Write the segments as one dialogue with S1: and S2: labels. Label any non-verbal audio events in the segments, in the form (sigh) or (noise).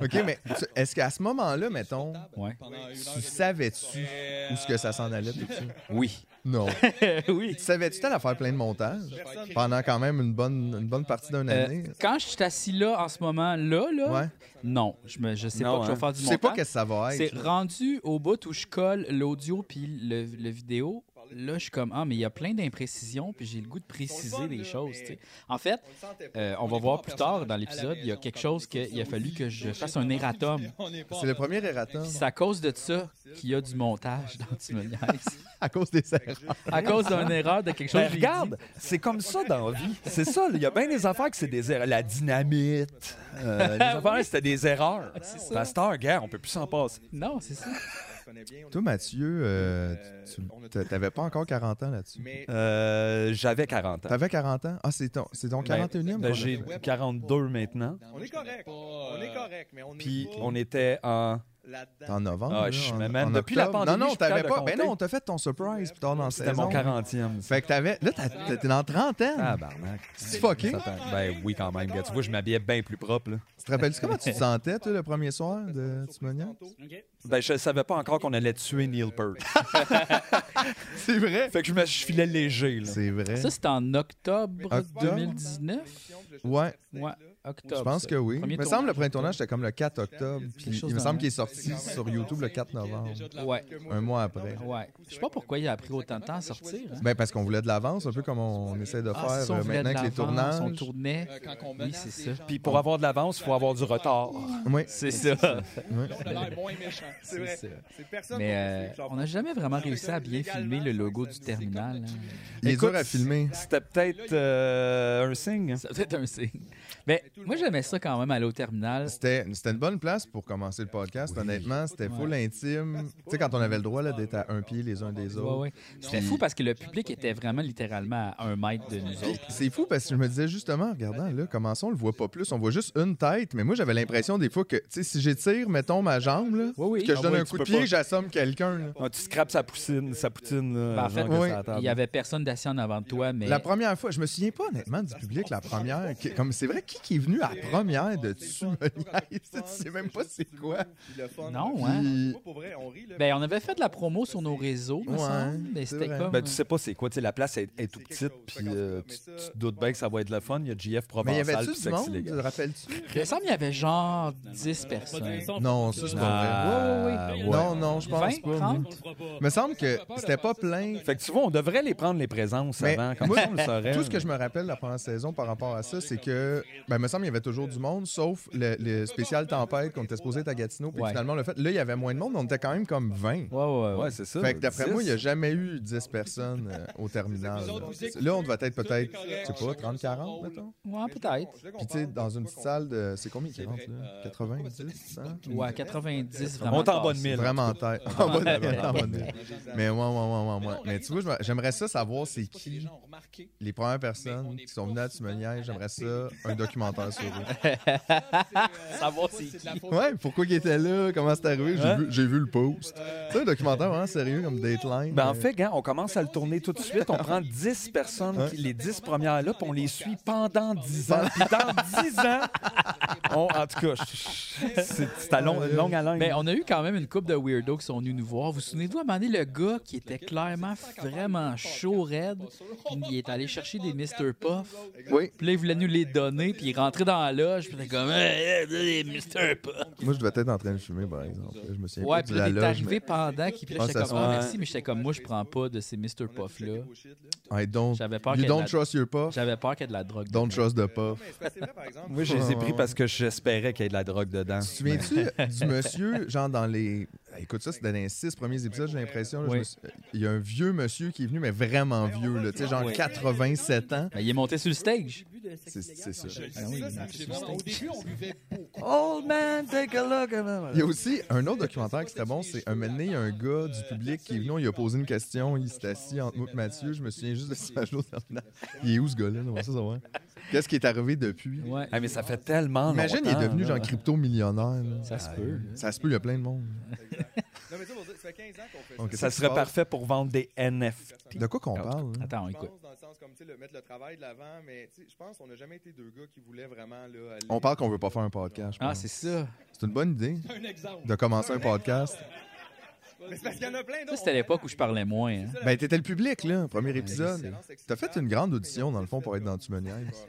S1: OK, mais tu- est-ce qu'à ce moment-là, mettons,
S2: Ouais.
S1: tu savais-tu où ce que ça s'en allait? tout ça?
S2: Oui.
S3: (laughs)
S1: Non.
S2: (laughs) oui.
S1: Tu savais-tu t'allais faire plein de montages
S4: personne-
S1: pendant quand même une bonne, une bonne partie d'une
S2: Euh,
S1: année?
S2: quand je suis assis là, en ce moment, là,
S3: euh,
S2: là,
S1: Ouais.
S2: non, je, me, je sais
S3: Non,
S2: pas que je vais
S3: hein.
S2: faire du
S1: Tu sais pas
S2: montage.
S1: qu'est-ce que ça va
S2: C'est
S1: être.
S2: rendu au bout où je colle l'audio puis le, le vidéo. Là, je suis comme, ah, mais il y a plein d'imprécisions, puis j'ai le goût de préciser des choses. tu sais. En fait, euh, on va voir plus tard dans l'épisode, il y a quelque chose qu'il a fallu que je fasse un erratum.
S1: C'est le premier erratum
S3: (laughs)
S2: Puis C'est à cause de ça qu'il y a du montage dans Tu me niaises.
S1: à cause des erreurs.
S2: (laughs) À cause d'une erreur de quelque chose.
S3: Ben,
S2: que j'ai
S3: regarde, c'est comme ça dans la vie. C'est ça, là. il y a bien des affaires que c'est des erreurs. La dynamite, euh, (laughs) les affaires, c'était des erreurs.
S2: ça.
S3: Pasteur, gars, on peut plus s'en passer.
S2: dit. Non, c'est ça.
S1: Toi, Mathieu, euh, tu- tu- t'a- t'avais pas encore 40 ans là-dessus.
S4: Mais
S3: Euh, J'avais 40 ans.
S1: T'avais 40 ans? Ah, c'est ton, c'est ton 41e?
S3: Ben,
S1: qu'on a
S3: J'ai
S1: fait.
S3: 42 maintenant.
S4: on est correct. On est correct, mais on est
S3: Puis
S4: pas
S3: on était en...
S4: là-dedans.
S1: en novembre.
S3: Ah,
S1: là,
S3: je suis
S1: en-
S3: malade.
S1: en
S3: Depuis la
S1: octobre.
S3: pandémie,
S1: Non,
S3: je
S1: non,
S3: suis
S1: t'avais
S3: capable
S1: pas.
S3: de
S1: Ben
S3: compter.
S1: non, t'as fait ton surprise plus tard dans la
S3: C'était
S1: saison.
S3: mon 40e.
S1: Fait que t'avais. Là, t'as- t'as- t'es dans trentaine.
S3: Tabarnak.
S1: C'est fucké.
S3: Ça t'a- Ben oui, quand même, gars. Tu vois, je m'habillais bien plus propre. Là.
S1: Tu te rappelles-tu comment tu te sentais, toi, le premier soir de Timonia?
S3: Ben, je savais pas encore qu'on allait tuer Neil Peart.
S1: C'est vrai.
S3: fait que je me je filais léger, là.
S1: C'est vrai.
S2: Ça, c'était en ben. octobre
S1: Octobre.
S2: 2019.
S1: Ouais,
S2: Ouais, octobre.
S1: je pense
S2: ça.
S1: que oui.
S2: Premier
S1: Il me
S2: tournage.
S1: semble le premier tournage, c'était comme le 4 octobre. Puis
S2: chose
S1: il me
S2: dans
S1: semble
S2: le-
S1: qu'il est sorti sur YouTube le 4 novembre,
S2: Ouais,
S1: un mois après.
S2: ouais. Je sais pas pourquoi il a pris autant de temps à sortir. hein.
S1: Ben, parce qu'on voulait de l'avance, un peu comme on, on essaie de faire
S2: Ah, si on
S1: euh,
S2: voulait de
S1: maintenant avec les
S2: l'avance, On
S1: tournages.
S2: tournait.
S4: Euh,
S2: oui, c'est ça.
S3: Puis pour avoir de l'avance, il faut avoir du retard.
S1: Oui.
S2: C'est ça.
S4: C'est vrai.
S2: C'est ça.
S4: C'est personne
S2: Mais
S4: qui
S2: euh,
S4: peut suivre.
S2: on n'a jamais vraiment réussi à bien filmer le logo du terminal. hein.
S1: Il est
S3: Écoute,
S1: dur à filmer.
S3: C'était peut-être euh, un
S2: (laughs)
S3: signe.
S2: Ça peut être un signe. Mais moi, j'aimais ça quand même aller au terminal.
S1: C'était c'était une bonne place pour commencer le podcast, honnêtement. C'était full intime. Tu sais, quand on avait le droit là, d'être à un pied les uns des autres.
S2: Ouais, ouais. C'était fou parce que le public était vraiment littéralement à un mètre de nous
S1: Puis,
S2: autres.
S1: C'est fou parce que je me disais justement, en regardant là, comment ça, on le voit pas plus, on voit juste une tête, mais moi j'avais l'impression des fois que, tu sais, si j'étire, mettons ma jambe, là,
S2: Oui, oui.
S1: puis que je
S3: Ah
S1: donne
S3: oui,
S1: un
S3: tu
S1: coup de
S3: peux
S1: pied,
S3: pas.
S1: j'assomme quelqu'un. là.
S3: Ah, tu scrapes sa poutine, sa poutine, là,
S2: Ben, en fait,
S3: genre que
S1: oui.
S3: ça attend.
S2: Il y avait personne d'assis en avant de toi, mais
S1: La première fois, je me souviens pas honnêtement du public, la première. qui- comme c'est vrai, qui, qui est venu à la première de dessus, (laughs) Je sais même pas c'est quoi.
S4: Puis le fun,
S2: non,
S4: là,
S2: hein?
S1: Puis-
S4: Moi, pour vrai, on rit, là.
S2: Ben, on avait fait de la promo sur nos réseaux, me
S1: Ouais,
S2: semble, mais
S1: c'est
S2: c'était
S1: vrai.
S2: comme...
S3: Ben, tu sais pas c'est quoi, tu sais, la place est, est tout petite, puis euh, tu, tu te doutes bien que ça va être le fun. Il y a JF
S1: Mais y
S3: Provençal,
S1: avait-tu
S3: puis
S1: du
S3: Sexy
S1: monde, euh,
S3: les
S1: te
S3: gars.
S1: rappelles-tu?
S2: Il me semble qu'il y avait genre 10 personnes.
S1: Non, ça c'est pas vrai.
S3: Ah, ouais.
S1: Non, non, je pense
S2: 20,
S1: pas.
S2: 30?
S1: Il me semble que c'était pas plein.
S3: Fait que tu vois, on devrait les prendre les présences
S1: Mais
S3: avant, comme
S1: moi,
S3: ça on le saurait.
S1: Tout ce que je me rappelle de la première saison par rapport à ça, c'est que, ben, me semble, il y avait toujours du monde, sauf le, le spécial Tempête qu'on était supposé être à Gatineau, puis
S2: Ouais.
S1: finalement, on l'a fait. Là, il y avait moins de monde, on était quand même comme 20.
S2: Ouais, ouais, ouais.
S3: Ouais, c'est ça.
S1: Fait que d'après moi, il n'y a
S3: Dix.
S1: jamais eu 10 personnes euh, au terminal. Là, on devait être peut-être, je sais pas, 30, 40, mettons.
S2: Ouais, peut-être.
S1: Puis, tu sais, dans une petite salle de. euh, C'est combien qui rentre, là 90, 100
S2: Ou à 90, vraiment.
S3: On t'en
S2: tassé.
S3: bonne mille.
S1: Vraiment Peut-être. En bonne tête, en bonne tête. Mais ouais, ouais, ouais, ouais, ouais. Mais tu vois, je me- j'aimerais ça savoir c'est qui les premières personnes qui sont venues à Tumenière. J'aimerais ça un documentaire sur eux.
S2: (laughs) Savoir c'est qui.
S1: Ouais, pourquoi ils étaient là, comment c'est arrivé, j'ai
S3: Hein?
S1: vu, j'ai vu le post. C'est un documentaire vraiment sérieux comme Dateline.
S3: Ben, en
S1: euh,
S3: fait, gars, on commence à le tourner tout de suite. On (laughs) prend 10 personnes, qui, les 10 premières là, puis on les suit pendant 10 ans. Puis dans 10 ans, on- en tout cas, je- je- c'est c'est à long, longue haleine.
S2: Ben, on a eu quand même une coupe de weirdos qui sont venus nous voir. Vous vous souvenez-vous, à un moment donné, le gars qui était clairement vraiment chaud, raide, puis il est allé chercher des Mr. Puff.
S1: Oui.
S2: Puis là, il voulait nous les donner, puis il est rentré dans la loge, puis il était comme Eh, eh, eh, Mr. Puff.
S1: Moi, je devais être en train de fumer, par exemple. Je me souviens
S2: Ouais,
S1: pas
S2: puis
S1: de
S2: là,
S1: la
S2: il est
S1: loge.
S2: arrivé pendant, qu'il- puis là,
S1: Ah,
S2: j'étais
S1: ça
S2: comme
S1: se
S2: Ah,
S3: voit.
S2: merci, mais j'étais comme Moi, je prends pas de ces Mr. Puff-là.
S1: mais- I don't,
S2: J'avais peur
S1: you
S2: qu'elle
S1: don't
S2: la-
S1: trust your puff,
S2: J'avais peur qu'il y ait de la drogue.
S1: don't trust the puff.
S3: Moi, je les ai pris parce que j'espérais qu'il y ait de la drogue dedans.
S1: Tu te souviens-tu du monsieur, genre dans les. Écoute, ça, c'était dans les six premiers épisodes, j'ai l'impression. là, je
S2: Oui.
S1: me suis- Il y a un vieux monsieur qui est venu, mais vraiment vieux, là, tu sais, genre
S3: Oui.
S1: 87 ans.
S2: Ben, il est monté sur le stage.
S1: C'est c'est ça.
S2: Ah oui, il est monté sur le
S4: Au
S2: stage.
S4: début, on
S2: (laughs)
S4: buvait beaucoup.
S3: Old man, take a look.
S1: Il y a aussi un autre documentaire qui serait bon, c'est un moment donné, il y a un gars du public qui est venu, il a posé une question, il s'est assis entre moi et Mathieu, je me souviens juste de ce match-là. Il est où ce gars-là? On va ça savoir. Qu'est-ce qui est arrivé depuis?
S2: Ouais,
S3: Ah, mais ça fait tellement
S1: Imagine, il est
S3: longtemps,
S1: devenu
S3: là.
S1: genre crypto-millionnaire. là.
S2: ça se peut. là.
S1: Ça se peut, il y a plein de monde.
S4: Non, mais ça, pour dire, ça fait 15 ans qu'on fait
S1: Donc, qu'est-ce
S3: Ça
S1: qui
S3: serait
S1: se passe?
S3: parfait pour vendre des NFT.
S1: De quoi qu'on parle? hein? là?
S2: Attends, on
S4: Je
S2: écoute.
S4: pense dans le sens comme, tu sais, le- mettre le travail de l'avant, mais tu sais, je pense qu'on n'a jamais été deux gars qui voulaient vraiment. Là, aller-
S1: On parle qu'on veut pas faire un podcast. je
S2: Ah,
S1: pense.
S2: c'est ça.
S1: c'est une bonne idée
S4: un exemple.
S1: de commencer un podcast.
S4: Mais c'est parce qu'il y en a plein d'autres.
S2: Ça, c'était à l'époque où je parlais moins. hein.
S1: Ben, t'étais le public, là, premier épisode.
S4: Excellence, excellence.
S1: T'as fait une grande audition, dans le fond, pour être dans Tumoniaise.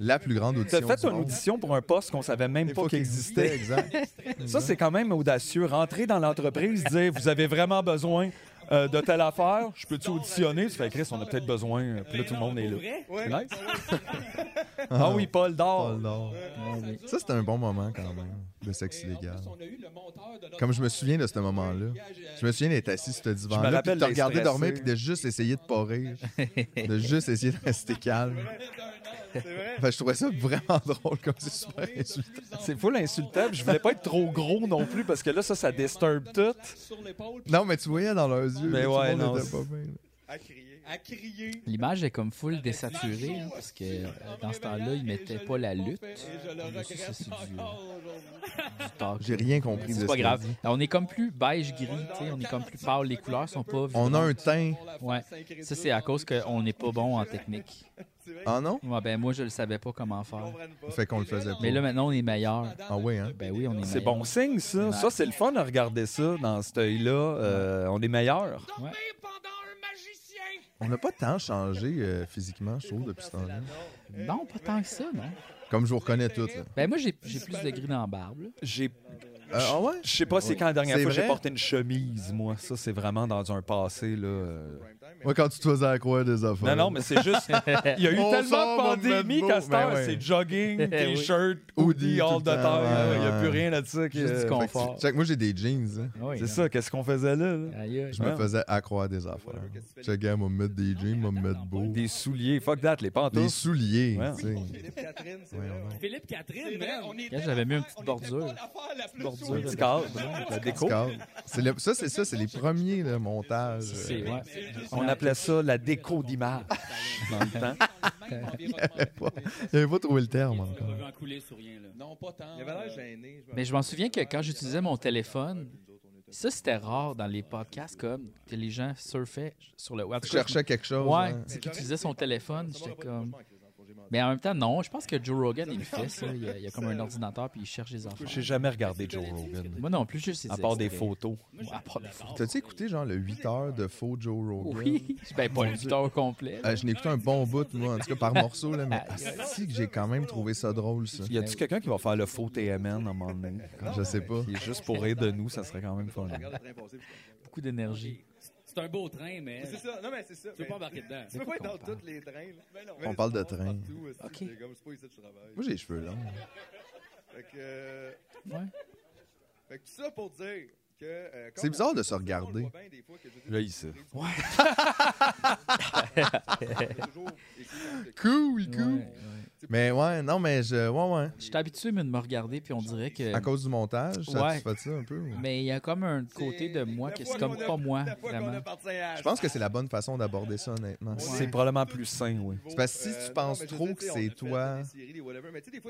S1: La plus grande
S3: T'as
S1: audition.
S3: fait
S1: du
S3: une
S1: monde.
S3: audition pour un poste qu'on savait même
S1: Des
S3: pas
S1: fois
S3: qu'il
S1: qu'il
S3: existait.
S1: existait, exact.
S3: Ça, c'est quand même audacieux. Rentrer dans l'entreprise, dire vous avez vraiment besoin euh, de telle affaire, je peux-tu auditionner? Tu fais Chris, on a peut-être besoin. euh, Puis là, tout le monde est là.
S4: Ouais.
S3: C'est nice. Ah oui, Paul d'or.
S1: Paul Dore. Ça, c'était un bon moment quand même, de sexe illégal. Comme je me souviens de ce moment-là. Je me souviens d'être assis sur ce
S3: Je me
S1: divan-là, puis de
S3: rappelle
S1: te regarder
S3: d'être
S1: dormir,
S3: stressé.
S1: puis de juste essayer de pas
S3: (laughs)
S1: rire. De juste essayer de rester calme. (laughs) Enfin, je trouvais ça vraiment (laughs) drôle, comme c'est super insultant.
S3: C'est full insultable. Je voulais pas être trop gros non plus parce que là, ça, ça disturbe tout.
S1: Non, mais tu voyais dans leurs yeux,
S3: Mais
S1: là, tout
S3: ouais,
S1: le monde
S3: non,
S1: était
S3: c'est-
S1: pas bien.
S4: À crier.
S2: L'image est comme full désaturée hein, parce que euh, dans ce temps-là, ils mettaient pas la lutte. Là, ça, ça, c'est du, euh, du talk.
S1: J'ai rien compris de
S2: C'est
S1: ce
S2: pas
S1: qu'il
S2: grave.
S1: dit.
S2: On est comme plus beige gris, tu sais, on est comme plus pâle, les couleurs sont pas
S1: On
S2: vibrantes.
S1: a un teint.
S2: Ouais. Ça c'est à cause qu'on n'est pas bon en technique.
S1: Ah non?
S2: Ouais, ben moi je le savais pas comment faire.
S1: Fait qu'on le faisait pas.
S2: Mais là maintenant on est meilleur.
S1: ah ouais, hein?
S2: Ben oui, on est meilleur.
S3: C'est bon signe, ça. Ça, c'est le fun à regarder ça dans cet œil-là. Euh, on est meilleur.
S1: On n'a pas tant changé euh, physiquement, je trouve, depuis ce temps-là.
S2: Non, pas tant que ça, non.
S1: Comme je vous reconnais toutes. là.
S2: Ben moi j'ai j'ai plus de gris dans la barbe. là.
S3: J'ai
S1: Euh, ah ouais?
S3: Je sais pas c'est quand la dernière
S1: C'est
S3: fois j'ai
S1: vrai?
S3: porté une chemise, moi. Ça, c'est vraiment dans un passé, là. euh.
S1: Ouais, quand tu te faisais accroire des affaires.
S3: Non, non, mais c'est juste. Il y a
S1: (laughs)
S3: eu
S1: On
S3: tellement
S1: sort,
S3: de
S1: on va te
S3: pandémies
S1: mettre
S3: qu'à
S1: beau.
S3: cette heure,
S1: Ben ouais.
S3: c'est (laughs) jogging,
S2: Eh oui.
S3: t-shirt,
S1: Hoodie,
S3: hoodie, all
S1: tout
S3: de
S1: le temps,
S3: terre.
S1: ouais,
S3: Il n'y a
S1: ouais.
S3: plus rien là-dessus. que-
S2: Juste du
S3: Fait
S1: Fait
S3: que-
S2: confort.
S1: que, check, moi, j'ai des jeans. hein.
S2: Ouais,
S3: C'est
S2: hein.
S3: ça, qu'est-ce qu'on faisait là? là?
S2: Aïe, aïe.
S1: Je me
S3: Ouais.
S1: faisais accroire des affaires. Check, gars, m'a mettre des jeans, m'a mettre beau.
S3: Des souliers, fuck that, les
S1: Des
S3: pantoufles.
S1: souliers,
S3: Ouais.
S1: tu sais.
S4: Catherine, c'est
S1: Ouais,
S4: vrai.
S1: ouais.
S5: Philippe Catherine, man.
S2: Regarde, J'avais mis une petite bordure.
S3: Un petit cadre, la déco.
S1: Cadre. C'est le- ça, c'est ça, c'est les premiers là, montages.
S2: C'est
S1: euh,
S2: ouais.
S3: On appelait ça la déco d'image dans le temps.
S1: Il n'avait (laughs) pas trouvé le terme encore.
S5: Pas en couler sur rien, là.
S4: Non, pas tant. Il avait l'air gêné. je me-
S2: Mais je m'en souviens que quand j'utilisais mon téléphone, ça c'était rare dans les podcasts comme que les gens surfaient sur le web.
S1: Tu cherchais quelque chose.
S2: Ouais,
S1: hein.
S2: c'est qu'il utilisait son téléphone. J'étais comme. Mais en même temps, non, je pense que Joe Rogan, il le fait, ça. Il y a, il y a comme un ordinateur, puis il cherche les enfants.
S3: J'ai jamais regardé Joe Rogan,
S2: Moi non plus, juste ses
S3: à part des
S2: extraits.
S3: photos.
S2: Ouais, À part des photos.
S1: T'as-tu écouté genre le 8 heures de faux Joe Rogan?
S2: Oui, (laughs) ben pas le temps complet.
S1: Euh, je n'ai écouté un bon bout, moi, en tout cas par morceau, là, mais
S2: (laughs)
S1: si que j'ai quand même trouvé ça drôle, ça.
S3: Y a-tu quelqu'un qui va faire le faux TMN à un moment donné?
S1: Je sais pas.
S3: Puis juste pour rire de nous, ça serait quand même fun.
S4: Regarde le train passer, puis
S1: Euh,
S4: je
S2: Beaucoup d'énergie.
S5: C'est un beau train, mais
S4: comprends. C'est ça. Non, mais c'est ça.
S5: tu peux
S4: mais-
S5: pas embarquer dedans.
S4: Tu peux pas être dans
S2: qu'on parle.
S4: tous les trains. là.
S1: On parle de train.
S4: partout, c'est-
S2: Ok.
S4: c'est comme, c'est pas ici que je travaille.
S1: Moi, j'ai les cheveux longs.
S4: Fait que, euh,
S2: Ouais.
S4: (laughs) fait que tout ça pour dire que. euh,
S1: C'est
S4: comme
S1: bizarre
S4: on-
S1: de se
S4: on le voit
S1: regarder.
S4: bien des fois que je-
S3: Là, il sait.
S4: Ouais.
S2: (laughs)
S1: Cool, cool.
S2: Ouais, ouais.
S1: Mais ouais, non, mais je. Ouais, ouais.
S2: Je suis habitué mais de me regarder, puis on dirait que.
S1: À cause du montage, ça
S2: Ouais.
S1: te fait ça un peu. ou-
S2: Mais il y a comme un côté de moi qui est comme pas moi, hein, vraiment.
S1: Je pense que c'est la bonne façon d'aborder ça, honnêtement.
S3: C'est probablement plus sain, oui.
S1: C'est parce que si
S4: euh,
S1: tu penses trop que c'est toi-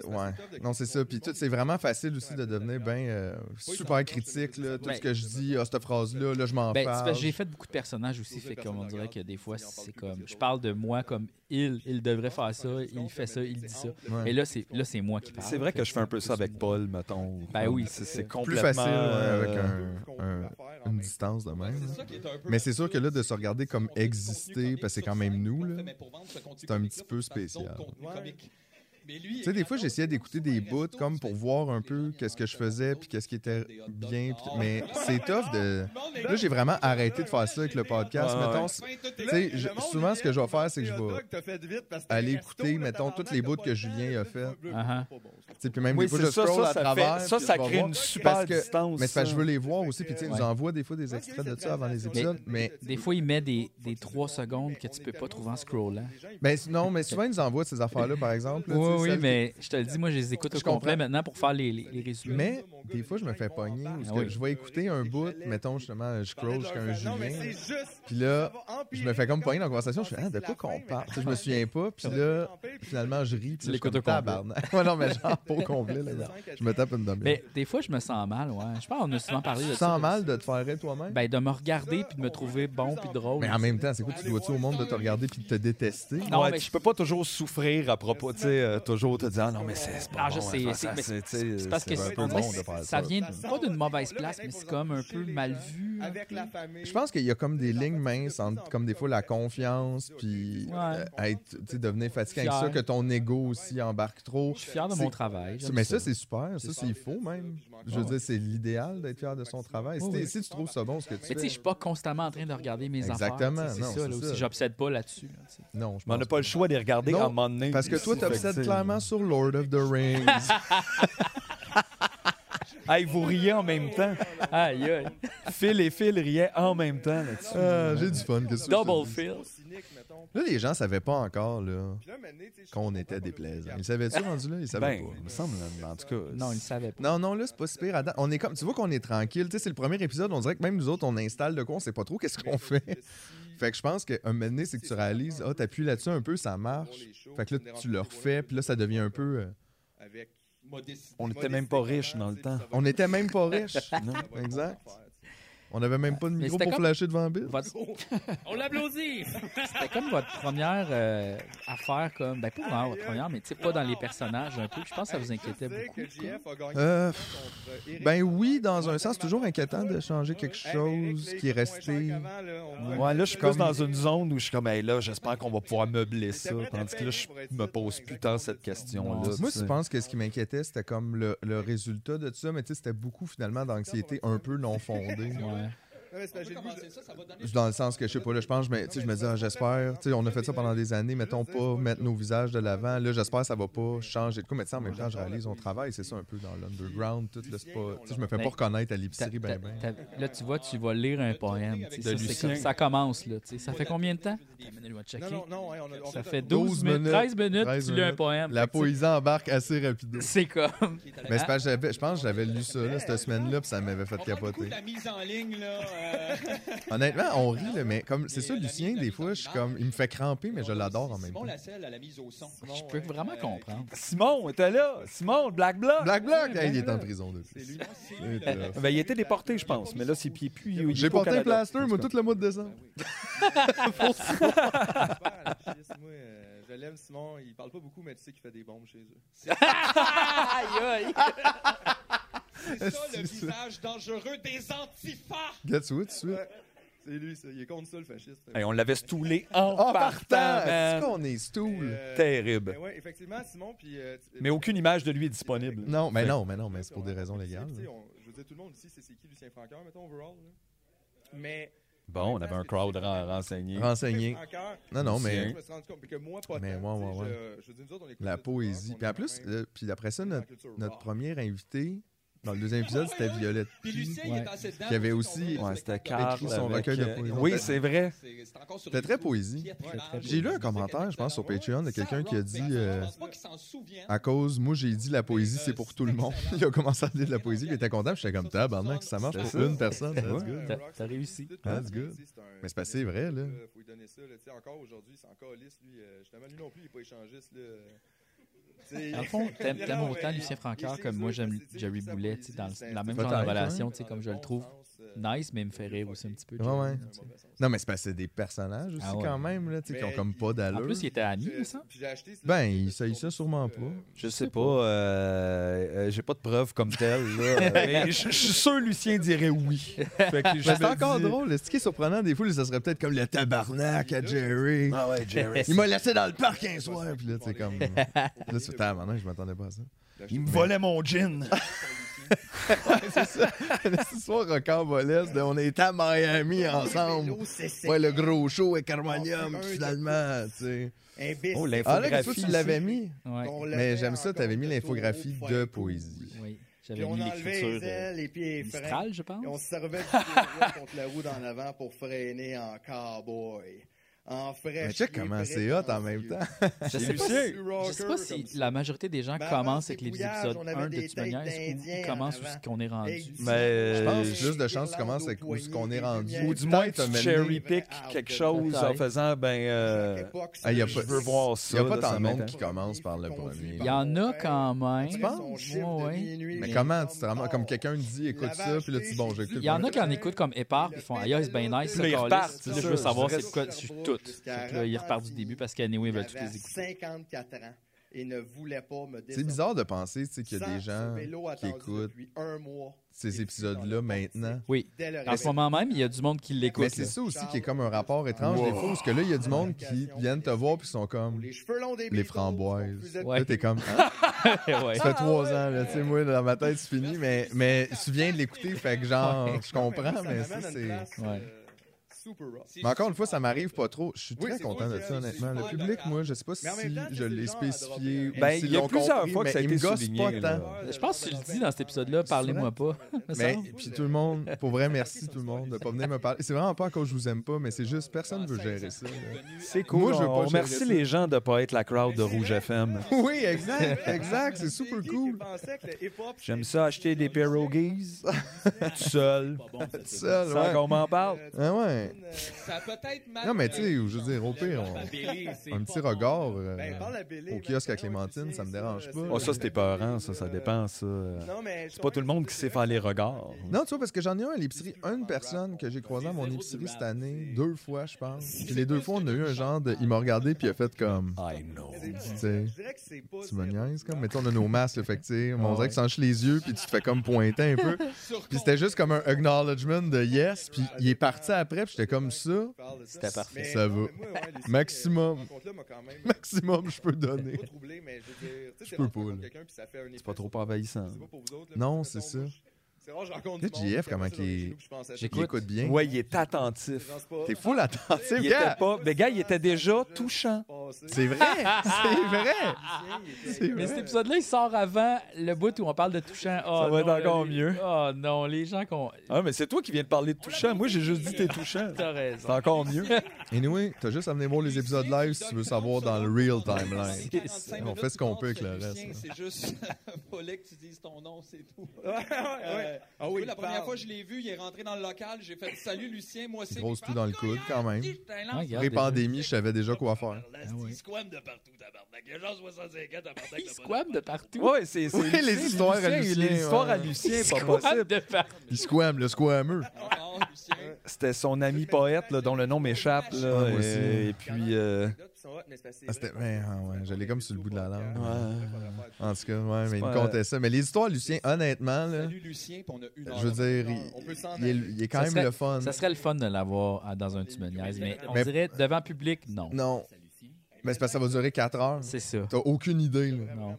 S1: Ouais. Non, c'est ça. Puis tout, c'est vraiment facile aussi de devenir ben euh, super critique. Là, tout
S2: Ben-
S1: ce que je dis, ah, cette phrase-là, là, je m'en
S2: Ben, c'est parce
S1: parle.
S2: que j'ai fait beaucoup de personnages aussi, fait qu'on dirait que des fois, c'est comme. Je parle de moi comme il, il devrait faire ça, il fait ça, il dit ça.
S1: Ouais.
S2: Mais là, c'est là, c'est moi qui parle.
S3: C'est vrai que je fais un peu ça avec Paul, mettons.
S2: Ben oui.
S3: C'est- c'est
S1: Plus
S3: complètement...
S1: facile ouais, avec
S3: euh,
S1: un- un- une distance de même. là. Mais c'est sûr que là, de se regarder comme exister, parce que c'est quand même nous, là, c'est un petit peu spécial. Tu sais, des fois, j'essayais d'écouter des bouts comme pour voir un peu qu'est-ce que je faisais, puis qu'est-ce qui était bien, puis- mais c'est tough de... Là, j'ai vraiment arrêté de faire ça avec le podcast.
S3: Ouais,
S1: Mettons,
S3: ouais.
S1: tu sais, je- souvent, ce que je vais faire, c'est que je vais aller écouter, mettons, toutes
S4: tous
S1: les bouts que Julien a fait.
S2: Ah
S1: Tu sais, puis même
S3: Oui,
S1: des fois,
S3: c'est
S1: je
S3: ça,
S1: scroll
S3: ça,
S1: à
S3: ça,
S1: travers.
S3: fait, ça,
S1: puis
S3: ça
S1: je vais
S3: crée
S1: voir.
S3: une super
S1: Parce que-
S3: distance. euh.
S1: Mais c'est parce que je
S3: ça.
S1: veux les voir aussi, puis tu sais, ils nous envoient des fois des extraits de ça avant les épisodes, mais...
S2: Des fois, il met des, des 3 secondes que tu peux pas trouver en scrollant.
S1: Ben, non, mais souvent, ils nous envoient ces affaires-là, par exemple. là, tu
S2: Oui,
S1: sais,
S2: oui,
S1: celles
S2: mais je te le dis, moi, je les écoute au
S1: Je comprends.
S2: complet maintenant pour faire les, les, les résumés.
S1: Mais des fois, je me fais pogner. Parce
S2: Ah
S1: que
S2: oui.
S1: je vais écouter un bout, mettons justement, je scroll jusqu'à un Julien. Puis là, je me fais comme pogner dans la conversation. Je fais, ah, de quoi qu'on parle? Tu sais, Je me souviens pas. Puis là, finalement, je ris. Puis là, je suis
S2: l'écoutes
S1: comme,
S2: au complet.
S1: tabarnak. Ouais, non, mais genre, pas au complet, là. non. Je me tape une demi
S2: Mais des fois, je me sens mal, ouais. Je pense qu'on a souvent parlé de
S1: Tu
S2: ça.
S1: sens mal de te faire rire toi-même?
S2: Ben, de me regarder puis de me trouver bon puis drôle.
S1: mais en même temps, c'est quoi? Tu dois-tu au monde de te regarder puis de te détester?
S2: Non,
S3: ouais,
S2: mais
S3: tu
S2: je-
S3: peux pas toujours souffrir à propos, tu sais, euh, toujours te dire, Ah non, mais c'est c'est pas
S2: Ah, je
S3: bon,
S2: sais,
S3: hein,
S2: c'est-
S3: ça,
S2: mais
S3: c'est- tu sais,
S2: C'est parce que
S3: c'est-
S1: un peu
S2: on dirait
S1: bon
S2: que
S1: de faire
S2: ça
S1: ça.
S2: vient pas d'une mauvaise place, mais c'est comme un peu mal vu. un
S4: Avec
S2: peu.
S4: la famille.
S1: Je pense qu'il y a comme des lignes minces entre, comme des fois, la confiance, puis
S2: Ouais.
S1: euh, être, tu sais, devenir fatigué avec ça,
S2: Fier.
S1: que ton ego aussi embarque trop.
S2: Je suis fier de
S1: C'est-
S2: mon travail. j'aime
S1: Mais
S2: ça.
S1: ça, c'est super. Ça, c'est il faut même. Je veux dire, c'est l'idéal d'être fier de son travail. Si,
S2: Oui,
S1: t'es-
S2: oui.
S1: si tu trouves ça bon, ce que tu
S2: Mais tu sais, je
S1: fais.
S2: suis pas constamment en train de regarder mes
S1: Exactement,
S2: affaires. tu sais,
S1: non,
S2: C'est ça,
S1: c'est
S2: là
S1: ça.
S2: aussi. J'obsède pas là-dessus. là, tu sais.
S1: Non, je
S3: Mais on n'a
S1: pense
S3: pas le choix de les regarder
S1: Non,
S3: à un moment donné.
S1: Parce que toi,
S3: Fait que,
S1: t'obsèdes
S3: tu sais,
S1: clairement sur Lord
S3: (laughs)
S1: of the Rings.
S3: Hey, vous riez en même temps.
S2: (laughs) Aïe, aïe.
S3: Phil et Phil riaient en même temps là-dessus.
S1: Ah, J'ai du fun. qu'est-ce que tu veux que je te
S2: Double
S1: dise?
S2: fill.
S1: Là, les gens savaient pas encore là,
S4: Puis là, maintenant, tu sais, je-
S1: qu'on était déplaisants. Ils savaient-tu rendu là? Ils savaient
S3: Ben,
S1: pas.
S3: il me semble, en tout cas.
S2: Non, il le savait pas.
S1: Non, non, là, c'est pas si pire. à date. On est comme, tu vois qu'on est tranquille. Tu sais, c'est le premier épisode. On dirait que même nous autres, on installe de quoi. On sait pas trop qu'est-ce
S3: Ben.
S1: qu'on fait. Fait que je pense qu'un moment donné, c'est que tu réalises, ah, t'appuies là-dessus un peu, ça marche. Fait que là, tu le refais. Puis là, ça devient un peu. euh,
S4: Avec
S3: on n'était même pas riches dans le temps.
S1: On n'était même pas riches.
S3: Non.
S1: (laughs) Exact. On n'avait même pas de micro
S2: c'était
S1: pour
S2: comme-
S1: flasher devant Bill.
S2: Votre-
S5: On l'applaudit!
S2: C'était comme votre première euh, affaire, comme. Ben, pas vraiment votre première, mais tu sais, pas dans les personnages un peu. Je pense que ça vous inquiétait beaucoup. quoi.
S1: Euh, Ben oui, dans un sens, c'est toujours inquiétant de changer quelque chose qui est resté.
S3: Ouais, là, je suis plus dans une zone où je suis comme, hey, là, j'espère qu'on va pouvoir meubler ça. Tandis que là, je me pose plus tant cette question-là.
S1: Moi,
S3: tu
S1: je
S3: sais.
S1: pense que ce qui m'inquiétait, c'était comme le, le résultat de tout ça, mais tu sais, c'était beaucoup finalement d'anxiété un peu non fondée.
S2: Ouais.
S1: Dans le sens que, je sais pas, là, je pense, mais, tu sais, je me dis, ah, j'espère, tu sais, on a fait ça pendant des années, mettons pas mettre nos visages de l'avant, là, j'espère que ça va pas changer de quoi, mais tu sais, en même temps, je réalise, on travaille, c'est ça un peu dans l'underground, tout le spot. Tu sais, je me fais pas
S2: Mais-
S1: reconnaître à l'épicerie,
S2: T'as-
S1: ben, ben.
S2: t'as- t'as- Là, tu vois, tu vas lire un poème. tu sais,
S3: De
S2: ça, c'est
S3: Lucien.
S2: comme- Ça commence, là. tu sais. Ça fait combien de temps? Attends, Emmanuel va checker.
S4: Non, non, non, hein, on a- on
S2: Ça
S4: a-
S2: fait
S1: 12
S2: 12 minutes,
S1: minutes,
S2: 13 minutes,
S1: 13
S2: tu lis un
S1: minutes.
S2: poème.
S1: La
S2: Fait que
S1: poésie embarque assez rapidement.
S2: C'est comme.
S1: Mais c'est parce que j'avais- je pense que j'avais lu ça là, cette semaine-là, puis ça m'avait fait capoter.
S5: mise en ligne,
S4: euh,
S5: là.
S1: Honnêtement, on rit, là, mais comme c'est ça, Lucien, des fois, je suis comme, il me fait cramper, mais je l'adore en même temps.
S5: Lasselle à la mise au son.
S2: Je peux vraiment comprendre.
S3: Simon était là. Simon, Black Bloc.
S1: Black Block, hey, il est en prison depuis.
S3: Ben, il était déporté, je pense. Mais là, c'est pieds plus. il est
S1: J'ai
S3: pas au
S1: porté un
S3: Canada.
S1: plaster, moi, tout le mois de décembre.
S4: Ben
S3: (laughs)
S4: Moi, euh, (laughs) je l'aime, Simon. Il parle pas beaucoup, mais tu sais qu'il fait des bombes
S1: (laughs)
S4: chez eux.
S2: Aïe, aïe.
S6: C'est ça le
S1: C'est ça.
S6: visage dangereux des antifas.
S1: That's what, tu sais.
S4: C'est lui, ça. Il est contre ça, le fasciste.
S3: Hey, on l'avait stoulé en
S1: En
S3: partant,
S1: partant,
S2: ben,
S1: est-ce
S3: man.
S1: qu'on est stool?
S4: Euh,
S3: Terrible.
S4: ben ouais, effectivement, Simon, puis... euh, tu-
S3: Mais aucune image de lui est disponible.
S1: Non, mais non, mais non, mais c'est pour des raisons légales.
S4: Tu sais,
S1: là.
S4: on- je veux dire, tout le monde ici, c'est c'est qui Lucien Francoeur, mettons, overall. là. Mais
S3: Bon, on avait un crowd ren- renseigné.
S1: Renseigné.
S4: encore,
S1: Non, non,
S4: je
S1: mais
S4: me suis rendu compte que moi, pas
S1: Mais
S4: tant,
S1: ouais,
S4: tu sais,
S1: ouais,
S4: Je, je veux dire, nous autres, on écoute
S1: la
S4: notre rock,
S1: poésie.
S4: on
S1: Puis en
S4: est
S1: plus,
S4: quand même
S1: euh, puis après ça,
S4: dans la
S1: notre,
S4: culture
S1: notre
S4: rock.
S1: premier invité, Dans le deuxième épisode, c'était Violette.
S6: Puis Lucien, il
S2: Ouais.
S6: est dansé dedans.
S1: Il y avait
S6: Puis
S1: aussi-
S6: on voit
S3: Ouais,
S6: le
S3: c'était
S6: spectacle.
S3: Carl.
S1: écrit son
S3: avec,
S1: recueil de
S3: euh,
S1: poésie.
S3: Oui, c'est vrai.
S6: C'est c'est encore sur
S1: C'était très
S6: YouTube.
S1: poésie.
S6: Pierre Trudel.
S2: très beau.
S1: J'ai lu un commentaire, je pense, sur Patreon de quelqu'un qui a dit
S4: ben,
S1: euh,
S6: Je pense pas qu'il s'en souvient.
S1: à cause, moi j'ai dit la poésie c'est pour tout le monde. (laughs) Il a commencé à dire de la poésie, puis il était content, puis j'étais comme tabarnak, ça marche pour
S3: C'est ça.
S1: une personne. that's
S3: Ouais.
S1: good.
S2: T'as- t'as réussi.
S1: That's good. Mais c'est pas- c'est vrai, là.
S4: euh, Faut lui donner ça, là. Tu sais, encore aujourd'hui, c'est encore lisse, lui. Euh, Justement, lui non plus, il est pas échangiste, là. Tu sais,
S2: Dans le
S4: (laughs)
S2: fond, t'aimes
S4: il-
S2: t'aimes
S4: non,
S2: autant
S4: mais-
S2: Lucien Francaire
S4: il-
S2: comme moi
S4: il-
S2: j'aime
S4: c'est- c'est-
S2: Jerry
S4: sa
S2: Boulet,
S4: poésie,
S2: tu sais, dans
S4: c'est
S2: la même
S4: un
S2: genre de
S1: Peut-être,
S2: relation,
S4: ouais.
S2: tu sais, comme je
S4: Dans
S2: le
S4: bon
S2: trouve
S4: sens, euh,
S2: nice, mais il me fait rire aussi un petit peu.
S1: Ouais,
S2: Jerry,
S1: ouais.
S2: tu sais.
S4: dans un mauvais sens.
S1: Non, mais c'est parce que c'est des personnages aussi
S2: Ah ouais.
S1: quand même, là, tu sais, qui ont
S4: Mais
S1: comme pas
S2: En
S1: d'allure.
S2: plus, il était ami,
S4: Puis, euh,
S2: ça?
S4: puis j'ai acheté ce-
S1: Ben,
S4: ce-
S1: il
S4: ce-
S1: sait
S4: son
S1: ça
S4: dessus,
S1: sûrement
S4: euh,
S1: pas.
S3: Je sais pas. euh, euh, J'ai pas de preuves comme telles. là. (laughs) Mais Je je suis sûr Lucien dirait oui. Fait que je
S1: Mais c'est
S3: me
S1: encore
S3: dis-
S1: drôle. Ce qui est surprenant des fois, là, ça serait peut-être comme le tabarnak à Jerry.
S3: Ah ouais, Jerry.
S1: Il m'a laissé dans le parc un soir, puis là, tu sais, comme. euh, Là, c'est tabarnak, je m'attendais (laughs) pas à ça.
S4: Il me
S3: volait mon gin.
S1: C'est soir rocambolesque de on était à Miami ensemble. Ouais, le gros show et Carmanium, finalement, tu sais.
S3: Oh,
S1: Ah là, toi,
S3: l'infographie.
S1: tu l'avais mis.
S2: Ouais.
S1: Mais j'aime ça, t'avais mis l'infographie de poésie.
S7: Puis
S2: Oui, j'avais
S7: on
S2: mis
S7: enlevait les
S2: l'écriture euh,
S7: ailes et puis les freins.
S2: Mistral, je pense.
S7: Et on se servait du
S2: (laughs)
S7: deux-roues contre la roue d'en avant pour freiner en cowboy. En fraîche.
S1: Mais check comment c'est hot en même temps.
S2: Je sais, pas si, je sais pas si la majorité des gens
S7: Mais avant,
S2: commencent
S7: Bah, c'est
S2: avec les
S7: bouillage,
S2: épisodes
S7: on avait
S2: 1 de
S7: des têtes
S2: Tumoniaise ou
S7: d'Indiens en
S2: commencent où
S7: avant.
S2: ce qu'on est rendu.
S3: Mais, euh,
S1: Je pense
S3: Euh,
S1: juste de chance, tu commences avec où ce qu'on est rendu.
S3: Ou du moins, tu
S1: Peut-être, mais-
S3: cherry pick quelque chose en faisant, ben, euh,
S1: Ah, y a pas-
S3: je veux voir
S1: Il
S3: ça.
S1: n'y a pas
S3: là,
S1: tant
S3: ça
S1: de monde
S3: m'intéresse.
S1: qui commence par le premier.
S2: Il y en a quand même.
S1: Tu penses?
S2: Ouais, ouais.
S1: Mais comment tu te ramasses comme quelqu'un dit écoute ça, puis là tu dis bon, j'écoute.
S2: Il y en a qui en écoutent comme épars, puis ils font Aïe, c'est bien nice, ça,
S3: Là, ils
S2: câlisse.
S3: repartent,
S2: Là,
S3: c'est
S2: je veux
S3: ça,
S2: savoir
S3: je
S2: c'est quoi, je suis tout. Fait que là, ils repartent du début parce qu'anyway, ils veulent tous les écouter.
S7: 54 ans et ne voulait pas me
S1: C'est bizarre de penser tu sais, qu'il y a des gens
S7: Sans ce vélo
S1: qui
S7: attendu
S1: écoutent
S7: depuis un mois.
S1: ces épisodes-là maintenant.
S2: Oui.
S7: Dès le
S2: En ce moment même, il y a du monde qui
S1: Mais
S2: l'écoute.
S1: c'est
S2: là.
S1: ça aussi qui est comme un rapport étrange des fois, parce que là, il y a du monde qui viennent te voir, puis ils sont comme
S7: Les cheveux longs des
S1: les
S7: Beatles,
S1: framboises.
S7: vous êtes-
S2: Ouais.
S1: Là, t'es comme.
S3: Ah,
S2: (laughs) Ouais.
S1: Ça fait trois ans, là, tu sais, moi, dans ma tête, c'est fini, mais, mais tu viens de l'écouter, fait que genre, je comprends, mais ça, c'est...
S2: Ouais.
S4: euh, Super rough.
S1: Mais encore une fois, ça m'arrive pas trop. Je suis
S4: Oui,
S1: très
S4: c'est
S1: content de
S4: cool, c'est-
S1: ça,
S4: c'est
S1: honnêtement. Le
S4: super
S1: public,
S4: agréable.
S1: moi, je sais pas si
S7: Mais en même temps,
S1: je
S7: c'est
S1: l'ai
S7: le genre à
S1: spécifié
S7: dropper
S1: ou
S7: un-
S3: Ben,
S1: s'ils
S3: il y a
S1: l'ont
S3: plusieurs
S1: compris,
S3: fois que ça a
S1: mais
S3: été
S1: ils me gossent
S3: souligné,
S1: pas
S3: là.
S1: tant.
S4: euh,
S2: Je pense que tu le dis dans cet épisode-là, parlez-moi pas. me
S1: Mais
S2: semble.
S1: puis tout le monde, pour vrai, merci tout le monde de pas venir me parler. C'est vraiment pas quand je vous aime pas, mais c'est juste personne veut gérer ça. là.
S3: C'est cool.
S1: Moi, je veux pas
S3: on remercie
S1: gérer ça.
S3: les gens de pas être la crowd de Rouge FM.
S1: Oui, exact, exact, c'est super cool.
S3: J'aime ça acheter des (laughs) pierogies tout seul,
S1: Seul,
S3: sans
S1: ouais.
S3: qu'on m'en parle.
S1: Ah ouais.
S4: euh,
S6: Ça a peut-être mal.
S1: Non, mais tu sais, je veux dire, au pire, on- un petit regard. euh,
S4: Ben,
S1: au kiosque à Clémentine, ça me
S4: euh,
S1: dérange pas.
S3: Oh, ça, c'était peurant, ça, ça dépend, ça. Oh, C'est pas tout le monde qui sait faire les regards.
S1: Non, tu vois, parce que j'en ai un à l'épicerie. Une personne que j'ai croisée à mon épicerie cette année, deux fois, je pense. Puis les deux fois, on a eu un genre de. Il m'a regardé, puis il a fait comme.
S3: I know.
S1: Tu sais,
S7: Je dirais que c'est pas
S1: tu me niaises, comme. Mais tu sais, on a nos masques, là, fait que, tu sais, on dirait que tu enches les yeux, puis tu te fais comme pointer un peu. Puis c'était juste comme un acknowledgement de yes, puis il est parti après, puis j'étais comme ça. (laughs)
S2: C'était parfait.
S4: euh,
S1: Ça va. Maximum. (laughs) Maximum, je peux donner.
S4: Je
S1: peux pas, là.
S4: C'est
S3: Pas trop envahissant.
S4: C'est pas pour vous autres, là,
S1: Non,
S4: mais
S1: c'est
S4: mettons, moi,
S1: ça.
S4: je- C'est rare, je rencontre
S1: Tu sais,
S4: du monde
S1: JF,
S4: qui
S1: comment
S4: appelle ça
S1: qu'il
S4: dans les
S1: est-
S4: genoux, puis je pense à
S1: Il
S2: J'écoute.
S1: écoute bien.
S3: Ouais, il est attentif.
S4: ça. Je pense pas.
S1: T'es full attentif,
S3: Il
S1: gars.
S3: était pas. Mais gars, il était déjà touchant.
S4: Passé.
S1: C'est vrai, c'est vrai. C'est
S2: Mais cet
S1: vrai.
S2: épisode-là, il sort avant le bout où on parle de touchant. Oh,
S3: Ça va
S2: non,
S3: être encore
S2: les-
S3: mieux.
S2: Oh non, les gens qu'on.
S3: Ah, mais c'est toi qui viens de parler de touchant. Moi, j'ai juste dit t'es touchant.
S2: T'as (laughs)
S3: C'est
S2: raison.
S3: encore mieux.
S1: Anyway, t'as juste à venir voir les épisodes live si tu veux savoir dans le real timeline. On fait ce qu'on peut avec le reste, là.
S6: C'est juste, (laughs) fallait que tu dises ton nom, c'est tout.
S7: ouais.
S6: Ah
S7: oui,
S6: oui, la
S7: il
S6: première
S7: parle.
S6: fois que je l'ai vu, il est rentré dans le local, j'ai fait salut Lucien, moi c'est.
S1: Grosse pluie dans le coude, quand même.
S2: Ah, regarde,
S1: Pré-pandémie, je savais déjà quoi faire.
S2: déjà. Ah ouais.
S5: squam de partout, tabarnak. Il y a genre 65 ans, tabarnak.
S2: Il squam de partout.
S3: Ouais, c'est. c'est
S1: Oui, les
S3: Lucien,
S1: histoires à Lucien,
S3: Les histoires à
S1: ouais.
S3: Lucien,
S2: Il
S3: pas
S2: squam
S3: possible.
S2: de partout.
S1: Il squam, le squammeux.
S6: Non, Lucien.
S3: C'était son ami poète, là, dont le nom m'échappe. là,
S1: Ouais, moi aussi.
S3: et, et puis. euh,
S1: Ah, c'était- ouais, ah, ouais, je l'ai comme sur le bout de la langue.
S4: Ouais.
S1: En tout cas, ouais, mais il me
S3: pas-
S1: contait ça. Mais les histoires, Lucien, honnêtement, là,
S6: Salut Lucien, puis on a une heure.
S1: je veux dire,
S4: On peut s'en
S1: il, il est, il est quand
S2: Ça
S1: même
S2: serait-
S1: le fun.
S2: Ça serait le fun de l'avoir à- dans un tumoniaise, mais on
S1: Mais-
S2: dirait devant public, non.
S1: Non. Mais c'est parce que ça va durer 4 heures.
S2: C'est ça.
S1: T'as aucune idée, là.
S2: Non.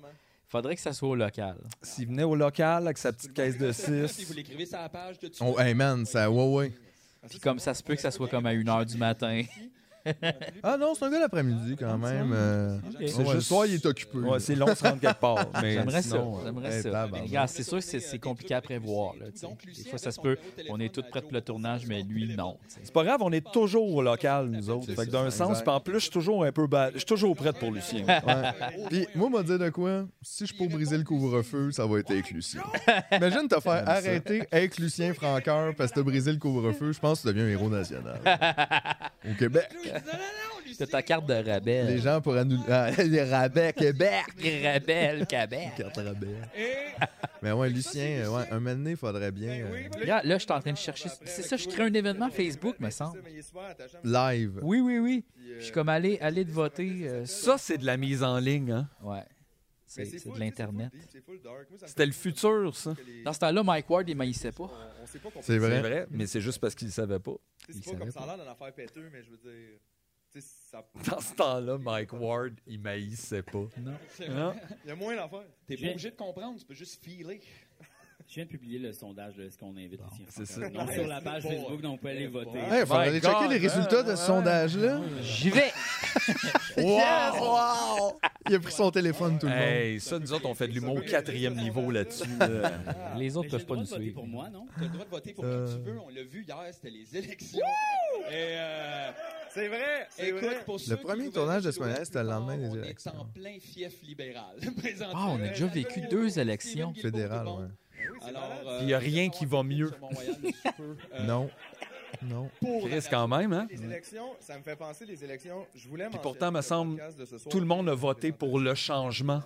S2: Faudrait que ça soit au local.
S3: S'il venait au local avec sa petite caisse de
S6: Si
S3: 6.
S6: vous l'écrivez sur la page de tu.
S1: Oh, hey man, ça, ouais, ouais.
S2: Puis comme ça se peut que ça soit comme à 1h du matin.
S1: Ah non, c'est un gars l'après-midi quand même. euh,
S2: Ok.
S1: C'est
S3: Ouais,
S1: juste soir, il est occupé.
S3: Ouais, c'est long, se rendre quelque part. (laughs) Mais
S2: J'aimerais ça.
S3: sinon, euh,
S2: J'aimerais
S1: eh,
S2: ça.
S1: tabarnak.
S2: Mais regarde, c'est sûr que c'est- c'est compliqué à prévoir. Là, tu sais. des fois, ça se peut. On est tous prêts pour le tournage, mais lui, non. tu sais.
S3: C'est pas grave, on est toujours au local, nous autres. Fait que d'un
S1: ça,
S3: sens,
S1: exact.
S3: puis en plus, je suis toujours un peu bad. Je suis toujours prête pour Lucien.
S1: Ouais. Puis moi, m'a dit de quoi? Si je peux briser le couvre-feu, ça va être avec Lucien. Imagine te faire arrêter avec Lucien Franqueur parce que t'as brisé le couvre-feu. Je pense que tu deviens un héros national. Au Québec.
S2: T'as ta carte de
S1: Les
S2: rebelle.
S1: gens pourraient nous. (laughs) Ah, les rabais, Québec!
S2: Rebelle, Québec.
S3: (laughs)
S1: Carte rabais. Mais ouais, Lucien, euh, ouais, un moment donné, il faudrait bien. euh,
S2: Regarde, là, je suis en train de chercher. C'est ça, je crée un événement Facebook, me semble.
S4: Mais il est super attachant.
S1: live.
S2: Oui, oui, oui. Je suis comme allé, allé de voter. euh, sur-
S3: (laughs) Ça, c'est de la mise en ligne. Hein?
S2: Ouais.
S4: Mais
S2: C'est c'est de
S4: full- tu sais,
S2: l'Internet.
S4: full deep, c'est full dark. Moi, ça me
S3: C'était
S4: fait
S3: le futur, ça.
S4: que les-
S2: Dans ce temps-là, Mike Ward, il maïssait pas.
S4: on- on sait pas qu'on
S1: C'est
S3: C'est
S1: vrai.
S3: vrai, mais c'est juste parce qu'il ne savait pas.
S4: Tu sais,
S2: Il
S4: C'est pas
S2: savait
S4: comme ça a l'air d'une affaire péteux, mais je veux dire. tu sais, Ça...
S3: Dans ce temps-là, Mike Ward, il maïssait pas. Hein?
S4: Il y a moins d'affaires.
S6: T'es
S8: J'ai-
S6: pas obligé de comprendre, tu peux juste filer.
S8: Je viens de publier le sondage de ce qu'on invite ici. en
S3: c'est
S8: France.
S3: ça.
S8: Non, sur la page Facebook, donc vous pouvez aller voter.
S1: Il faudrait
S3: Oh My
S1: aller checker
S3: God, hein?
S1: les résultats de ce
S3: (laughs)
S1: sondage-là.
S2: J'y vais!
S1: Yes! Wow! Il a pris son téléphone, tout le monde.
S3: Hey, ça, nous autres, on fait de l'humour au quatrième
S2: (laughs)
S3: niveau là-dessus. là.
S2: Les autres peuvent
S8: Mais j'ai le
S2: pas
S8: droit
S2: nous
S8: de voter
S2: suivre.
S8: pour moi, non?
S6: T'as le droit de voter pour
S1: Euh.
S6: qui tu veux. On l'a vu hier, c'était les élections. Et euh,
S4: C'est vrai! C'est
S6: écoute,
S4: vrai!
S6: pour
S1: Le premier tournage de Swan Hill, c'était le lendemain des élections.
S6: On est en plein fief libéral. (laughs) euh,
S2: Ah, on a déjà vécu deux élections.
S1: Fédéral, ouais.
S6: Alors, euh,
S3: Il y a rien qui va mieux.
S1: Non. Non.
S3: (laughs)
S6: Pour
S3: Chris, quand même, hein?
S4: Les élections, ça me fait penser les élections. Je voulais
S3: Puis
S4: mentionner
S3: pourtant, me
S4: le
S3: semble,
S4: podcast de ce soir.
S3: Tout le monde a voté pour le changement.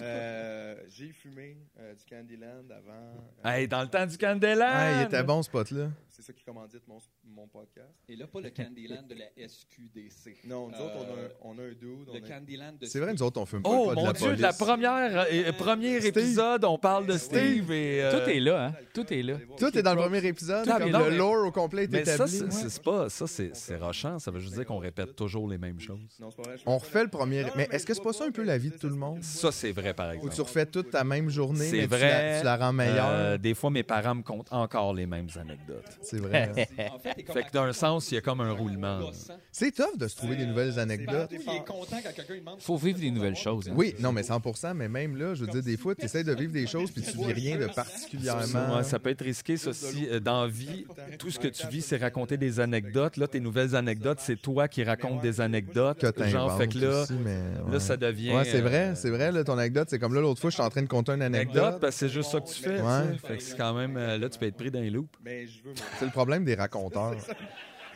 S4: Euh, J'ai fumé euh, du Candyland avant. Euh,
S3: Hey, dans le temps du Candelan!
S1: Ah, il était bon, ce pote-là.
S4: C'est ça qui commandite mon, mon podcast.
S6: Et là, pas le Candyland de la SQDC.
S4: Non, nous autres, on a,
S6: Euh,
S4: un- on a un duo.
S6: Le Candyland de
S1: C'est vrai, nous autres, on fume pas
S3: Oh
S1: le pot
S3: mon
S1: de la
S3: Dieu,
S1: police.
S3: de la première, euh, premier
S1: Steve.
S3: épisode, on parle de Steve et. euh,
S2: Tout est là, hein? Tout est là.
S1: Tout est dans le premier épisode.
S3: Tout est
S1: comme
S3: dans
S1: le
S3: le-
S1: lore au complet est
S3: Mais ça,
S1: établi.
S3: c'est c'est pas. Ça, c'est c'est rochant. Ça veut juste dire qu'on répète toujours les mêmes choses.
S4: Non, c'est pas vrai, je fume
S1: On
S4: pas
S1: refait
S4: la-
S1: le premier.
S4: Non,
S1: Mais
S4: mais
S1: est-ce que
S4: je
S1: c'est
S4: vois
S1: pas ça
S4: pas,
S1: un peu
S4: mais
S1: la
S4: c'est
S1: vie de
S4: ça,
S1: tout le
S4: c'est
S1: monde?
S3: Ça, c'est vrai, par
S1: Où
S3: exemple.
S1: tu refais toute ta même journée,
S3: C'est
S1: mais tu
S3: vrai.
S1: la, tu la rends meilleure.
S3: Euh, des fois, mes parents me comptent encore les mêmes anecdotes.
S1: C'est
S3: (laughs)
S1: vrai.
S6: En fait, t'es comme
S3: Fait que d'un sens, il y a comme un roulement. là.
S6: gossant.
S1: c'est tough de se trouver des nouvelles anecdotes.
S6: Partout, il est content quand quelqu'un lui demande.
S2: Faut vivre des nouvelles choses. hein.
S1: Oui, non, mais 100 mais même là, je veux dire, des fois, tu essaies de vivre des choses puis tu vis rien de particulièrement.
S3: Ouais, ça peut être risqué, ça, si euh, dans vie, tout ce que tu vis, c'est raconter des anecdotes. Là, tes nouvelles anecdotes, c'est toi qui racontes des anecdotes.
S1: que t'inventes
S3: Genre, fait que là,
S1: aussi, mais ouais.
S3: là ça devient.
S1: Ouais, c'est
S3: euh,
S1: vrai, c'est vrai, là, ton anecdote, c'est comme là, l'autre fois, je suis en train de compter une
S3: anecdote,
S1: anecdote.
S3: parce que c'est juste ça que tu fais. tu
S1: Ouais.
S3: sais. Fait que c'est quand même. euh, Là, tu peux être pris dans les loops. (laughs)
S4: Mais je veux.
S1: C'est le problème des raconteurs.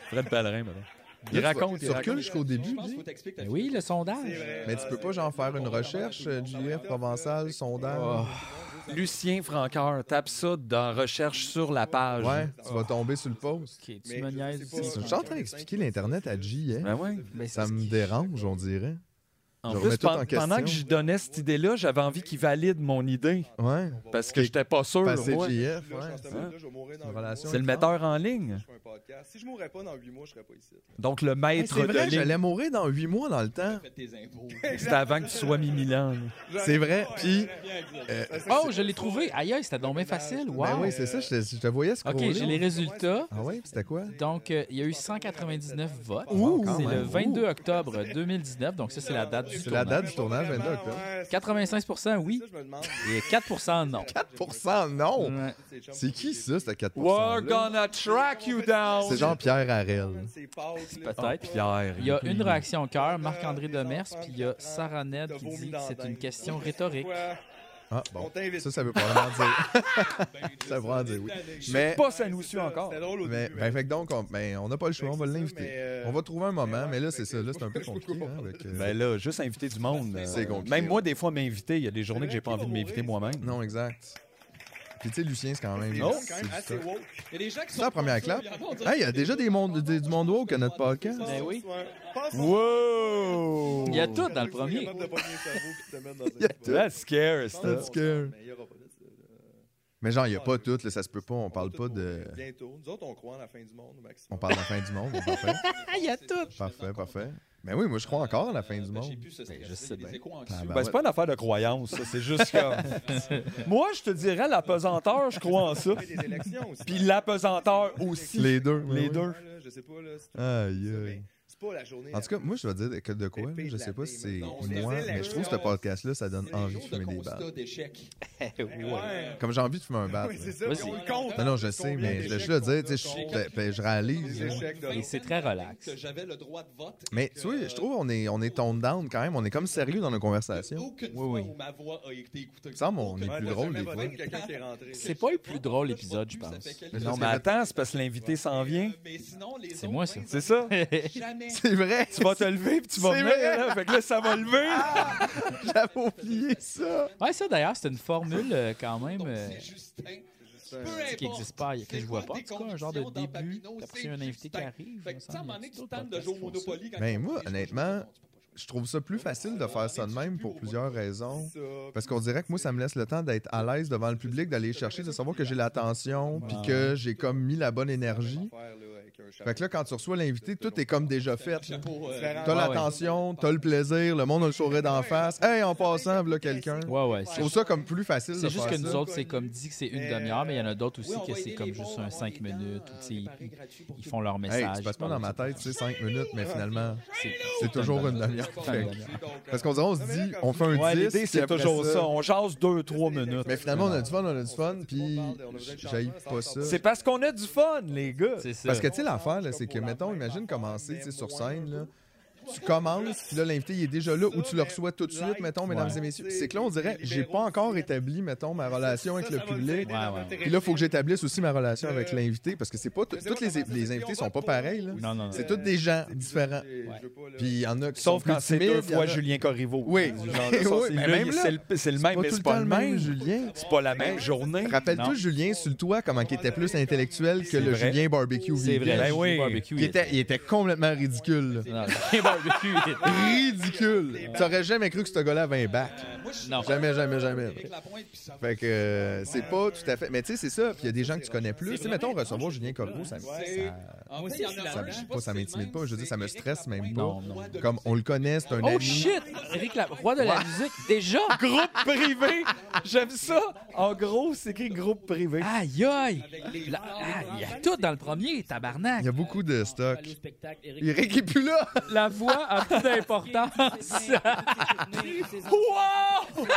S3: Fred Pellerin, maintenant.
S1: Là,
S3: Il
S1: tu vas-
S3: raconte, il
S1: Tu recules
S3: raconte.
S1: jusqu'au
S6: Je
S1: début,
S6: pense qu'il
S1: dis.
S6: faut t'expliquer ta
S2: Ben oui, le sondage.
S4: vrai. Ah,
S1: mais tu peux pas, genre, faire une recherche, euh, JF Provençal, sondage.
S2: Oh,
S3: Lucien Franqueur, tape ça dans Recherche sur la page.
S1: Ouais, tu vas tomber sur le post.
S2: Ok, tu
S4: Mais
S2: me
S4: je
S2: niaises.
S4: sais pas.
S1: Je suis en train d'expliquer l'Internet à J, hein.
S3: Ben ouais.
S2: Mais
S1: Ça
S2: c'est-
S1: me dérange, on dirait.
S3: En
S1: Je
S3: plus,
S1: remets tout
S3: pen-
S1: en question.
S3: pendant que je donnais cette idée-là, j'avais envie qu'il valide mon idée.
S1: Ouais.
S3: Parce que j'étais pas sûr.
S1: Passer
S3: moi.
S1: JF,
S4: Là, je suis
S1: ouais.
S4: en ce moment-là, je vais mourir dans
S1: Une
S4: huit mois.
S1: relation.
S3: C'est le metteur en ligne.
S4: Je fais un podcast. Si je mourrais pas dans 8 mois, je serais pas ici.
S3: Donc, le
S1: Hey,
S3: maître
S1: c'est
S3: de
S1: vrai,
S3: ligne.
S1: j'allais mourir dans huit mois dans le temps.
S6: fait tes
S1: (laughs)
S6: impôts.
S3: C'était avant que tu sois mi Milan.
S1: C'est vrai. Puis, euh,
S2: Oh, je l'ai trouvé. Aïe, aïe, c'était donc bien facile. Wow.
S1: ben oui, c'est ça, je te, je te voyais ce
S2: OK, j'ai les résultats.
S1: Ah ouais, puis c'était quoi?
S2: Donc, euh, il y a eu 199 votes.
S1: Ouh,
S2: c'est
S1: quand
S2: le
S1: même.
S2: 22 octobre 2019. Donc, ça, c'est la date du
S1: C'est la date
S2: tournage.
S1: du tournage, 22 octobre.
S2: 85 oui
S4: Ça, je me demande.
S2: et 4 non.
S1: 4 non!
S2: Ouais.
S4: C'est chum.
S1: C'est qui ça, ce 4 -là?
S3: We're gonna track you down.
S1: C'est Jean-Pierre Harel.
S4: C'est Paul, là.
S2: Peut-être.
S3: Pierre.
S2: Il y a une réaction au cœur, Marc-André Demers, puis il y a Sarah Ned qui dit que c'est une question
S6: (laughs)
S2: rhétorique.
S4: Ouais,
S1: Ah,
S4: On
S1: bon.
S4: t'invite.
S1: Ça, ça veut probablement (laughs) dire. ça veut probablement dire oui. Mais,
S3: Pas ça nous suit encore.
S4: C'était drôle au
S1: mais,
S4: début,
S1: ben, fait que donc, on ben, on n'a pas le choix, on va
S4: c'est ça,
S1: l'inviter.
S4: mais, euh,
S1: On va trouver un moment,
S4: ouais,
S1: mais là,
S4: fait
S1: c'est ça,
S4: que
S1: là,
S4: je-
S1: c'est un peu
S4: je-
S1: compliqué. hein, avec, euh,
S3: Ben là, juste inviter du monde. euh,
S1: C'est compliqué.
S3: Même moi, des fois, m'inviter. Il y a des journées que j'ai pas envie de m'inviter moi-même.
S1: Non, exact. Puis, tu sais, Lucien, c'est quand même.
S4: c'est
S3: Non.
S4: quand même assez
S1: C'est
S4: woke.
S6: Il y a des gens qui
S1: ça, la
S6: sont.
S1: première clap. Hey, il y a déjà des mondes, des- du monde woke à notre podcast.
S2: Ben oui.
S4: Pense-
S3: Wow!
S2: Il y a tout dans le premier.
S4: Capable de pogner le cerveau puis te mettre dans un-
S1: Il y a tout.
S3: That's scary,
S4: Pense-
S3: ça.
S1: That's scary.
S4: Mais il y aura pas de ça, là.
S1: Mais genre, il n'y a pas tout, là, ça se peut pas, on parle
S4: tout
S1: pas
S4: mourir
S1: de.
S4: Bientôt. Nous autres, on croit en la fin du monde, au maximum.
S1: On parle de la fin du monde, bon, parfait.
S4: (laughs)
S2: Ah, il y a tout!
S1: Parfait, parfait. Mais oui, moi, je crois encore à la fin du
S6: Ben, j'ai
S1: monde.
S6: plus ce stress.
S2: je sais
S6: Il y a des
S2: bien.
S6: échos anxieux.
S1: Ah, ben
S3: Ben,
S1: ouais.
S3: c'est pas une affaire de croyance, ça. C'est juste comme. Moi, je te dirais, la pesanteur, je crois en ça.
S4: On fait des élections aussi.
S3: Puis la pesanteur oh, aussi.
S1: Les deux.
S3: Les
S1: oui.
S3: deux.
S4: Ouais, là, Je sais pas, là, si tu-
S1: Aïe, aïe.
S4: C'est
S7: C'est pas la journée.
S1: En tout cas, moi, je vais dire que de quoi,
S7: Pépé
S1: là, je
S7: de
S1: sais
S7: la
S1: pas si c'est
S7: Non,
S4: je
S1: moi,
S4: te dis, la
S1: mais je trouve que ce
S4: nuance,
S1: podcast-là, ça donne
S4: C'est les
S1: envie de
S4: jours de
S1: fumer des
S4: constat
S1: balles.
S4: d'échec.
S2: Ouais.
S1: Comme j'ai envie de fumer un bat.
S7: oui, c'est
S1: là.
S7: ça. puis
S2: Vas-y.
S7: on le compte.
S1: Non, non, je sais,
S4: Combien
S1: mais je voulais
S4: d'échecs
S1: juste le dire,
S4: qu'on
S1: tu sais,
S4: a,
S1: je- ben, je réalise.
S4: Les
S1: là.
S4: échecs de
S2: Et c'est très relax.
S6: que j'avais le droit de vote.
S1: Mais tu vois, je
S2: euh,
S1: trouve on est, on est toned down quand même, on est comme sérieux dans nos conversations.
S6: Aucune fois
S2: Oui, oui.
S6: où ma voix a été écoutée.
S1: Il me semble qu'on est
S4: Ouais,
S1: plus
S4: t'as
S1: drôle
S4: jamais
S1: des
S4: voté
S1: fois.
S4: pour quelqu'un qui est rentré.
S2: C'est pas le plus drôle épisode, je pense.
S1: Non,
S3: Non,
S1: mais
S3: mais attends, c'est parce que l'invité s'en vient.
S6: Mais sinon, les
S2: C'est
S6: autres,
S2: moi, ça.
S6: ben,
S3: C'est ça?
S6: Jamais.
S1: C'est vrai,
S3: Tu vas te lever puis tu vas
S1: C'est
S3: venir.
S1: vrai.
S3: Là. Fait que là, ça va lever.
S1: (laughs) j'avais oublié ça.
S2: Ouais, ça d'ailleurs, c'est une formule euh, quand même
S6: Donc,
S2: euh,
S6: c'est Justin. Peu
S2: qui
S6: importe.
S2: n'existe pas, que
S6: C'est
S2: je vois pas.
S6: quoi
S2: En
S6: tes
S2: tout cas, un genre de
S6: convictions dans
S2: début.
S6: Papineau,
S2: T'as pris
S6: c'est
S2: un invité qui
S6: Justin.
S2: arrive.
S6: Fait que,
S2: il me
S6: tu sais, à un
S2: semble,
S6: moment
S2: il y
S6: donné,
S2: a
S6: tu
S2: d'autres
S6: tannes de
S2: podcasts
S6: jouer au
S2: qui font ça.
S6: Monopoly quand
S1: Ben,
S6: on
S1: moi,
S6: dit, je- je-
S1: honnêtement,
S6: je- je-
S1: Je trouve ça plus facile de faire ça de même pour plusieurs raisons. Parce qu'on dirait que moi, ça me laisse le temps d'être à l'aise devant le public, d'aller chercher, de savoir que j'ai l'attention, puis que j'ai comme mis la bonne énergie. Fait que là, quand tu reçois l'invité, tout est comme déjà fait. là.
S6: Pour, euh,
S7: Différent.
S1: T'as
S2: Ouais,
S1: l'attention, t'as le plaisir, le monde a le sourire d'en face. Hey, en passant, là, quelqu'un.
S2: Ouais, ouais.
S1: Je
S2: c'est-
S1: trouve ça comme plus facile de
S2: C'est juste
S1: faire
S2: que nous
S1: ça.
S2: autres, c'est comme dit que c'est une
S7: Mais,
S2: demi-heure, mais il y en a d'autres
S6: oui,
S2: aussi
S6: on
S2: que
S6: va
S2: c'est
S6: aider
S2: comme
S6: les
S2: juste
S6: pauvres,
S2: un
S6: on
S2: 5
S6: va aider les
S2: minutes ou
S6: gens, euh,
S2: tu sais,
S6: réparer
S2: ils,
S6: gratuit pour
S2: ils
S6: tout
S2: font leur
S1: Hey,
S2: message.
S1: c'est parce que moi, dans ma tête, c'est 5 minutes, mais finalement,
S2: c'est
S1: c'est toujours une demi-heure. Fait que- Parce qu'on dirait, on se dit, on fait un
S3: Ouais,
S1: 10.
S3: l'idée,
S1: puis
S3: c'est
S1: après
S3: toujours ça. On jase deux, trois minutes.
S1: Mais finalement, on a du fun, on a du fun, puis j'aille pas ça.
S3: C'est parce qu'on a du fun, les gars.
S2: C'est ça.
S1: Parce que, tu sais, l'affaire, là, c'est que, mettons, imagine commencer, tu sais, sur scène, là. Tu commences, puis là, l'invité, il est déjà là, ou tu le reçois tout de suite, mettons, mesdames et messieurs. C'est que là, on dirait, j'ai pas encore établi, mettons, ma relation avec le public. Puis là, il faut que j'établisse aussi ma relation
S3: Euh,
S1: avec l'invité, parce que c'est pas. t- Toutes les, les invités sont pas pareils, là.
S2: Non, non, non.
S1: C'est tous des gens différents. Puis il y en a qui sont
S3: Sauf
S1: plus
S3: quand c'est deux
S1: timides, il y en
S3: fois
S1: a-
S3: Julien Corriveau.
S1: Oui.
S3: Du genre de-
S1: Oui,
S3: ça, c'est
S1: mais
S3: là,
S1: même
S3: il-
S1: là,
S3: c'est le- c'est le même, mais c'est pas le même.
S1: Julien.
S3: C'est pas la même journée.
S1: Rappelle-toi,
S2: Non.
S1: Julien, sur le toit, comment qu'il était plus intellectuel que
S3: C'est
S1: le
S3: vrai.
S1: Julien Barbecue.
S2: C'est vrai.
S1: Vegan.
S3: Ben
S2: le
S3: oui.
S2: barbecue,
S1: Il était, il était complètement ridicule. là.
S2: Non,
S1: (laughs)
S2: le barbecue, il était-
S1: Ridicule. Tu aurais jamais cru que ce gars-là avait un bac.
S6: Moi, je suis
S2: Non.
S1: Jamais, jamais, jamais.
S6: Éric Lapointe, puis ça va.
S1: Fait que euh, c'est pas tout à fait. Mais tu sais, c'est ça. Puis il y a des gens que tu connais plus. Tu sais, mettons, recevoir Julien Corbeau, ça me.
S6: C'est- En
S8: Moi
S6: fait,
S8: aussi,
S6: il y en a
S8: je suis
S6: un,
S8: là-dedans.
S6: je sais
S1: Pas, Ah ça
S6: si c'est le
S1: m'intimide
S6: même,
S1: pas, je veux dire,
S6: c'est
S1: ça me
S6: Éric
S1: stresse
S6: Lapointe,
S1: même
S6: le
S1: pas.
S6: roi de-
S1: Comme on le connaît, c'est un
S2: Oh
S1: ami.
S2: shit! Eric Lap- roi de la musique, déjà?
S3: Groupe privé. J'aime ça. En gros, c'est écrit groupe privé.
S2: Aïe aïe!
S6: Avec les
S2: La- ah, il y a tout dans le premier, tabarnak!
S1: Il y a beaucoup de stock.
S8: Aller au spectacle, Eric.
S1: Eric est plus là.
S2: La voix a plus d'importance!
S3: Wow! Je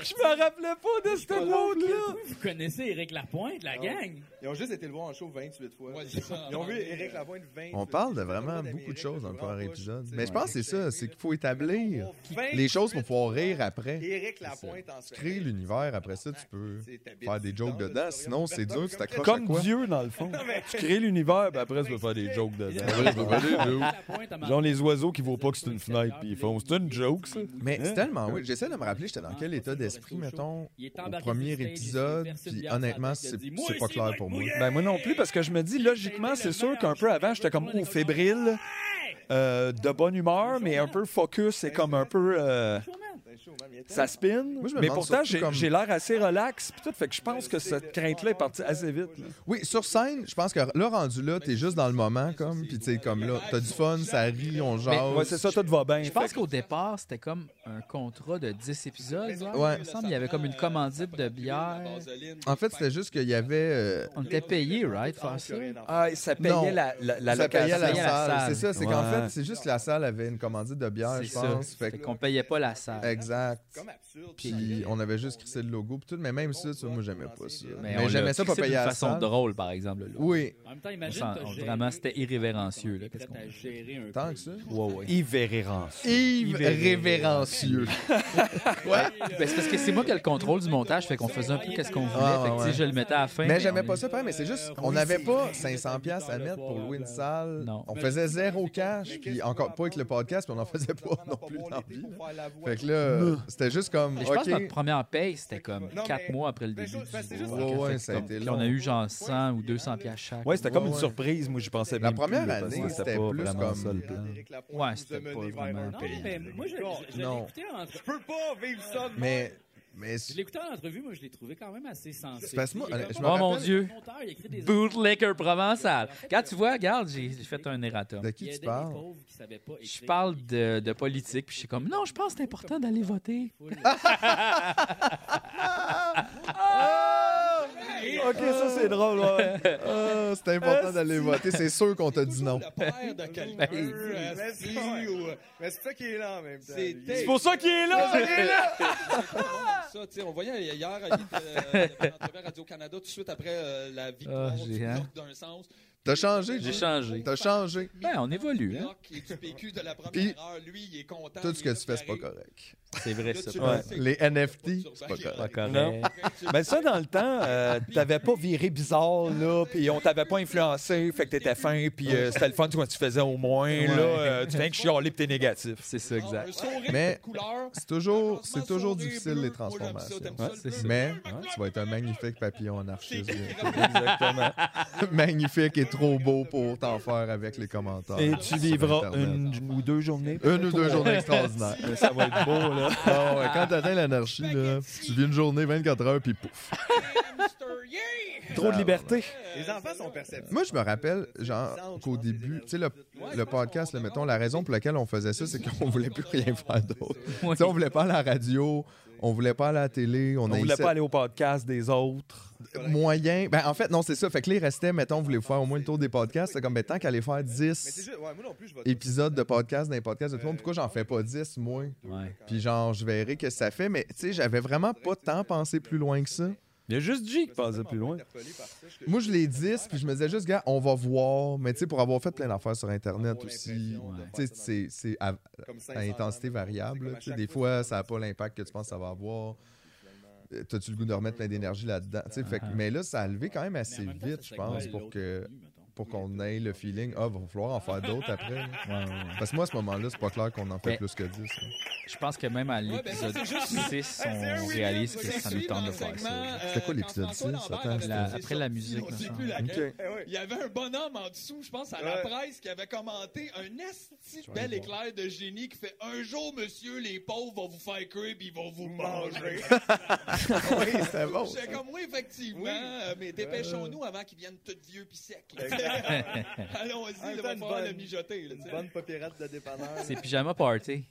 S8: Je
S3: me rappelais pas de cette note-là.
S8: Vous connaissez Eric Lapointe, la gang?
S7: Ils ont juste été le voir en show 28 fois.
S6: Ouais, c'est ça.
S7: Ils ont vu Éric Lapointe 28
S1: On parle de
S7: fois.
S1: vraiment
S7: Ils ont
S1: beaucoup de choses dans le
S7: Éric
S1: premier
S7: Lapointe,
S1: épisode.
S7: c'est
S1: Mais je pense que c'est ça. C'est qu'il faut établir les choses pour pouvoir rire après.
S7: Éric Lapointe en
S1: Tu crées l'univers après ça, tu peux faire des jokes dedans. Sinon, c'est dur, tu t'accroches à
S3: Comme
S1: quoi?
S3: Dieu, dans le fond. Tu crées l'univers, puis après, tu veux faire des jokes dedans. Après, tu veux faire des jokes.
S8: Lapointe, à ma-
S3: Genre les oiseaux qui voient pas que c'est une fenêtre, puis ils font. C'est une joke, ça.
S1: Mais
S3: Hein?
S1: c'est tellement oui. J'essaie de me rappeler, j'étais dans quel état d'esprit, mettons,
S8: Il est
S1: au
S8: embarqué
S1: premier
S8: sur le stage,
S1: épisode.
S8: il s'est versé
S1: Puis
S8: une bière sur la
S1: honnêtement,
S8: tête, il a
S1: c'est
S8: dit, Moi
S1: c'est pas
S8: ici,
S1: clair
S8: Mike
S1: pour moi.
S8: Mouillet!
S3: Ben moi non plus parce que je me dis logiquement c'est sûr qu'un peu avant j'étais comme au fébrile, euh, de bonne humeur mais un peu focus c'est comme un peu euh, ça spin.
S1: je me
S3: mais
S1: demande
S3: pourtant
S1: surtout
S3: j'ai
S1: comme-
S3: j'ai l'air assez relax puis tout fait que je pense que cette crainte là est partie assez vite. là.
S1: Oui, sur scène, je pense que là, rendu là, t'es juste dans le moment, comme, puis t'es comme là, t'as du fun, ça rit, on jase.
S3: Ouais, c'est ça tout va bien.
S2: Je pense qu'au départ, c'était comme un contrat de 10 épisodes. genre,
S1: Ouais.
S2: Il me semble il y avait comme une commandite de bière.
S1: En fait, c'était juste qu'il y avait... euh,
S2: On était payé, right, faire ça?
S3: Ah, et ça
S1: Non.
S3: payait la, la, la
S1: ça payait la
S3: location.
S2: payait la
S1: salle.
S2: salle.
S1: C'est ça, c'est qu'en
S3: Ouais.
S1: fait, c'est juste que la salle avait une commandite de bière,
S2: C'est
S1: je
S2: ça.
S1: pense. Fait
S2: Fait
S1: que-
S2: qu'on payait pas la salle.
S1: Exact.
S7: Comme absurde.
S1: Puis on avait juste crissé le logo, puis tout, mais même ça, tu vois, moi, j'aimais pas ça. Mais,
S2: on l'a
S1: j'aimais ça pas
S2: fixé
S1: payer
S2: d'une
S1: à la
S2: façon
S1: salle.
S2: drôle, par exemple. là.
S1: Oui,
S8: En même temps,
S2: On
S8: imagine.
S2: s'en-
S8: t'as
S2: on-
S8: géré-
S2: vraiment, c'était irrévérencieux. Là,
S8: Prête
S2: qu'est-ce qu'on-
S8: à gérer un
S1: tant
S8: pays.
S1: que ça.
S2: Ouais, ouais.
S3: Yves Révérence.
S1: Yves Révérencieux.
S2: Ben, c'est parce que c'est moi qui ai le contrôle du montage, fait qu'on faisait un peu qu'est-ce qu'on voulait.
S1: Ah,
S2: fait que, tu sais,
S1: ouais.
S2: je le mettais à la fin.
S1: Mais
S2: on
S1: j'aimais
S2: est-
S1: pas ça, pareil, mais c'est juste, Euh, on n'avait pas 500 pièces à mettre pour louer une salle.
S2: Non.
S1: On faisait zéro cash, puis encore pas avec le podcast, puis on en faisait pas (laughs) non plus dans la vie. Fait que là, c'était juste comme,
S2: Et Je pense que notre
S1: ok,
S2: première paye, c'était comme
S7: Non,
S2: 4
S7: mais-
S2: mois après
S4: Ben,
S2: le
S6: ben,
S7: mais
S2: début
S7: je- parce que
S2: du
S7: c'est juste-
S2: Fait que
S1: Ouais,
S2: c'est
S1: ouais, ça a
S2: comme-
S1: été
S2: puis on a
S1: long.
S2: eu genre 100 ou 200 pièces chaque.
S3: Ouais, c'était comme
S1: Ouais,
S3: une
S1: ouais.
S3: surprise. Moi, j'y pensais
S1: La
S3: même plus,
S1: première
S3: là, parce
S1: année, Ben,
S3: que
S1: c'était
S3: pas
S1: plus
S3: vraiment
S1: comme-
S3: ça, le plan.
S2: Ouais, c'était pas vraiment
S8: Non, mais moi, je, je, je
S1: Non.
S8: l'écoutais en entre-
S7: Je peux pas vivre ça. de même.
S1: mais, mais
S8: je l'écoutais en entrevue, moi, je l'ai trouvé quand même assez sensé.
S1: C'est parce que moi,
S8: Il est
S1: je
S8: comme-
S1: me
S2: Oh mon
S1: rappelle-
S2: dieu!
S8: Le monteur, il écrit des-
S2: Bootlicker provençal. Quand tu vois, regarde, j'ai j'ai fait un erratum.
S1: de
S8: Il y
S1: qui
S8: a
S1: tu
S8: des
S1: parles?
S8: pauvres qui savaient pas
S2: Je
S8: écrire.
S2: parle de, de politique, puis je suis comme, non, je pense que c'est important d'aller voter.
S8: Full-
S6: Et
S3: OK, ça, c'est drôle. ouais.
S1: Ah, c'est important d'aller voter. C'est sûr qu'on t'a dit non. Ben
S6: le
S1: (laughs)
S6: père de quelqu'un,
S4: Mais
S6: asti,
S4: c'est-
S6: ou... euh,
S4: Mais c'est ça qui est là en même temps.
S6: C'est
S4: lui.
S6: terrible.
S3: C'est pour ça qu'il est là.
S6: ça, tu sais, on voyait hier, il était euh, il était à Radio-Canada tout de suite après euh, la victoire
S2: Ah,
S6: du
S2: géant.
S6: bloc d'un sens.
S1: T'as changé,
S2: J'ai
S1: Jim.
S2: changé.
S1: T'as changé.
S2: Ben, on évolue, hein.
S6: Bloc et du PQ de la première
S1: Puis,
S6: heure, lui, il est content.
S1: Tout
S6: il
S1: ce que
S6: est
S1: tu fais, c'est pas
S6: carré.
S1: correct.
S2: C'est vrai, Ben,
S6: Là,
S2: ça.
S6: tu
S2: Ouais.
S6: le sais
S1: Les
S6: que-
S1: NFT, c'est pas
S6: Pas
S1: correct.
S2: Pas
S6: correct.
S2: correct.
S3: Mais ça, dans le temps, euh, t'avais pas viré bizarre, là, puis on t'avait pas influencé, fait que t'étais fin, puis euh, c'était le fun quand tu faisais au moins, là, euh, tu viens que chialer puis t'es négatif.
S2: C'est ça,
S6: Un
S2: exact.
S6: sourire
S1: Mais- (laughs)
S6: de couleur.
S1: C'est toujours,
S6: franchement,
S1: c'est toujours
S6: sourire
S1: difficile,
S6: bleu,
S1: les
S6: moi, j'aime ça,
S1: transformations.
S6: t'aimes ça, le
S2: Ouais, c'est
S6: bleu?
S2: ça.
S1: Mais
S6: Ouais.
S1: tu vas être un magnifique papillon anarchiste.
S3: Exactement.
S1: (laughs) magnifique et trop beau pour t'en faire avec les commentaires.
S3: (laughs) Et tu
S1: sur
S3: vivras
S1: Internet.
S3: une ou deux journées.
S1: Une ou deux journées extraordinaires.
S3: Ça va être beau,
S1: (laughs)
S3: là.
S1: Ah ouais, quand t'atteins l'anarchie, là, tu vis une journée 24 heures, puis pouf.
S6: Hamster,
S1: Ah,
S6: yeah!
S3: Trop de liberté.
S7: Les enfants sont perceptibles.
S1: Moi, je me rappelle, genre, qu'au début, tu sais, le, le podcast, le mettons, la raison pour laquelle on faisait ça, c'est qu'on voulait plus rien faire d'autre. Tu sais, on voulait pas aller à la radio, on voulait pas aller à la télé, on,
S3: On voulait pas aller au podcast des autres.
S1: moyen. Ben, en fait, non, c'est ça. Fait que les restait, mettons, on voulait faire au moins le tour des podcasts. C'est comme, ben, tant qu'à aller faire
S4: Mais c'est
S1: 10
S4: juste, ouais, moi non plus, je vais.
S1: épisodes de podcast dans les podcasts de tout le monde, pourquoi j'en fais pas 10, moi?
S2: Ouais.
S1: Puis genre, je verrai que ça fait, mais tu sais, j'avais vraiment pas tant pensé plus loin que ça.
S3: Il y a juste G qui passait plus loin.
S4: interpellé par ça. Je-
S1: Moi, je les 10, puis je me disais juste, gars, on va voir. Mais tu sais, pour avoir fait plein d'affaires sur Internet
S4: Avoir
S1: aussi,
S4: l'impression de
S2: Ouais.
S1: tu sais,
S4: faire ça dans-
S1: c'est- c'est à,
S4: comme
S1: à
S4: 500
S1: intensité
S4: ans, c'est
S1: variable.
S4: comme
S1: là.
S4: à
S1: Tu sais,
S4: chaque
S1: des
S4: fois,
S1: fois,
S4: c'est
S1: ça n'a
S4: comme
S1: pas l'impact que tu penses que ça va avoir. Euh, T'as-tu le goût de remettre plein d'énergie là-dedans? Tu sais, fait que-
S2: Ah.
S1: mais là, ça a levé quand même assez
S8: Mais en même temps, ça
S1: vite, je
S8: serait quoi
S1: pense,
S8: l'autre
S1: pour que
S8: contenu, mettons?
S1: pour qu'on ait le feeling, ah, va falloir en faire d'autres après. là. Parce que moi, à ce moment-là, c'est pas clair qu'on en fait
S2: Mais-
S1: plus que 10. là.
S2: Je pense que même à
S6: Ouais, ben ça,
S2: l'épisode
S6: c'est juste-
S2: 6, on
S6: oui,
S2: réalise que
S6: c'est
S2: ça nous
S6: suivi
S2: tente
S6: dans
S2: de
S6: le
S2: faire
S6: segment,
S2: ça.
S6: euh,
S1: C'était quoi
S6: quand
S1: l'épisode
S6: François
S1: 10?
S6: Lambert
S1: Attends,
S6: avait
S2: la-
S6: fait
S2: après la
S6: sorti,
S2: musique,
S6: on
S2: me
S6: sait
S2: semble.
S6: plus laquelle.
S4: Eh oui.
S6: Il y avait un bonhomme en dessous, je pense, à la
S4: Ouais.
S6: presse, qui avait commenté un asti de bel éclair de génie qui fait Un jour, monsieur, les pauvres vont vous faire cuire puis ils vont vous (laughs) manger.
S1: (laughs) oui, (laughs) c'est bon.
S6: J'étais comme Oui, effectivement,
S4: Oui.
S6: euh, mais dépêchons-nous avant qu'ils viennent tout vieux puis
S4: En
S6: secs. (laughs)
S4: même
S6: Allons-y, il
S4: temps,
S6: va
S4: une
S6: falloir
S4: bonne-
S6: le mijoter. là, tu
S4: Une
S6: sais.
S4: bonne papyrate de dépanneur.
S2: C'est Pyjama Party.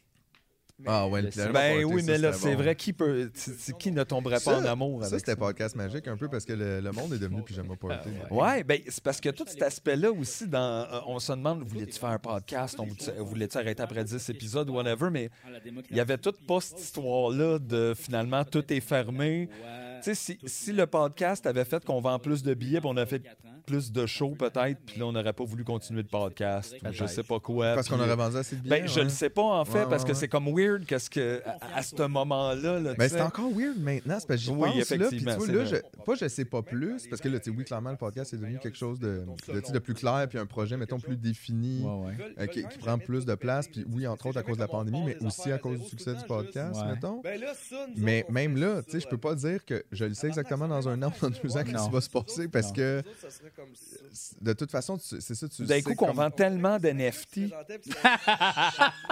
S1: Ah ouais,
S2: Le
S1: le pyjama
S3: Ben
S1: party,
S3: oui,
S1: ça,
S3: mais là,
S1: c'était
S3: c'est
S1: bon.
S3: vrai, qui peut, tu- tu- qui ne tomberait pas
S1: Ça,
S3: en amour avec
S1: Ça, c'était podcast magique un peu parce que le, le monde est devenu pyjama party.
S3: Ah, Ouais, ben c'est parce que tout cet aspect-là aussi, dans, euh, on se demande, voulais-tu faire un podcast, on voulait- voulais-tu arrêter après 10 épisodes, whatever, mais
S8: Ah, la démocratie.
S3: il y avait toute pas cette histoire-là de finalement tout est fermé.
S8: Ouais.
S3: Tu sais, si, si le podcast avait fait qu'on vend plus de billets, puis on a fait
S8: Quatre ans.
S3: plus de shows peut-être, puis là, on n'aurait pas voulu continuer de podcast, ou je sais pas quoi.
S1: Parce qu'on
S3: puis-
S1: aurait vendu assez de billets. hein.
S3: Ben, je
S1: ouais.
S3: le sais pas, en
S1: Ouais,
S3: fait, parce
S1: ouais,
S3: que
S1: ouais.
S3: c'est comme weird qu'est-ce que, à, à ce moment-là. Là,
S1: Ben,
S3: tu sais.
S1: c'est encore weird maintenant, c'est parce que j'y
S3: Oui,
S1: pense là, puis tu
S3: effectivement,
S1: vois,
S3: c'est
S1: là,
S3: vrai.
S1: je, pas je sais pas plus, parce que là, tu sais, oui, clairement, le podcast est devenu quelque chose de, de, tu sais, de plus clair, puis un projet, mettons, plus défini,
S2: Ouais, ouais.
S1: euh, qui, qui prend plus de place, puis oui, entre autres à cause de la pandémie, mais aussi à cause du succès du podcast,
S2: Ouais.
S1: mettons.
S4: Ben là, ça, nous
S1: Mais
S4: autres, on
S1: même
S4: fait
S1: là,
S4: ça,
S1: tu sais, je peux
S4: euh,
S1: pas dire que je le sais exactement dans un an, (laughs) dans deux ans, qu'est-ce
S2: Non.
S1: qui va se passer, parce que
S4: nous autres, ça serait comme ça.
S1: de toute façon, tu- c'est ça, tu
S3: D'un
S1: sais
S3: coup, qu'on
S1: comme-
S3: vend tellement
S4: On se
S3: d'NFT,
S4: présentait, puis ça-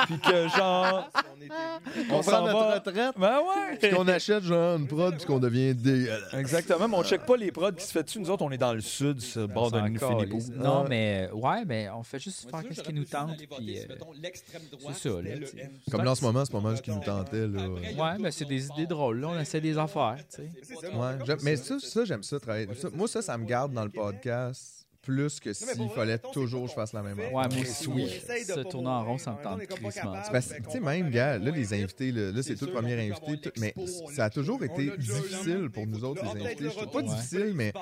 S3: puis que genre,
S4: on était vus.
S3: on
S1: On prend
S3: s'en
S1: notre
S3: va.
S1: retraite,
S3: Ben ouais!
S1: puis qu'on achète genre une prod, puis qu'on devient euh, dégueulasse.
S3: Exactement, mais on check pas les prods qui se fait dessus. Nous autres, on est dans le sud, sur le bord d'un infini
S2: Non, mais euh, ouais, mais on fait juste
S6: Moi,
S2: faire
S6: tu
S2: ce
S6: sais,
S2: qui
S6: j'aurais
S2: nous
S6: plus le
S2: tente.
S6: goût d'aller voter
S2: puis,
S6: si,
S2: euh,
S6: mettons, l'extrême droite,
S2: c'est ça, là,
S6: c'était le
S2: tu sais.
S6: M.
S1: Comme là, en ce moment, c'est pas mal ce qui nous tentait, là.
S6: Après, il y a
S2: Ouais,
S6: tout
S2: mais c'est
S6: le
S2: des
S6: monde
S2: idées
S6: part.
S2: drôles. Là, on essaie des affaires. tu sais.
S6: C'est
S4: Ouais,
S6: ça.
S1: Ouais, j'aime- mais ça, ça j'aime ça, travailler. ça- moi, ça, ça me garde dans le podcast plus que
S4: mais
S1: s'il
S4: pour vrai,
S1: fallait
S4: mettons, c'est
S1: toujours
S4: quoi
S1: que je fasse la même
S4: qu'on
S2: Ouais, moi
S1: affaire.
S4: Ouais,
S2: aussi,
S4: on
S2: oui.
S4: essaye de
S2: Ça
S4: pas
S2: tourne en rond,
S4: mourir.
S2: ça me
S4: En même temps, on
S2: tente
S4: est comme pas
S2: crissement.
S4: capable.
S2: C'est
S1: Parce que,
S4: Ben,
S1: tu sais, même, gars, là, les invités, là, là,
S6: C'est
S1: c'est tout le
S6: sûr qu'on
S1: premier
S6: peut
S1: invité,
S6: avoir
S1: tout- mais
S6: l'expo, on
S1: ça a
S6: l'a
S1: toujours
S6: vu, on
S1: été
S6: l'a déjà eu,
S1: difficile pour nous autres,
S4: Ah,
S1: les
S4: peut-être
S1: invités.
S4: le
S1: Je trouve pas
S4: retour,
S2: ouais.
S1: difficile, mais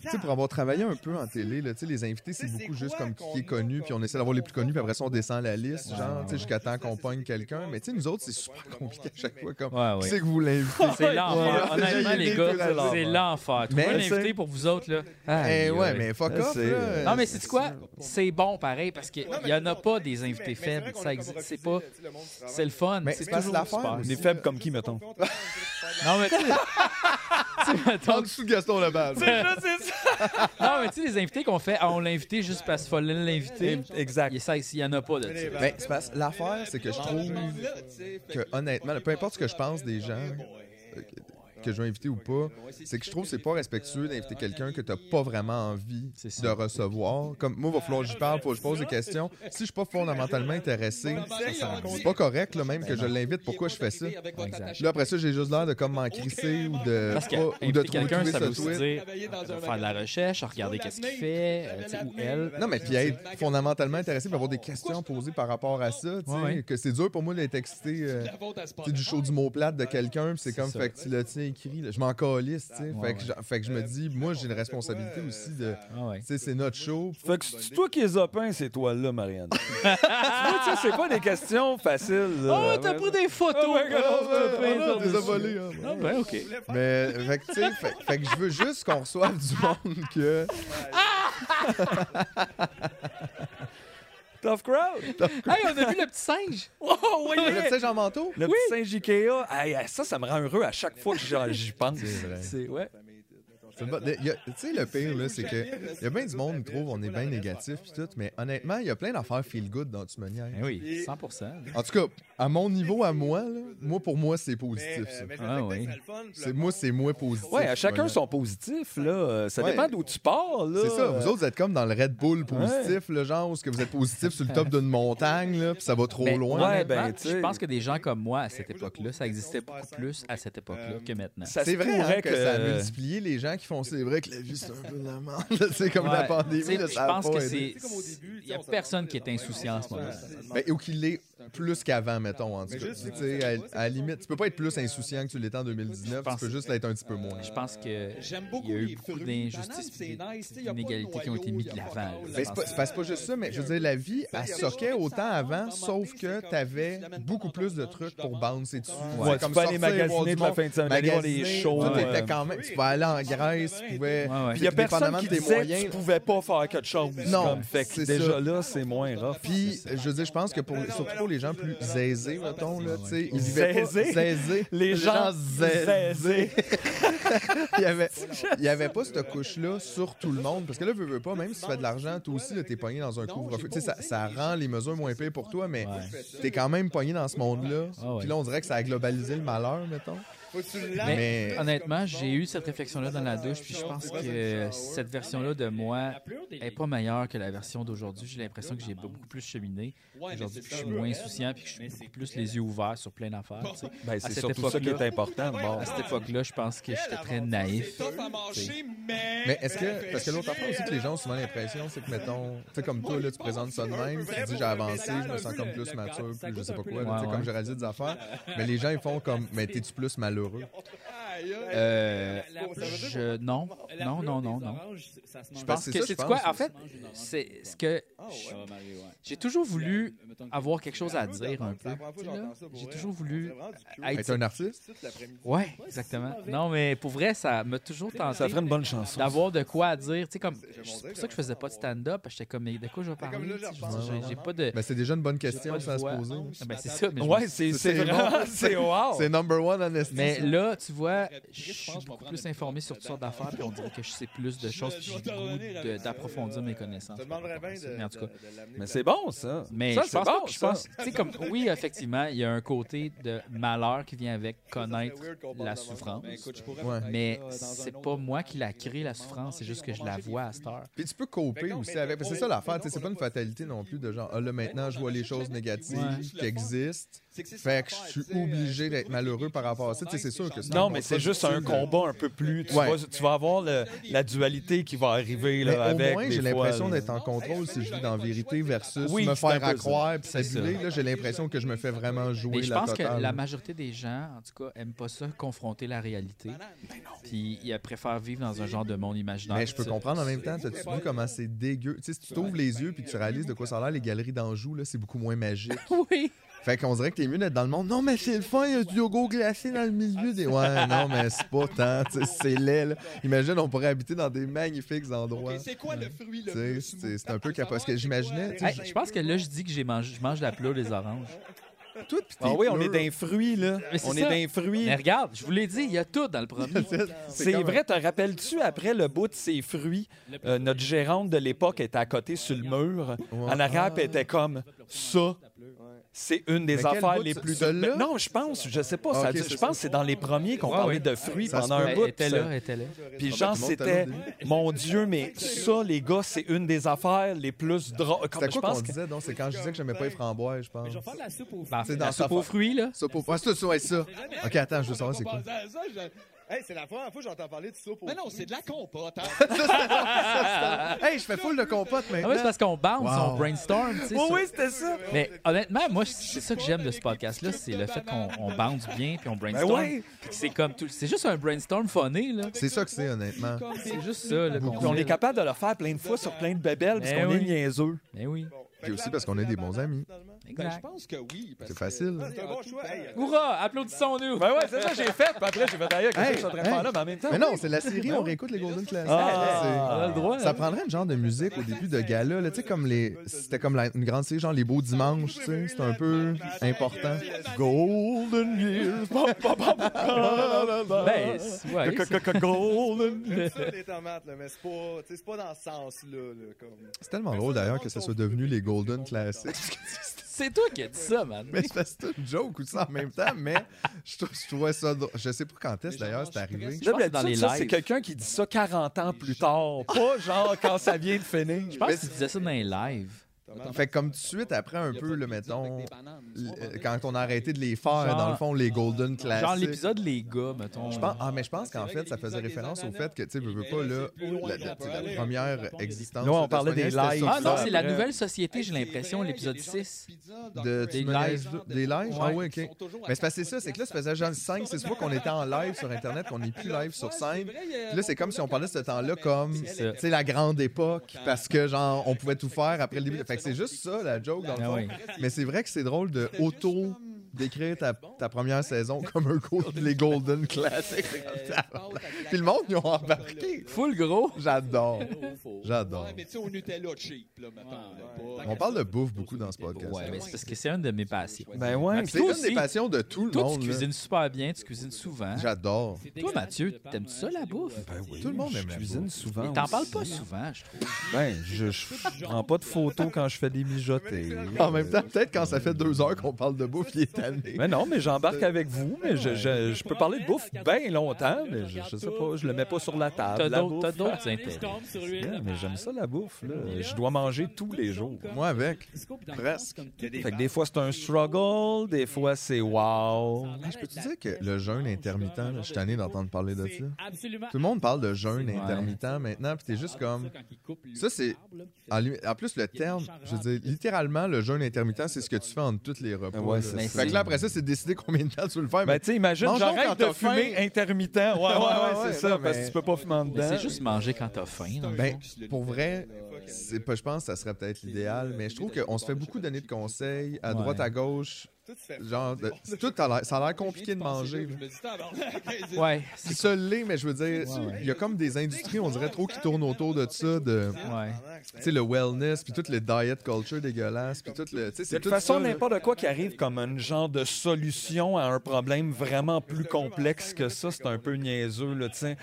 S1: tu sais, pour avoir travaillé un peu en télé, là, tu sais, les invités, c'est
S4: Tu sais,
S1: beaucoup
S4: c'est
S1: juste
S4: quoi
S1: comme qui
S4: qu'on
S1: est connu,
S4: a
S1: puis on
S4: comme-
S1: essaie d'avoir les plus connus, puis après ça, on descend la liste,
S2: Ouais,
S1: genre, tu sais,
S2: ouais.
S1: jusqu'à temps
S4: C'est ça,
S1: qu'on
S4: c'est
S1: pogne
S4: des
S1: quelqu'un. Mais tu sais, nous autres, c'est super compliqué à chaque fois. Comme,
S2: Ouais,
S1: qui
S2: ouais.
S1: c'est que vous l'invitez?
S2: C'est l'enfer.
S1: Ouais,
S2: Honnêtement,
S1: j'ai
S2: les
S1: des deux
S2: gars,
S1: raisons.
S2: c'est l'enfer. Trouver
S1: Mais
S2: un
S3: c'est-
S2: invité pour vous autres, là.
S1: Eh
S2: aïe,
S1: ouais,
S2: aïe.
S1: mais fuck
S3: Ça,
S1: off,
S3: c'est-
S1: là.
S2: Non, mais c'est quoi? C'est bon, pareil, parce qu'il
S4: Non, euh, mais
S2: n'y en
S4: c'est
S2: a
S4: ça,
S2: pas
S4: on-
S2: des
S4: mais-
S2: invités
S4: mais c'est
S2: faibles.
S4: vrai qu'on
S2: Ça
S4: est comme
S2: existe. C'est pas.
S4: refusé, tu sais, le monde travaille.
S2: C'est le fun.
S1: Mais
S2: C'est
S1: parce
S2: toujours
S1: que l'affaire
S2: super.
S1: aussi-
S3: Des faibles comme qui, mettons?
S2: Non, mais tu sais- (laughs) tu sais, mettons,
S1: En dessous de Gaston Lebas.
S2: (laughs) Non, mais tu sais, les invités qu'on fait, ah, on l'a invité juste parce qu'il fallait l'inviter.
S3: Exact.
S2: Il ça, il y en a pas de ça.
S1: Ben, c'est parce-
S6: Euh,
S1: l'affaire, c'est que je trouve
S6: Là, tu sais, fait
S1: que, honnêtement, peu importe ce que je pense des gens, euh, que je vais inviter ou pas, c'est que je trouve que c'est pas respectueux d'inviter quelqu'un que t'as pas vraiment envie
S2: C'est ça.
S1: de recevoir. Comme moi, il va falloir que je parle, faut que je pose des questions. Si je suis pas fondamentalement intéressé, c'est pas correct, là, même que je l'invite. Pourquoi je fais ça? Là, après ça, j'ai juste l'air de comme m'en crisser ou de,
S2: Parce que
S1: pas- ou de
S2: inviter
S1: trouver
S2: quelqu'un,
S1: trouver
S2: ça
S1: ce
S2: veut aussi
S1: tweet.
S2: dire euh, faire de la recherche, regarder qu'est-ce qu'il fait, euh, tu sais, ou elle.
S1: Non, mais puis être fondamentalement intéressé, puis avoir des questions posées par rapport à ça, tu sais,
S2: Ouais, ouais.
S1: que c'est dur pour moi d'être excité euh,
S6: La vôtre, elle se passe.
S1: tu sais, du show du mot plate de quelqu'un, puis c'est
S2: C'est
S1: comme,
S2: ça.
S1: fait que tu l'as tiens écrit, là. je m'en calisse, tu sais,
S2: Ouais,
S1: fait, que
S2: ouais.
S1: je- fait que je me dis, moi j'ai une responsabilité aussi de,
S2: Ah ouais.
S1: tu sais, c'est notre show.
S3: Fait que c'est toi qui les as peints, ces toiles-là, Marianne. tu vois, tu sais, c'est pas des questions faciles. là.
S2: Oh, t'as pris des photos!
S3: Ah ouais,
S2: gars,
S3: regarde,
S2: on te peint
S1: Ah non, t'es
S2: par-dessus.
S1: avalé, hein.
S2: Ah ben, (laughs) OK.
S1: Mais, fait que, tu sais, fait, fait que je veux juste qu'on reçoive du
S2: Ah.
S1: monde que...
S3: Tough crowd.
S2: Hey, on a vu le petit singe!
S3: Oh, oui,
S1: Tu sais, Jean Manteau?
S3: Le petit singe Ikea, Hey, hey, ça, ça me rend heureux à chaque fois que j'en- j'y pense.
S1: C'est vrai.
S2: C'est, ouais.
S1: C'est pas- il y a- Tu sais, le pire, là, c'est que il y a bien du monde qui trouve on est bien négatif pis tout, mais honnêtement, il y a plein d'affaires feel good dans tu me niaises.
S2: Ben oui, 100
S1: En tout cas, à mon niveau, à moi, là, moi pour moi, c'est positif. ça.
S2: Ah oui.
S1: C'est moi, c'est moins positif.
S3: Ouais, à
S1: tu me
S3: chacun
S1: niaises.
S3: son positif, là. Euh, Ça
S1: Ouais.
S3: dépend d'où tu pars, là.
S1: C'est ça, vous autres, vous êtes comme dans le Red Bull positif, le genre, où est-ce que vous êtes positif sur le top d'une montagne, là, puis ça va trop
S2: Ben,
S1: loin.
S3: ouais, ben,
S2: honnêtement,
S3: tu
S2: je
S3: sais.
S2: pense que des gens comme moi à cette époque-là, ça existait beaucoup plus à cette époque-là que maintenant.
S3: Ça
S1: C'est
S3: se euh,
S1: vrai
S3: pourrait
S1: hein, que, ça a multiplié les gens qui font c'est vrai que la vie c'est un peu de la merde. c'est comme la
S2: Ouais. Tu
S1: pandémie,
S2: sais,
S1: là,
S2: Je
S1: ça a
S2: pense
S1: pas
S2: que
S1: aidé.
S2: c'est. Il n'y a personne qui est insouciant en ce moment.
S1: Ben, ou qu'il l'est plus qu'avant, mettons, en tout cas. Tu sais, à, à la limite, tu peux pas être plus insouciant que tu l'étais en 2019, tu
S2: pense-
S1: peux juste l'être un petit peu moins.
S2: Je pense que
S6: J'aime
S2: il
S6: beaucoup
S2: y a eu
S6: les
S2: beaucoup
S6: fruits.
S2: d'injustices,
S6: Banane, c'est nice, tu sais, y a pas de
S2: d'inégalités qui ont été
S6: noyau,
S2: mises
S6: y a
S2: de
S6: pas
S2: l'avant. là, je
S6: d'eau, y a
S1: Mais
S6: pas
S1: c'est
S2: pense.
S1: pas, c'est pas- c'est pas juste ça, mais je veux dire, la vie, elle soquait autant avant, sauf que t'avais beaucoup plus de trucs pour bouncer dessus.
S3: Ouais,
S1: C'est
S3: tu peux
S1: sortir,
S3: aller
S1: voir
S3: magasiner
S1: du
S3: de la
S1: monde,
S3: fin de semaine, aller voir les
S1: magasiner,
S3: shows.
S1: tout était
S3: euh,
S1: quand même- Tu pouvais aller en Grèce, tu pouvais.
S2: Ouais, ouais.
S3: Puis il y a
S1: puis
S3: personne
S1: dépendamment
S3: qui
S1: de tes
S3: disait
S1: moyens-
S3: que tu pouvais pas faire quelque chose.
S1: Non,
S3: comme. Fait que
S1: c'est
S3: déjà
S1: ça.
S3: là, c'est moins rough.
S1: Puis, je veux dire, je pense que pour, surtout pour les gens plus aisés, mettons, là, tu sais, ils vivaient pas-
S2: (laughs)
S3: Zésés?
S1: aisés.
S3: Les gens zésés.
S1: il y avait, il y avait pas cette couche-là sur tout le monde. Parce que là, veux, veux pas, même si tu fais de l'argent, toi aussi, là, t'es pogné dans un couvre-feu. Tu sais, ça, ça rend les mesures moins payées pour toi, mais t'es quand même pogné dans ce monde-là.
S2: Ah ouais.
S1: Puis là, on dirait que ça a globalisé le malheur, mettons.
S2: Mais,
S1: Mais-
S2: honnêtement, j'ai eu cette réflexion-là dans la douche, puis je pense que cette version-là de moi est pas meilleure que la version d'aujourd'hui. J'ai l'impression que j'ai beaucoup plus cheminé aujourd'hui, puis je suis moins insouciant, puis que je suis beaucoup plus les yeux ouverts sur plein d'affaires. tu sais.
S3: Ben,
S2: À
S3: c'est
S2: cette
S3: surtout ça qui est
S2: époque-là.
S3: important. Bon.
S2: À cette époque-là, je pense que j'étais très naïf.
S6: tough à marcher, mais.
S1: Mais est-ce que. Parce que l'autre affaire aussi que les gens ont souvent l'impression, c'est que, mettons, tu sais, comme toi, là, tu présentes ça de même, tu te dis, j'ai avancé, je me sens comme plus mature, plus je sais pas quoi, là, tu sais, comme j'ai réalisé des affaires. Mais les gens, ils font comme, mais t'es-tu plus malheureux?
S2: Euh, je, non, non, non, non, non. Je pense
S1: c'est
S2: que
S1: ça,
S2: c'est
S1: je
S2: quoi?
S1: pense
S2: En fait, c'est ce que j'ai toujours voulu avoir quelque chose à dire un peu. Tu sais, là, J'ai toujours voulu
S1: Être un
S2: être.
S1: artiste?
S2: Ouais, exactement. Non, mais pour vrai, ça m'a toujours
S3: Ça
S2: tenté
S3: ferait une bonne chanson.
S2: d'avoir de quoi à dire. Tu sais, comme c'est pour ça que je faisais pas de stand-up. parce que J'étais comme, mais de quoi je vais parler Tu sais, j'ai- J'ai pas de.
S1: Ben, c'est déjà une bonne question,
S2: pas de
S1: ça, à se
S2: voix.
S1: poser. là.
S2: Ah, ben, c'est ça. mais je me
S3: Ouais, c'est
S1: C'est
S3: c'est vraiment... (laughs) C'est wow.
S1: C'est number one, honesty.
S2: Mais
S1: ça.
S2: là, tu vois, je suis beaucoup plus informé sur toutes sortes d'affaires, puis on dirait que je sais plus de choses, puis j'ai le goût de- d'approfondir mes connaissances. par rapport à ça. Mais en tout cas,
S3: Mais c'est bon, ça.
S2: mais
S3: Ça,
S2: je
S3: c'est
S2: pense
S3: bon,
S2: pas que je
S3: ça.
S2: pense, tu sais, comme, oui, effectivement, il y a un côté de malheur qui vient avec connaître la
S4: Ben,
S2: souffrance,
S1: Ouais.
S2: mais
S3: euh,
S2: c'est pas moi qui la crée, la souffrance, c'est juste que je la vois à cette heure.
S1: Puis tu peux coper aussi avec. Parce que c'est ça l'affaire, tu sais, c'est pas une fatalité non plus de genre, ah là maintenant je vois les choses négatives
S2: Ouais.
S1: qui existent. Fait que euh, je suis obligé d'être malheureux par rapport à ça. Tu sais, c'est sûr que
S3: Non, mais c'est juste un combat un peu plus. Tu,
S1: Ouais.
S3: vas, tu vas avoir le- la dualité qui va arriver là,
S1: Mais
S3: avec.
S1: au moins,
S3: des
S1: j'ai
S3: fois,
S1: l'impression
S3: là.
S1: d'être en contrôle si je vis dans vérité versus
S3: Oui,
S1: me
S3: c'est un
S1: faire
S3: peu ça.
S1: accroire puis
S2: C'est ça.
S1: s'abuser. Là, j'ai l'impression que je me fais vraiment jouer
S2: Mais je
S1: la
S2: pense que
S1: totale.
S2: la majorité des gens, en tout cas, aiment pas ça, confronter la réalité. Puis ils préfèrent vivre dans un genre de monde imaginaire.
S1: Mais je peux
S2: Ça-
S1: comprendre en même temps, t'as-tu vu comment c'est dégueu? Tu sais, si tu t'ouvres les yeux puis que tu réalises de quoi ça a l'air, les galeries d'Anjou, là, c'est beaucoup moins
S3: (laughs)
S1: magique.
S2: (laughs) Oui.
S1: Fait qu'on dirait que t'es mieux d'être dans le monde. Non, mais c'est le fun, il y a du yogourt glacé dans le milieu des. Ouais, non, mais c'est pas tant, tu sais, c'est laid, là. Imagine, on pourrait habiter dans des magnifiques endroits.
S6: C'est quoi le fruit le
S1: Tu sais,
S6: plus
S1: c'est c'est un peu capable. Parce que j'imaginais, tu
S2: Hey,
S1: (laughs) sais,
S2: je pense que là, je dis que j'ai mangé, je mange la pleure des
S3: (laughs)
S2: oranges.
S1: toi pis
S3: Ah
S1: tes
S3: oui, on est
S1: pleurs,
S3: d'un fruit, là.
S2: Mais c'est
S3: On
S2: ça.
S3: est d'un fruit.
S2: Mais regarde, je vous l'ai dit, il y a tout dans le premier.
S1: (laughs) tu sais,
S3: C'est
S1: comme-
S3: vrai, te rappelles-tu après le bout de ses fruits, euh, notre gérante de l'époque était à côté sur le mur, en arrière, puis elle était comme ça. c'est une des
S1: Ah. Mais quel
S3: affaires
S1: bout,
S3: les
S1: ce-
S3: plus...
S1: celui-là? Ah,
S3: Non, je pense, je sais pas. ça-
S1: Ok,
S3: je
S1: c'est
S3: pense que c'est dans les premiers qu'on
S2: Ouais,
S3: parlait
S2: ouais.
S3: de fruits
S1: Ça se
S3: pendant un
S2: Elle
S3: bout.
S2: était
S3: ça-
S2: là, elle était là.
S3: Puis
S1: Ah, ben,
S3: genre,
S1: tout le monde était là
S3: c'était...
S1: au début.
S3: Mon Dieu, mais ça, les gars, c'est une des affaires les plus drôles. Comme
S1: C'était
S3: Ah, je
S1: quoi qu'on
S3: pense que...
S1: disait, donc? C'est quand je disais que j'aimais pas les framboises, je
S8: Mais je
S1: pense.
S8: vais faire de la soupe au
S2: Ben,
S1: Bah, C'est
S2: la
S1: dans
S2: soupe
S1: sa
S2: aux
S1: affaire.
S2: fruits, là.
S1: Ça, pour... Ah, c'est ça, ouais, ça. OK, attends, je veux savoir
S4: J'avais
S1: c'est
S4: pas
S1: quoi.
S4: pensé à ça, je- Hey, c'est la première fois que j'entends parler de soupe.
S6: Mais non, c'est de la compote. hein.
S1: Hey, je fais full de compote
S2: Ah ouais, c'est
S1: maintenant.
S2: parce qu'on bounce,
S1: Wow.
S2: on brainstorm, tu sais.
S3: Oui,
S2: sur-
S3: oui, c'était ça.
S2: Mais honnêtement, moi, c'est ça que j'aime de ce podcast-là, c'est le fait qu'on on bounce bien puis on
S3: Ben
S2: brainstorm.
S3: ouais.
S2: Puis que C'est comme tout, c'est juste un brainstorm funné là.
S1: C'est ça que c'est, honnêtement.
S2: C'est juste ça. Là,
S3: Puis on est capable de le faire plein de fois sur plein de bébelles parce
S2: Ben
S3: qu'on est
S2: oui.
S3: niaiseux.
S2: Mais oui,
S3: Ben,
S1: Puis aussi parce qu'on a des bons amis.
S6: Ben, je
S2: exact.
S6: pense que oui. parce
S1: C'est
S6: que- Ah,
S1: facile.
S4: C'est un bon choix. Hey,
S2: Hurrah, applaudissons-nous.
S3: Ben ouais, c'est ça que j'ai fait. Puis après, j'ai fait d'ailleurs, qu'est-ce que je suis en train de faire là? Mais en même temps,
S1: Mais non, c'est la série, on réécoute les Golden Classics.
S3: Ah.
S1: C'est-
S2: on a le droit. hein.
S1: Ça
S2: là.
S1: prendrait un genre de musique au début de gala, là, tu sais, comme les. C'était comme la- une grande série, genre les beaux dimanches, tu sais. C'était un peu important.
S3: Golden Years. Bam, bam, bam, bam, bam.
S2: Ben, c'est- ouais, c'est-
S3: Golden
S4: j'aime ça, les tomates, là, mais c'est pas, tu sais, c'est pas dans ce sens-là. là, comme...
S1: C'est tellement drôle d'ailleurs que ça soit devenu les Golden Classics. (laughs)
S2: c'est toi qui as dit ça, man.
S1: mais c'est parce que c'est une joke ou ça en même temps, mais je, trouve- je trouvais ça drôle. Je sais pas quand est-ce d'ailleurs c'est arrivé.
S2: Je pense que dans
S3: Ça,
S2: les
S3: ça, c'est
S2: lives.
S3: quelqu'un qui dit ça 40 ans plus tard. Pas genre quand ça vient de finir.
S2: Je pense que tu disais ça dans les lives.
S1: Fait que comme tout de suite après un peu, le mettons.
S6: Des bananes.
S1: l- euh, Quand on a arrêté de les faire, dans le fond, les Golden Classics.
S2: euh, Genre l'épisode Les gars, mettons.
S1: Je pense- ah, mais je pense qu'en fait, ça faisait référence au fait que, tu sais, veux, veux pas, là, la, la- tu sais, la première existence.
S3: Là, on
S1: de
S3: parlait
S1: Sonia,
S3: des
S1: c'était euh,
S3: lives.
S1: ça,
S2: Ah non,
S1: ça.
S2: c'est la
S3: Après.
S2: nouvelle société, j'ai
S6: Hey, c'est
S2: l'impression,
S6: vrai,
S2: l'épisode
S6: il y a des gens qui
S2: 6.
S6: pizza,
S1: De,
S6: Dr.
S1: tu
S2: Des
S1: me niaises,
S6: lives.
S1: Des lives? Ah oui,
S6: Ils
S1: OK.
S6: sont toujours à
S1: Mais c'est parce que c'est ça, c'est que là, ça faisait genre
S6: quatre
S1: 5,
S6: fois
S1: 6 fois qu'on était en live sur Internet, qu'on n'est plus live sur scène.
S6: C'est vrai, il y a-
S1: Puis là, c'est comme si on parlait de ce temps-là comme, tu
S2: ça.
S1: sais, la grande époque, parce que, genre, on pouvait tout faire après le début. Fait que c'est juste ça, la joke, dans le
S2: Ah
S1: fond.
S2: oui.
S1: Mais c'est vrai que c'est drôle de auto décrire ta, ta première saison
S2: (laughs)
S1: comme un go- les Golden Classics. C'est comme ça. Puis le monde, ils ont embarqué.
S2: Full gros.
S1: J'adore. J'adore.
S6: Ouais, mais tu sais, au Nutella cheap, là, mettons. là, pas-
S1: On parle de bouffe beaucoup dans ce podcast.
S2: Ouais, mais c'est parce que c'est une de mes passions.
S3: Ben ouais.
S1: C'est
S2: Toi
S1: une des
S2: aussi.
S1: passions de tout le
S2: Toi, tu
S1: monde. là.
S2: cuisines super bien, tu cuisines souvent.
S1: J'adore.
S2: Toi, Mathieu, t'aimes ça la bouffe?
S1: Tout le monde aime la
S3: ben cuisine souvent.
S2: Mais t'en parles
S3: aussi.
S2: pas souvent, je trouve.
S3: Ben, je, je prends pas de photos quand je fais des mijotés.
S1: En même temps, peut-être quand ça fait deux heures qu'on parle de bouffe, il est tanné.
S3: Mais non, mais j'embarque avec vous, mais je, je- je peux parler de bouffe bien longtemps, mais je, je sais pas, je le mets pas sur la
S2: T'as
S3: table. La
S2: d'autres
S3: bouffe,
S2: t'as d'autres intérêts.
S3: bien, mais j'aime ça la bouffe, là. Je dois manger tous les jours.
S1: Moi avec. presque.
S8: Presque.
S3: Fait que des fois c'est un struggle, des fois c'est wow.
S1: Ah,
S3: Ben,
S1: Je peux te dire que le jeûne intermittent, là, je suis tanné d'entendre parler de ça.
S8: Absolument.
S1: Tout le monde parle de jeûne
S2: Ouais. Ah,
S1: intermittent maintenant, puis t'es juste comme...
S8: Quand il coupe le
S1: Ça, c'est-
S8: arbre, là, puis il fait
S1: En, lui- en plus, le terme, je veux dire, littéralement, le jeûne intermittent, c'est ce que tu fais entre tous les repas.
S3: Ouais,
S1: là.
S3: c'est
S2: ça.
S1: fait que là, après ça, c'est décider combien de temps tu veux le faire.
S3: Ben
S1: Mais
S3: tu sais, imagine
S1: Mange donc quand
S3: j'arrête de
S1: t'as faim.
S3: fumer intermittent. Ouais, ouais, ouais,
S1: (laughs) ouais,
S3: c'est ça,
S1: non,
S3: parce
S1: mais-
S3: que tu peux pas fumer en
S2: Mais
S3: dedans.
S2: Ben, c'est juste manger quand t'as faim.
S6: hein.
S2: dans le
S1: Ben,
S2: fond.
S1: pour vrai, c'est pas, je pense que ça serait peut-être l'idéal, mais je trouve qu'on se fait beaucoup donner de conseils à droite, à gauche.
S4: Tout se fait.
S1: Genre, de- tout a l'air- ça a l'air compliqué de manger. là.
S6: Je me dis, tabarnak, c'est-
S2: Ouais,
S1: Puis
S2: c'est
S1: ça l'est, mais je veux dire, il y a comme des industries, on dirait trop, qui tournent autour de ça, de,
S2: ouais.
S1: tu sais, le wellness, puis toute le diet culture dégueulasse, puis tout le, tu sais,
S3: De
S1: c'est
S3: toute
S1: tout
S3: façon,
S1: ça, là.
S3: n'importe quoi qui arrive comme un genre de solution à un problème vraiment plus complexe que ça, c'est un peu niaiseux, là, tu sais.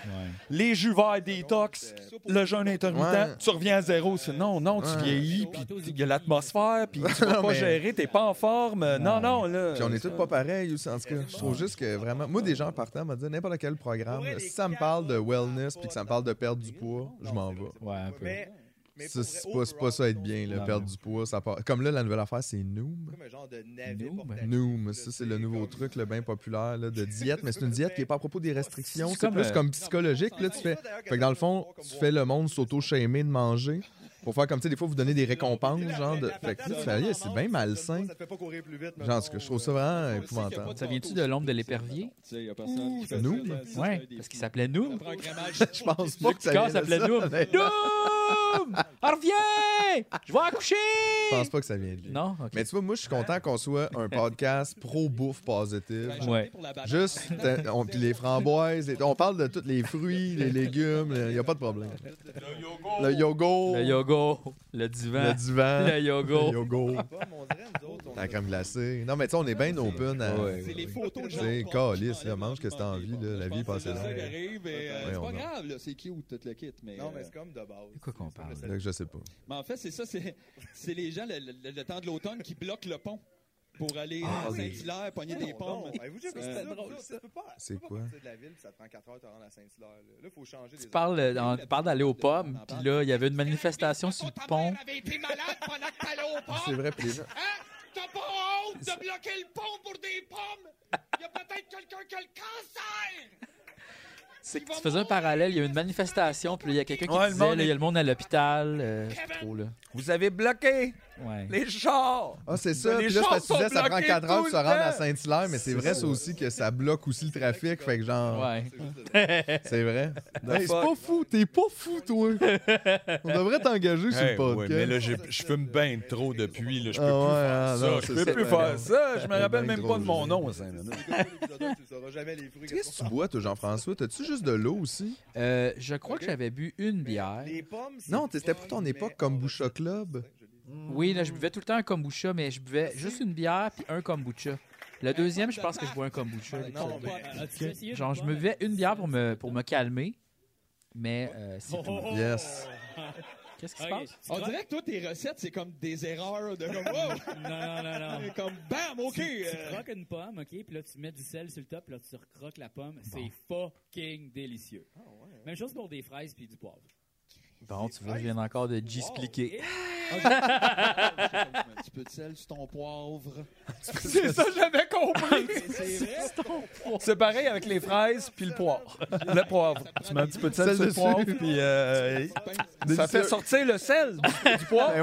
S3: Les jus verts détox, le jeûne intermittent,
S1: Ouais.
S3: tu reviens à zéro. C'est non, non, tu
S1: Ouais.
S3: vieillis, puis il y a l'atmosphère, puis tu vas
S1: (laughs) Non,
S3: pas
S1: mais-
S3: gérer, t'es pas en forme. Non, non, là.
S1: Puis on est tous pas pareils aussi, en tout cas. Je trouve juste que vraiment, moi, des gens partant m'ont dit n'importe quel programme, si ça me parle de wellness, puis que ça me parle de perdre du poids, je m'en vais.
S2: Ouais, un peu.
S4: Mais, mais
S1: Ça,
S4: pour
S1: C'est
S4: vrai,
S1: pas, c'est pas ça être
S4: overall,
S1: bien, là,
S2: Non.
S1: perdre du poids. Ça part- Comme là, la nouvelle affaire, c'est Noom.
S4: Comme un genre de navet
S2: Noom.
S4: portatif.
S1: Noom, ça, c'est le nouveau truc le bien populaire là, de diète, mais c'est une diète qui n'est pas à propos des restrictions,
S2: C'est
S1: c'est
S2: comme,
S1: plus
S2: euh,
S1: comme psychologique. Là, tu fais... fait que dans le fond, tu fais le monde s'auto-shamer de manger pour faire comme, tu sais, des fois, vous donnez des récompenses, genre de... Fait que là, tu fais, Yeah, c'est bien malsain.
S4: Ça te fait pas courir plus vite.
S1: Genre, en tout cas, je trouve ça vraiment épouvantable.
S2: Ça vient-tu de l'ombre de l'épervier?
S1: Noom?
S2: Ouais, parce qu'il s'appelait Noom.
S6: Prends un crémage.
S1: Je pense pas que ça
S2: Quand
S1: vient
S2: ça
S1: de
S2: s'appelait
S1: ça. (laughs)
S2: Noom.
S1: mais-
S2: Noom! Ah, Reviens! Je vais
S1: Je pense
S2: accoucher!
S1: pas que ça vient de lui.
S2: Non? ok.
S1: Mais tu vois, moi, je suis content qu'on soit un podcast pro-bouffe positive.
S2: Ouais.
S1: Juste, euh, on, puis les framboises, les- on parle de tous les fruits, les légumes, il n'y a pas de problème. Le yogourt.
S2: Le yogourt, le divan,
S1: Oh. le divan,
S2: le
S1: le
S2: yogourt.
S1: yogourt,
S4: On dirait, nous autres, on
S1: la crème glacée. Non, mais tu sais, on est bien open. à-
S6: C'est les photos de gens.
S1: C'est
S6: qui
S1: calice,
S6: font
S1: là,
S6: des
S1: mange que c'est en
S6: manger,
S1: vie,
S6: bon.
S1: là, la
S6: Je
S1: vie est
S6: pense que
S1: passée
S6: C'est ça
S1: là.
S6: qui arrive, et, euh,
S1: Ouais,
S6: c'est
S1: on a-
S6: pas grave, là, c'est cute, tout le kit. Mais,
S4: Non, mais
S6: euh,
S4: c'est comme de base.
S2: De quoi qu'on parle?
S1: Fait que je sais pas.
S6: mais en fait, c'est ça, c'est c'est les gens, le, le- le temps de l'automne, qui bloquent le pont. pour aller
S1: Ah,
S6: à
S1: oui.
S6: Saint-Hilaire, pogner des
S4: Vous
S6: pommes.
S4: vu que
S6: Euh,
S4: c'est
S6: c'est
S4: drôle, ça? Tu peux pas,
S1: C'est
S4: tu peux
S1: quoi?
S4: pas partir de la ville, puis ça te prend 4 heures de te rendre à Saint-Hilaire. Là, il faut changer
S2: Tu
S4: les
S2: parles, euh, on parle d'aller aux pommes, puis là, il y avait une manifestation sur le pont.
S5: Ta mère avait été malade pendant que t'allais au
S1: Ah, C'est
S5: pont.
S1: vrai, puis les gens-
S5: Hein? T'as pas honte de bloquer le pont pour des pommes? Il y a peut-être quelqu'un qui a le cancer!
S2: C'est que tu faisais un parallèle, il y a eu une manifestation, puis là, il y a quelqu'un qui
S3: Ouais, le
S2: disait,
S3: monde
S2: là, il y a le monde à l'hôpital. euh, je sais
S5: Kevin!
S2: trop, là.
S3: Vous avez bloqué
S2: Ouais.
S3: les chars!
S1: Ah, c'est ça.
S3: Les
S1: Puis là, c'est parce que tu
S3: gens
S1: disais,
S3: sont
S1: ça prend
S3: bloqués
S1: 4 heures
S3: tout
S1: de se
S3: le
S1: rendre à
S3: temps.
S1: Saint-Hilaire, mais c'est vrai, ça aussi, que ça bloque aussi le trafic. Fait que, genre,
S2: Ouais.
S1: c'est vrai. Hey, c'est
S3: fuck?
S1: pas fou. T'es pas fou, toi. On devrait t'engager sur le
S9: Hey, ouais,
S1: podcast.
S9: mais là, j'ai- je fume bien trop depuis. Là, je peux
S1: Ah
S9: plus
S1: ouais,
S9: faire
S1: ah
S9: ça.
S1: non,
S9: Je
S1: c'est
S9: peux
S1: ça,
S9: plus
S1: ben
S9: faire
S1: non.
S9: ça. Je me
S1: Ben
S9: rappelle
S1: ben
S9: même pas de mon
S1: drôle,
S9: nom. ça, là.
S3: (laughs)
S4: tu sauras jamais les fruits.
S1: Qu'est-ce que tu bois, toi, Jean-François? T'as-tu juste de l'eau aussi?
S2: Euh, je crois que j'avais bu une bière.
S7: Les pommes, c'est
S1: Non, c'était pour
S7: fun,
S1: ton
S7: mais
S1: époque
S7: on
S1: comme
S7: va-
S4: Ah, ben,
S1: Boucha Club.
S2: Oui, là, je buvais tout le temps un kombucha, mais je buvais juste une bière puis un kombucha. Le deuxième, je pense que je bois un kombucha.
S4: Non, mais-
S6: euh,
S8: As-tu essayé de
S2: Genre, je
S8: boire
S2: me
S8: un
S2: buvais
S8: petit
S2: une bière pour
S8: peu
S2: me,
S8: de
S2: pour
S8: temps?
S2: me calmer, mais euh, c'est tout.
S1: Yes.
S2: Qu'est-ce qui se
S8: Oh, Ok,
S2: passe?
S8: tu
S6: On
S8: crois-
S6: dirait que toi, tes recettes, c'est comme des erreurs de comme, wow!
S8: Non, non, non, non.
S6: comme bam, (laughs) ok!
S8: Tu, tu
S6: euh,
S8: croques une pomme, OK? Puis là, tu mets du sel sur le top, puis là, tu recroques la pomme. C'est fucking délicieux.
S6: Ah,
S8: Même chose pour des fraises puis du poivre.
S2: Bon, tu vois, je viens encore de G-expliquer.
S6: un petit peu de sel sur ton poivre.
S3: C'est ça, j'avais (laughs) compris!
S6: C'est vrai?
S3: C'est pareil avec les fraises puis le poivre. Le poivre. Tu mets un petit peu de
S1: Celle
S3: sel sur le
S1: dessus.
S3: poivre, puis euh, ça fait sortir le sel du, du poivre.
S9: (laughs)
S1: Ben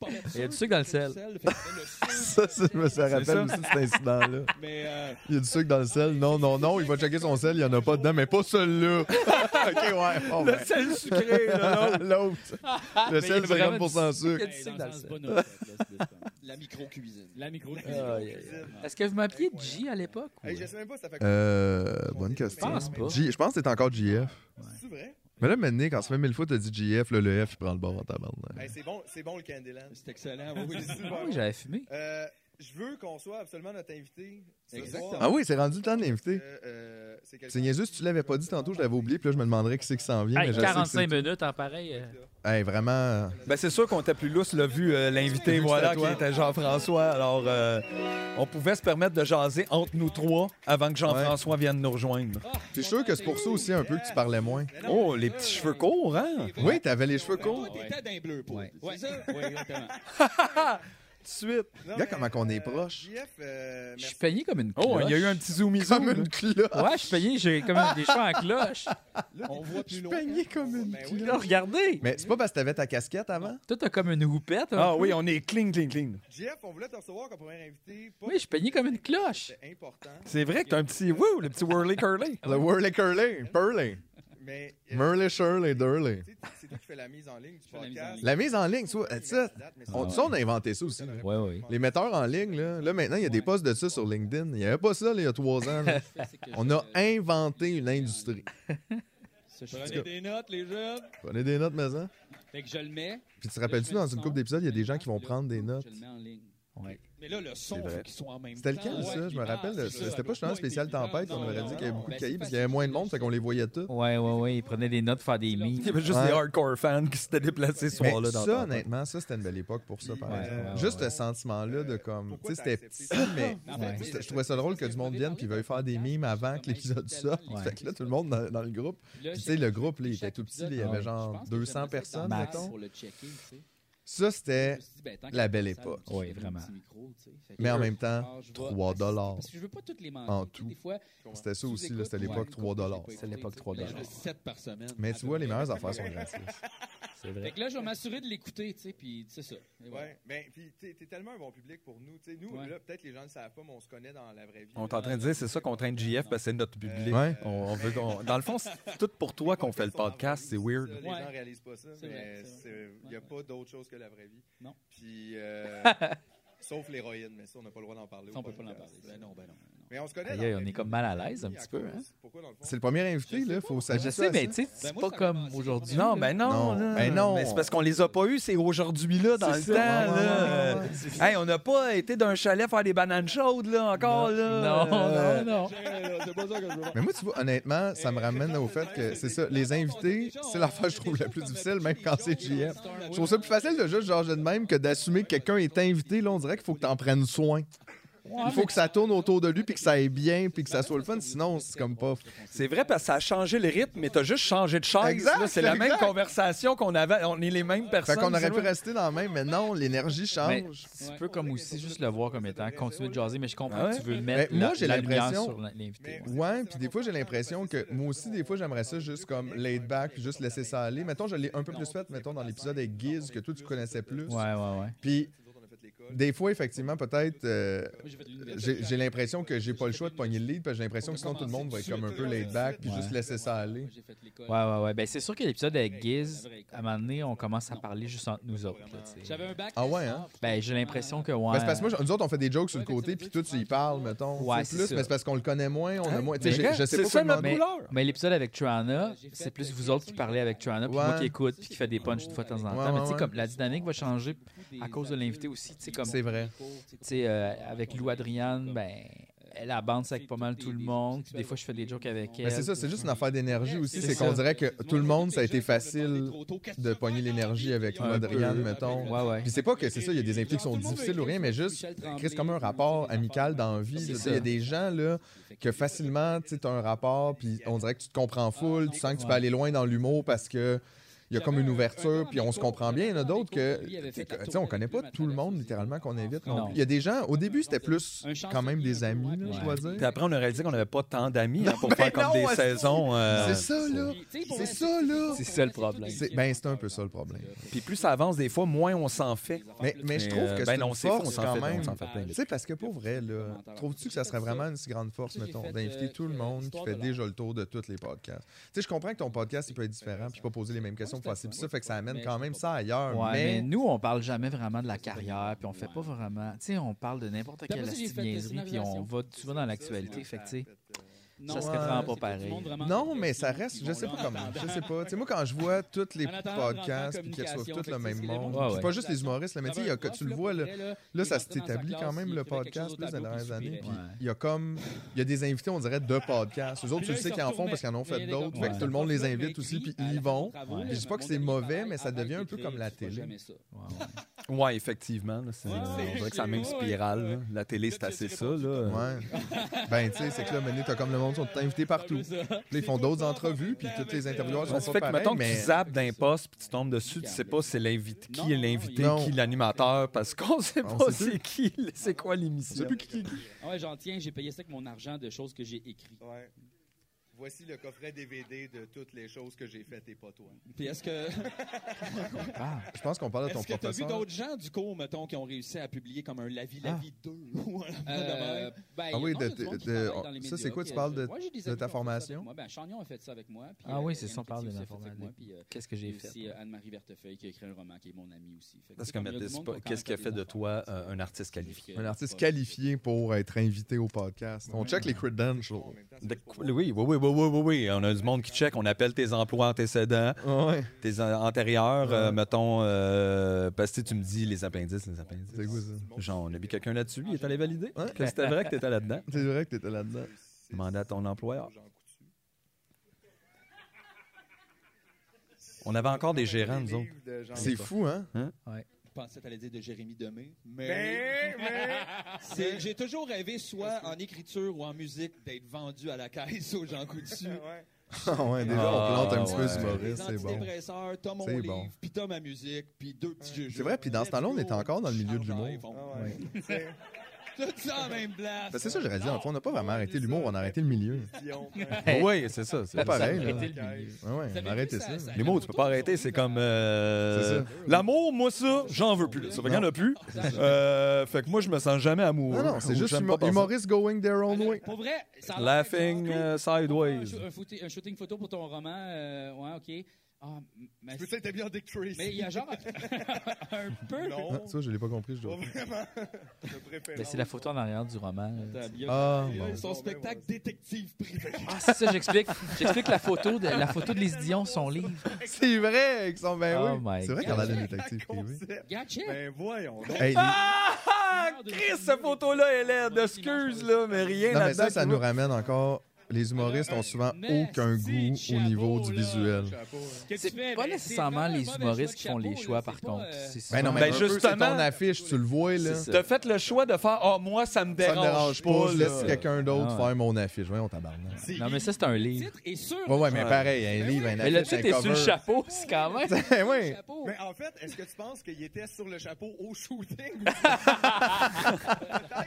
S1: oui.
S2: Il y a du sucre dans le sel.
S6: fait que le sucre,
S1: Ça, ça, je me suis rappelé
S3: ça.
S1: aussi de cet incident-là.
S6: mais euh,
S1: Il y a du sucre dans le sel. Non, non, non, il va checker son sel, il n'y en a pas dedans, mais pas celui-là. (laughs) OK, ouais. bon, ben.
S3: Le sel sucré, là, là.
S1: L'autre.
S2: Mais
S1: Le
S2: il y a
S1: sel,
S2: vraiment
S1: 50
S2: Il y a
S1: sucre.
S2: du
S8: Hey,
S2: sucre
S8: Ben, dans
S2: dans
S8: le
S2: le
S8: sens
S2: sel.
S8: bonne recette, là,
S2: (laughs)
S8: c'est le fun.
S6: la micro-cuisine.
S8: La micro
S2: Aïe, aïe, aïe. Est-ce que vous m'appeliez G à l'époque? ou-
S4: (laughs) Hey, je sais même pas, ça fait
S1: Euh, bonne
S2: Je
S1: question.
S2: pense pas.
S1: J- je pense que t'es encore GF.
S4: C'est vrai?
S1: Mais là, maintenant, quand ça fait mille fois, t'as dit GF, là, le F, il prend le bord en tabarnak.
S4: Hey, Ben, c'est bon, c'est bon le Candyland.
S6: C'est excellent. oui, oui.
S4: (laughs) C'est
S2: Ah
S4: super
S2: oui,
S4: bon.
S2: j'avais fumé.
S4: Euh, je veux qu'on soit absolument notre invité. ce
S6: Exactement.
S4: soir.
S1: Ah oui, c'est rendu le temps de l'inviter.
S4: Euh, euh, c'est quelqu'un-
S1: C'est niaiseux, si tu l'avais pas dit tantôt, je l'avais oublié, puis là, je me demanderais qui c'est qui s'en vient.
S2: Hey,
S1: mais je sais que
S2: 45
S1: c'est-
S2: minutes en pareil. euh.
S1: Hey, vraiment.
S3: (laughs) Ben, c'est sûr qu'on était plus lousse, l'a vu euh, l'invité,
S1: Vu que
S3: voilà,
S1: c'était
S3: qui
S1: toi.
S3: était Jean-François. Alors, euh, on pouvait se permettre de jaser entre nous trois avant que Jean-François vienne nous rejoindre.
S1: T'es sûr que c'est pour ça aussi un peu que tu parlais moins?
S3: Oh, les petits cheveux courts, hein?
S1: Oui, t'avais les cheveux courts.
S6: Toi, t'étais d'un bleu, pour
S8: Ouais.
S6: C'est ça?
S8: Oui, exactement.
S3: Tout de suite.
S4: Non,
S1: Regarde
S4: mais,
S1: comment qu'on est
S4: euh,
S1: proche.
S4: JF, euh,
S2: Je suis
S4: merci.
S2: payé comme une cloche.
S3: Oh, il y a eu un petit zoomy
S1: Comme
S3: zoom.
S1: une cloche.
S2: Ouais, je suis payé, j'ai comme des cheveux en cloche.
S6: On voit plus loin.
S1: Peigné comme une
S4: Ben oui.
S2: Là,
S1: cloche.
S2: regardez!
S1: Mais c'est pas parce que t'avais ta casquette avant?
S2: Toi, t'as comme une houppette. hein?
S3: Ah oui, on est clean, clean, clean.
S4: JF, on voulait te recevoir comme premier invité. Pas
S2: Oui, je suis payé comme une cloche.
S4: C'est important,
S3: C'est vrai que t'as un petit wouh, le petit whirly curly.
S1: Le Whirly Curly, Purly,
S4: mais euh,
S1: Murly Shirley Durley.
S4: tu sais, c'est toi qui fais la mise en ligne du
S8: fais la mise en
S4: podcast.
S8: ligne.
S1: La mise en ligne, tu vois,
S4: Oui,
S1: ça,
S4: mais la date, mais
S1: on,
S4: c'est-
S1: ça, on a inventé ça aussi. là.
S2: Ouais, oui.
S1: Les metteurs en ligne, là, là maintenant, il y a des postes de ça sur LinkedIn. Il n'y avait pas ça là, il y a trois ans. là. On a inventé une industrie.
S6: Prenez des notes, les jeunes.
S1: Prenez des notes, maison.
S8: Fait que je le mets.
S1: Puis tu te rappelles-tu, dans une couple d'épisodes, il y a des gens qui vont prendre des notes.
S8: Je le mets en ligne.
S6: Mais là, le son,
S1: C'est vrai.
S6: faut qu'il soit en même
S1: C'était
S6: temps.
S1: lequel,
S6: Ouais.
S1: ça? Je me rappelle, de-
S6: c'est ça.
S1: c'était pas justement spécial tempête. On aurait dit qu'il y avait beaucoup de cahiers parce qu'il y avait moins de monde, fait qu'on les voyait tous.
S2: Ouais, ouais, ouais. Ils prenaient des notes, faire des
S3: Il
S2: mimes.
S3: y avait juste
S1: Ouais.
S3: des hardcore fans qui s'étaient déplacés ce
S1: Mais
S3: soir-là dans
S1: ça,
S3: le temps.
S1: honnêtement, ça, c'était une belle époque pour ça, par
S2: Ouais,
S1: exemple.
S2: ouais, ouais,
S1: Juste
S2: ouais.
S1: ce sentiment-là de comme. Tu
S4: Pourquoi
S1: sais, c'était
S4: t'as
S1: petit,
S4: accepté
S8: (laughs)
S1: mais.
S8: En fait,
S2: Ouais.
S8: tu
S1: Je
S8: sais,
S1: je trouvais ça drôle que du monde vienne puis veuille faire des mimes avant que l'épisode sorte.
S2: Ouais.
S1: Fait que là, tout le monde dans, dans le groupe.
S8: là,
S1: Tu sais, le groupe, là, il était
S8: chaque
S1: tout petit,
S8: épisode, ben,
S1: il y avait
S8: je
S1: genre
S8: pense que
S1: 200
S8: j'aimerais ça
S1: personnes,
S8: être en
S2: mettons.
S8: masse pour le checker, tu sais.
S1: Ça,
S8: Je
S1: c'était
S8: me suis dit, ben, tant
S1: la
S8: qu'à
S1: belle
S8: la salle,
S1: époque.
S8: je vais
S2: Oui,
S8: mettre un
S2: vraiment.
S8: petit micro, tu sais. Fait que
S1: Mais en
S8: là,
S1: même temps,
S8: je vais
S1: 3
S8: assister,
S1: dollars.
S8: Parce que je veux pas toutes les manquer.
S1: En
S8: tu sais,
S1: tout.
S8: Des fois,
S1: C'était ça aussi, là,
S8: tu l'écoutes,
S1: c'était
S8: ouais,
S1: l'époque
S8: une
S1: 3 dollars.
S8: couple, j'ai pas
S2: C'était
S8: écouté,
S2: l'époque
S8: tu sais.
S2: 3
S6: Là,
S2: dollars.
S6: je le 7 par semaine.
S1: Mais tu vois, les meilleures affaires sont
S4: Ouais.
S1: gratis.
S2: C'est vrai.
S8: Fait que là, je vais m'assurer de l'écouter, tu sais, puis c'est ça. Et voilà.
S4: Ouais, ben, puis t'es t'es tellement un bon public pour nous. Tu sais, nous,
S8: Ouais.
S4: là, peut-être les gens ne le savent pas, mais on se connaît dans la vraie vie. Euh,
S3: On est en train de dire, c'est ça qu'on traîne JF parce que c'est notre public.
S1: Ouais.
S3: On, on veut qu'on- Dans le fond, c'est tout pour toi qu'on fait le podcast, c'est weird.
S4: Ça, les
S8: Ouais.
S4: gens réalisent pas ça,
S8: C'est
S4: mais
S8: vrai, c'est
S4: il n'y a
S8: Ouais,
S4: pas d'autre chose que la vraie vie.
S8: Non.
S4: Puis, euh, sauf l'héroïne, mais ça, on n'a pas le droit d'en parler.
S8: Ça,
S4: au
S8: on peut pas en
S4: podcast.
S8: parler. Ben non, ben non.
S4: Mais on se connaît.
S2: Aïe,
S4: dans
S2: aïe,
S4: la
S2: on
S4: vie,
S2: est comme mal à
S4: dans la
S2: l'aise
S4: vie,
S2: un petit peu,
S4: cause-
S2: hein?
S4: Pourquoi dans le fond?
S1: C'est le premier invité, là. Faut
S2: Je
S1: s'ajuster.
S2: sais,
S1: à
S2: mais
S1: ça.
S2: tu sais,
S6: Ben,
S2: c'est
S6: moi,
S2: pas
S6: ça
S2: comme
S6: commence-
S2: aujourd'hui.
S3: Non, ben non.
S1: Non.
S3: là.
S1: Ben non.
S3: Mais c'est parce qu'on les a pas eus, c'est aujourd'hui, là, dans le
S1: C'est
S3: temps.
S1: ça, ouais,
S3: là.
S1: ouais, ouais,
S3: Hey, on n'a pas été d'un chalet faire des bananes chaudes, là, encore, là.
S2: Non, non, non.
S6: Euh, C'est pas ça que je veux voir.
S1: Mais moi, tu vois, honnêtement, ça me ramène au fait que c'est ça. Les invités, c'est l'affaire que je trouve la plus difficile, même quand c'est JF. Je trouve ça plus facile de juste genre de même que d'assumer que quelqu'un est invité. Là, on dirait qu'il faut que t'en prennes soin. Il faut que ça tourne autour de lui, puis que ça aille bien, puis que ça soit le fun. Sinon, c'est comme pas.
S3: C'est vrai parce que ça a changé le rythme, mais t'as juste changé de chaise.
S1: Exact,
S3: là. c'est la même
S1: exact.
S3: conversation qu'on avait. On est les mêmes personnes.
S1: Fait qu'on aurait pu
S3: c'est vrai.
S1: rester dans le même, mais non, l'énergie
S2: Mais
S1: change.
S2: tu peux comme aussi juste le voir comme étant continuer de jaser, mais je comprends
S1: Ah ouais?
S2: que tu veux mettre
S1: Ben, moi,
S2: la-
S1: j'ai
S2: la lumière
S1: l'impression-
S2: sur la- l'invité.
S1: Ouais, puis des fois, j'ai l'impression que moi aussi, des fois, j'aimerais ça juste comme laid back, puis juste laisser ça aller. Mettons, je l'ai un peu plus fait, mettons, dans l'épisode avec Giz, que toi, tu connaissais plus.
S2: Ouais, ouais, ouais.
S1: Puis des fois, effectivement, peut-être, euh, j'ai j'ai l'impression que j'ai pas le choix de pogner le lead, parce que j'ai l'impression que sinon, tout le monde va être comme un peu laid back, puis
S2: Ouais.
S1: juste laisser ça aller.
S2: Ouais, ouais, ouais. Ben, c'est sûr que l'épisode avec Giz, à un moment donné, on commence à parler juste entre nous autres. là, tu sais.
S8: J'avais un bac.
S1: Ah ouais, hein?
S2: Ben, j'ai l'impression que, ouais.
S1: Ben, c'est parce que moi, nous autres, on fait des jokes sur le côté, puis toi, tu y parles, mettons.
S2: Ouais,
S1: tu sais,
S2: c'est
S1: plus,
S2: ça.
S1: mais c'est parce qu'on le connaît moins, on a moins. Tu sais,
S2: Mais-
S1: j'ai- je sais
S3: c'est
S1: pas
S3: ça,
S1: quoi
S3: notre
S1: demander.
S2: mais,
S3: couleur.
S2: mais l'épisode avec Trana, c'est plus vous autres qui parlez avec Trana, puis
S1: Ouais.
S2: moi qui écoute, puis qui fait des punches de fois de temps en temps.
S1: Ouais,
S2: mais tu
S1: ouais,
S2: sais,
S1: ouais.
S2: comme la dynamique va changer à cause de l'invité aussi. Tu sais, comme,
S1: C'est vrai.
S2: tu sais, euh, avec Lou Adriane, ben, elle abance avec pas mal tout le monde. Puis des fois, je fais des jokes avec elle.
S1: Mais c'est ça, c'est juste une affaire d'énergie aussi.
S2: C'est
S1: C'est qu'on
S2: ça.
S1: dirait que tout le monde, ça a été facile de pogner l'énergie avec
S2: Un
S1: Adrian,
S2: peu.
S1: mettons.
S2: Ouais, ouais.
S1: Puis c'est pas que c'est ça, il y a des invités qui sont difficiles ou rien, mais juste, Chris, comme un rapport amical dans la vie.
S2: C'est
S1: là, tu sais,
S2: ça.
S1: Il y a des gens, là, que facilement, tu as un rapport, puis on dirait que tu te comprends full, tu sens que tu peux aller loin dans l'humour parce que. Il y a comme une ouverture, puis on se comprend bien. Il y en a d'autres que, tu sais, on connaît pas tout le monde littéralement qu'on invite. non
S2: Non.
S1: plus. Il y a des gens, au début, c'était plus quand même des amis, là, je
S2: Ouais.
S1: dois dire.
S3: Puis après, on a réalisé qu'on n'avait pas tant d'amis hein, pour
S1: Ben
S3: faire comme
S1: non,
S3: des
S1: ouais,
S3: saisons. euh,
S1: C'est ça, là. C'est ça, là.
S2: C'est ça le problème.
S1: C'est- Ben, c'est un peu ça le problème.
S3: Puis plus ça avance, des fois, moins on s'en fait.
S1: Mais, mais je trouve
S3: euh,
S1: que
S3: ben
S1: c'est
S3: non,
S1: une
S3: c'est faux, on
S1: force
S3: s'en
S1: quand
S3: fait, on
S1: même.
S3: s'en fait plein.
S1: Tu sais, parce que pour vrai, là, trouves-tu que ça serait vraiment une si grande force, mettons, d'inviter tout le monde qui fait déjà le tour de tous les podcasts? Tu sais, je comprends que ton podcast, il peut être différent, puis pas poser les mêmes questions pour passer, puis ça fait que ça amène quand même ça ailleurs.
S2: Ouais, mais...
S1: mais...
S2: nous, on parle jamais vraiment de la carrière, puis on fait pas vraiment. Tu sais, on parle de n'importe
S8: D'après
S2: quelle
S8: ça, j'ai
S2: astuce
S8: fait des
S2: niaiserie, puis on
S8: scénarisations.
S2: va souvent dans l'actualité. Fait que, tu sais, ça serait
S1: Ouais.
S2: vraiment pas
S8: C'est tout le
S2: pareil.
S8: monde vraiment-
S1: Non, mais ça reste, je sais pas comment, je sais pas. Tu sais, moi, quand je vois tous les
S8: En attendant,
S1: podcasts,
S8: en
S1: puis qu'ils reçoivent
S8: communication,
S1: tous le
S8: fait que
S1: même
S8: c'est
S2: vraiment-
S1: monde, c'est
S2: Ouais,
S1: pas
S8: ouais.
S1: juste les humoristes, là, mais tu sais, il y a que- tu le vois, là, Là, ça s'établit quand même le podcast plus dans les dernières années. Puis
S2: Ouais.
S1: il y a comme. Il y a des invités, on dirait, de podcasts. Eux autres, tu
S8: là,
S1: le sais
S8: ils
S1: qu'ils
S8: se
S1: en font parce qu'ils en
S8: retournaient.
S1: ont fait
S8: Mais
S1: d'autres.
S8: les
S1: Fait que
S8: gars,
S1: tout le monde les
S8: ouais.
S1: invite aussi, puis ils y vont. Puis je dis pas que c'est mauvais, mais ça devient un peu comme la télé.
S3: Oui, effectivement. là, c'est- on dirait que c'est la même spirale. là. La télé, c'est assez ça. Là.
S1: Ouais. Ben, tu sais, c'est que là, maintenant, t'as comme le monde, sont invités partout. Puis là, ils font d'autres entrevues, puis tous les intervieweurs
S3: Ça
S1: sont
S3: fait
S1: pas
S3: que,
S1: pareils,
S3: mettons que
S1: mais...
S3: tu zappes d'un poste puis tu tombes dessus, tu sais pas c'est l'invité, qui est l'invité,
S1: Non.
S3: qui est l'animateur, parce qu'on sait
S1: On
S3: pas
S1: sait plus.
S3: c'est qui, c'est quoi l'émission.
S4: euh,
S8: Ah ouais, j'en tiens, j'ai payé ça avec mon argent de choses que j'ai écrites.
S7: Ouais. Voici le coffret DVD de toutes les choses que j'ai faites et pas toi.
S6: Puis est-ce que
S2: Ah,
S1: Je pense qu'on parle de ton
S6: est-ce que t'as vu
S1: professeur.
S6: d'autres gens du cours, mettons, qui ont réussi à publier comme un Lavi
S1: Ah.
S6: Lavi 2 (laughs) ou un affaire de
S8: Euh,
S6: même?
S8: ben,
S1: Ah oui,
S8: non, il y a
S1: de-
S8: du monde qui
S1: de-
S8: travaille dans les
S1: ça, c'est
S8: médias
S1: quoi, tu
S8: qui,
S1: parles
S8: euh,
S1: de-
S8: ouais, j'ai des
S1: de
S8: amis
S1: ta
S8: qui ont fait ça avec
S1: formation?
S8: moi. Ben, Chagnon a fait ça avec moi. puis,
S2: Ah
S8: euh,
S2: oui, c'est
S8: Yann
S2: ça, on parle
S8: Petit
S2: de
S8: aussi
S2: la
S8: a fait ça avec
S2: formation.
S8: moi, puis, euh,
S2: qu'est-ce que j'ai
S8: J'ai
S2: fait?
S8: aussi euh, Anne-Marie Vertefeuille qui a écrit un roman qui est mon amie aussi. Fait que
S3: Parce
S8: c'est
S3: que
S8: comme il y a du
S3: Mathis,
S8: monde
S3: pas-
S8: qui a quand
S3: qu'est-ce qui a
S8: même
S3: fait
S8: des
S3: de
S8: enfants.
S3: toi euh, un artiste qualifié?
S8: Puis, euh,
S1: Un artiste qualifié pour être invité au podcast. On check les credentials.
S3: De- oui, oui, oui, oui, oui, oui, oui. On a du monde qui check. On appelle tes emplois antécédents,
S1: Ah Ouais,
S3: tes an- antérieurs, euh, mettons, euh, parce que tu me dis les appendices, les appendices.
S1: c'est quoi ça?
S3: Genre, on a mis quelqu'un là-dessus, il est allé valider.
S1: Ouais.
S3: Que c'était vrai que t'étais là-dedans.
S1: C'est vrai que t'étais là-dedans.
S3: Demandez à ton employeur. On avait encore des gérants, nous
S1: (laughs)
S3: autres.
S1: C'est fou, hein?
S6: Je pensais que t'allais dire de Jérémy Demé, mais...
S4: Ben,
S3: (laughs)
S4: Ah
S6: C'est- J'ai toujours rêvé, soit en écriture ou en musique, d'être vendu à la caisse aux gens coutus.
S1: (laughs) Ah ouais, déjà, on plante un petit peu
S3: ouais.
S1: sur Maurice,
S6: Les
S1: c'est bon.
S6: antidépresseurs, Tom mon
S1: C'est
S6: livre,
S1: bon.
S6: puis Tom ma musique, puis deux petits jeux.
S1: C'est vrai, puis dans ce temps-là, on était encore dans le milieu de l'humour.
S4: Ah
S6: Tout ça en même place.
S1: Ben, c'est ça, j'aurais dit, en fond, on n'a pas vraiment arrêté l'humour, on a arrêté le milieu.
S3: (laughs)
S4: hein.
S3: Oui, c'est ça. C'est
S1: Pas pareil, là.
S2: arrêté le milieu.
S1: Ouais, ouais, on a arrêté (laughs) ça. là.
S3: Les mots, tu peux pas arrêter, c'est comme. euh,
S1: C'est ça.
S3: L'amour, moi, ça, j'en veux plus. là. Ça fait qu'il y en a plus. Euh, fait que moi, je me sens jamais amoureux.
S1: Non, non, c'est
S3: Ou
S1: juste
S3: j'aime
S1: humo-
S3: pas personne.
S1: humoriste going their own way.
S8: Pour vrai, ça a l'air
S3: Laughing
S8: d'être-
S3: euh,
S8: Un,
S3: sideways.
S8: shoo- un footing- un shooting photo pour ton roman, euh, ouais, ok. Ah, m- mais,
S7: Putain, t'es bien Dick Tracy.
S8: mais il y a genre (laughs) un peu.
S3: (laughs)
S1: Ah, ça, je l'ai pas compris, je dois.
S4: (laughs)
S2: Ben, c'est la photo en arrière du roman. là.
S1: Ah,
S6: Là,
S1: bon.
S6: Son spectacle détective privé.
S2: Ah, c'est ça, j'explique. J'explique la photo de la photo de Lise Dion, son livre.
S1: C'est vrai, qu'ils sont
S2: Oh
S1: ben oui.
S2: my
S1: C'est vrai
S2: God.
S1: qu'elle a des détectives privés.
S8: Gotcha!
S7: Ben voyons donc.
S1: Hey, les-
S3: Ah, Chris, cette ah, photo-là, elle est d'excuse, là, mais rien
S1: Non, mais
S3: là-dedans.
S1: ça, ça
S3: tu
S1: nous
S3: vois.
S1: ramène encore les humoristes ont souvent aucun goût au niveau du visuel.
S4: hein.
S2: C'est
S8: ben,
S2: pas nécessairement les humoristes qui font les choix, par
S8: euh,
S2: contre. C'est
S1: Ben non,
S2: souvent-
S1: mais
S3: Ben,
S1: un peu,
S3: justement,
S1: c'est ton affiche, tu le vois, là.
S2: C'est
S1: Ça
S2: ça.
S3: T'as fait le choix de faire Ah, moi, ça me
S1: me
S3: dérange,
S1: dérange pas, je laisse
S3: là.
S1: quelqu'un d'autre
S2: Ah ouais.
S1: faire mon affiche. Voyons, tabarnak.
S2: Non, mais ça, c'est un livre.
S6: titre est sûr.
S1: Ouais, ouais, mais pareil, un livre, un
S2: Mais le
S1: affiche, un
S2: titre est sur le
S1: cover.
S2: chapeau, c'est quand
S1: (laughs)
S2: même.
S1: Eh oui.
S8: Oh.
S6: chapeau.
S4: Mais en fait, est-ce que tu penses qu'il était sur le chapeau au shooting?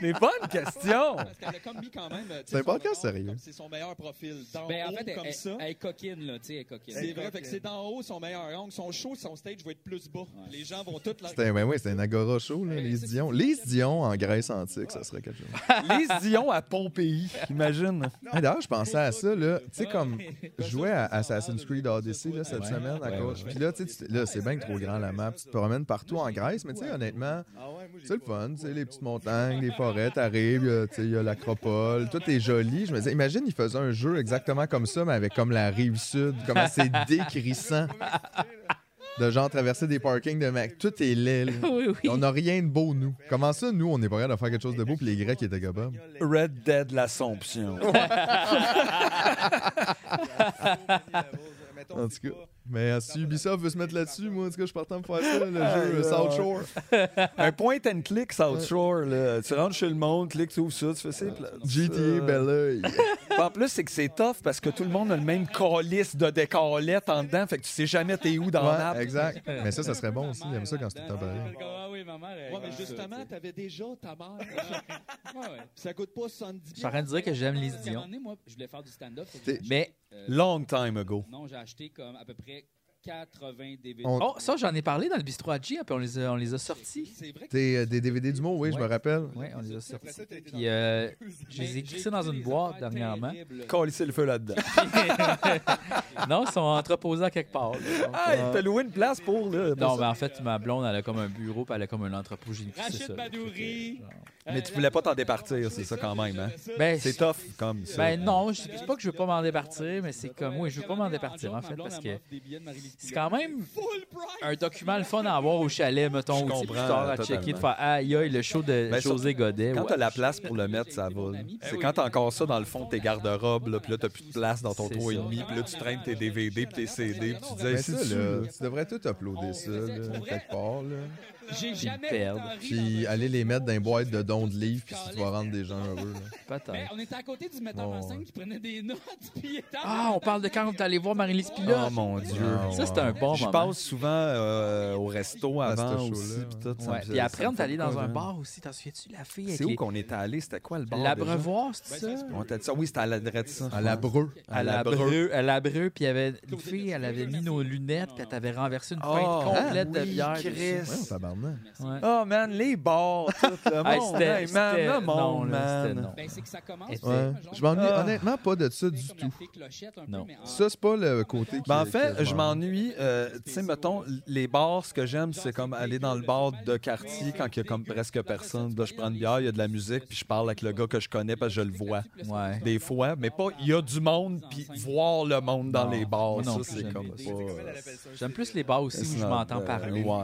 S3: Mais bonne question!
S6: Parce qu'elle a comme mis quand même.
S1: C'est un podcast sérieux.
S6: C'est son meilleur profil. D'en
S8: Ben, en
S6: haut,
S8: fait, elle,
S6: comme
S2: eh,
S8: elle-
S6: ça.
S8: elle est coquine, là, tu sais, elle est coquine.
S6: C'est vrai,
S4: coquine.
S6: fait que c'est d'en haut son meilleur angle. Son show, son stage va être plus bas. Les gens vont toutes la.
S1: C'était ben oui, c'était un agora show, là, les Dion. Les Dion en Grèce antique, ça serait quelque chose.
S3: Les Dion à Pompéi, imagine.
S1: Ah, D'ailleurs, je pensais à ça, là. Tu sais, (laughs) comme je jouais à Assassin's Creed Odyssey là, cette
S2: Ouais.
S1: semaine à
S2: Ouais,
S1: gauche.
S2: ouais,
S1: Puis là, tu sais, tu- là, c'est bien que trop grand la map. Tu te promènes partout en Grèce, mais tu sais, honnêtement,
S4: Ah ouais, moi, j'ai
S1: c'est le
S4: pas
S1: fun. Tu sais,
S4: beaucoup
S1: les
S4: un
S1: petites
S4: autre.
S1: montagnes, les forêts, t'arrives, euh, tu sais, il y a l'acropole, tout est joli. Je me disais, imagine, ils faisaient un jeu exactement comme ça, mais avec comme la rive sud, comment c'est décrissant. De genre traverser des parkings de Mac. Tout est laid, là.
S2: Oui,
S1: On n'a rien de beau, nous. Comment ça, nous, on n'est pas capable de faire quelque chose de beau, puis les Grecs étaient capables?
S3: Red Dead l'Assomption.
S4: Mettons,
S1: En tout
S4: c'est
S1: cas.
S4: pas-
S1: Mais euh, si Ubisoft veut se mettre là-dessus, moi, en tout cas, je suis partant pour faire ça, le jeu euh, South Shore.
S3: Un point and click South Shore, là. Tu rentres chez le monde, clique, tu ouvres ça, tu fais c'est plat.
S1: GTA,
S3: Euh,
S1: bel oeil.
S3: En plus, c'est que c'est tough parce que tout le monde a le même calice de décalette en dedans, fait que tu sais jamais t'es où dans la map.
S1: Ouais, exact. Mais ça, ça serait bon aussi. J'aime ça quand c'est tout le temps pareil.
S8: Ah oui, ma mère, elle-
S6: Ouais, mais justement, t'avais déjà ta mère.
S8: Ouais, ouais.
S6: ça coûte pas 70
S2: Je suis en train de dire que j'aime les
S8: Parce qu'à un moment
S2: Dion.
S8: donné, moi, je voulais faire du stand-up. fait que
S1: T'es-
S8: j'ai
S2: Mais,
S8: acheté, euh,
S3: Long time ago.
S8: Non, j'ai acheté comme à peu près 80 DVD.
S1: On-
S2: oh, ça, j'en ai parlé dans le bistrot à G, puis on les a, on les a sortis.
S6: C'est vrai que
S1: T'es euh, des DVD du mot, oui, je me rappelle.
S2: Oui, on les a
S4: Après
S2: sortis.
S4: ça, t'as été dans
S2: Puis, euh, je les
S8: J'ai
S2: ai glissés dans une boîte
S8: (laughs)
S2: dernièrement.
S3: Calisser le feu là-dedans.
S2: (laughs) non, ils sont entreposés à quelque part. là. Donc,
S3: Ah,
S2: euh,
S3: il t'a loué une place pour, là. pour
S2: non,
S3: ça.
S2: mais en fait, ma blonde, elle a comme un bureau, puis elle a comme un entrepôt. J'ai glissé
S8: Rachid
S2: ça, là.
S8: Badouri.
S2: Genre.
S3: Mais tu voulais pas t'en départir, c'est ça quand même, hein?
S2: Ben,
S3: C'est tough comme ça.
S2: Ben non, je dis pas que je veux pas m'en départir, mais c'est comme moi, je veux pas m'en départir en fait parce que c'est quand même un document le fun à avoir au chalet, mettons,
S3: Je
S2: ou tu sais,
S3: comprends,
S2: plus tard à
S3: totalement.
S2: checker de faire aïe aïe le show de
S3: Ben, sur-
S2: José Godet.
S3: Quand
S2: ouais.
S3: t'as la place pour le mettre, ça va. là. C'est quand t'as encore ça dans le fond de tes garde-robes, là, puis là, t'as plus de place dans ton
S2: C'est
S3: trou et
S2: ça.
S3: demi, puis là, tu traînes tes DVD puis tes CD, puis tu dis,
S1: Mais
S3: Hey,
S1: Ben, ça,
S3: c'est-tu,
S1: là,
S3: là?
S1: tu devrais tout uploader ça, là, quelque part, là.
S8: J'ai jamais
S2: perdent.
S8: autant ri
S1: Puis
S8: dans un
S1: aller les
S8: show.
S1: mettre dans les boîtes de dons de livres, puis ça, tu vas rendre des gens heureux, là.
S8: Mais
S2: Peut-être.
S8: on était à côté du metteur
S1: Ouais,
S8: en
S1: ouais.
S8: scène qui prenait des notes, puis il était en-
S2: Ah, on parle de quand on est allé voir Marie-Lise Pilote.
S3: Oh mon Dieu.
S1: Ah,
S2: Ça, c'est un bon
S3: Je
S2: moment.
S3: passe souvent euh, au resto
S1: À ce
S3: avant
S1: show-là,
S3: aussi.
S1: ouais.
S3: Puis tout, ça
S2: Ouais.
S3: me-
S2: Puis après,
S3: ça
S2: on
S3: me
S2: est allé
S3: fait
S2: dans
S3: pas
S2: un
S3: de-
S2: bar aussi. T'en souviens-tu, la fille?
S3: C'est où qu'on est allé? C'était quoi le bar? déjà?
S2: L'abreuvoir, Ben, c'est ça?
S3: On était ça? Oui, c'était à l'adresse de ça.
S1: À la breu.
S2: À la breu, à la breu, puis il y avait une fille, elle avait mis nos lunettes, puis elle t'avait renversé une pinte
S3: Oh,
S2: complète
S3: hein,
S2: de
S3: oui,
S2: bière.
S3: Chris.
S1: Voyons, tabarnak.
S2: Ouais.
S3: Oh man, les bars, tout le
S2: (laughs) Hey,
S3: monde.
S2: c'était-
S3: hey, man,
S2: c'était-
S3: le
S2: non,
S3: monde,
S2: là, c'était
S3: man.
S2: non.
S8: Ben, c'est que ça commence.
S2: Ouais.
S8: c'est un genre
S1: Je m'ennuie
S3: Ah.
S1: honnêtement pas de ça
S8: de-
S1: du
S8: comme la
S1: tout.
S8: fille clochette un peu,
S2: Non.
S8: mais en-
S1: Ça, c'est pas le côté qui.
S3: Ben, en
S1: que
S3: fait, je
S1: m'en-
S3: m'ennuie. euh, tu sais, mettons, les bars, ce que j'aime, c'est comme aller dans le bar de quartier quand il y a comme presque personne. Là, je prends une bière, il y a de la musique, puis je parle avec le gars que je connais parce que je le vois.
S2: Ouais.
S3: Des fois, mais pas il y a du monde, puis voir le monde dans
S2: Non,
S3: les bars,
S2: moi non
S3: ça,
S2: plus,
S3: c'est
S2: j'aime
S3: comme
S2: pas.
S4: Comment
S3: pas.
S4: elle appelle ça?
S2: J'aime plus les bars aussi
S3: It's
S2: où je
S3: not,
S2: m'entends
S3: euh,
S2: parler
S3: ouais.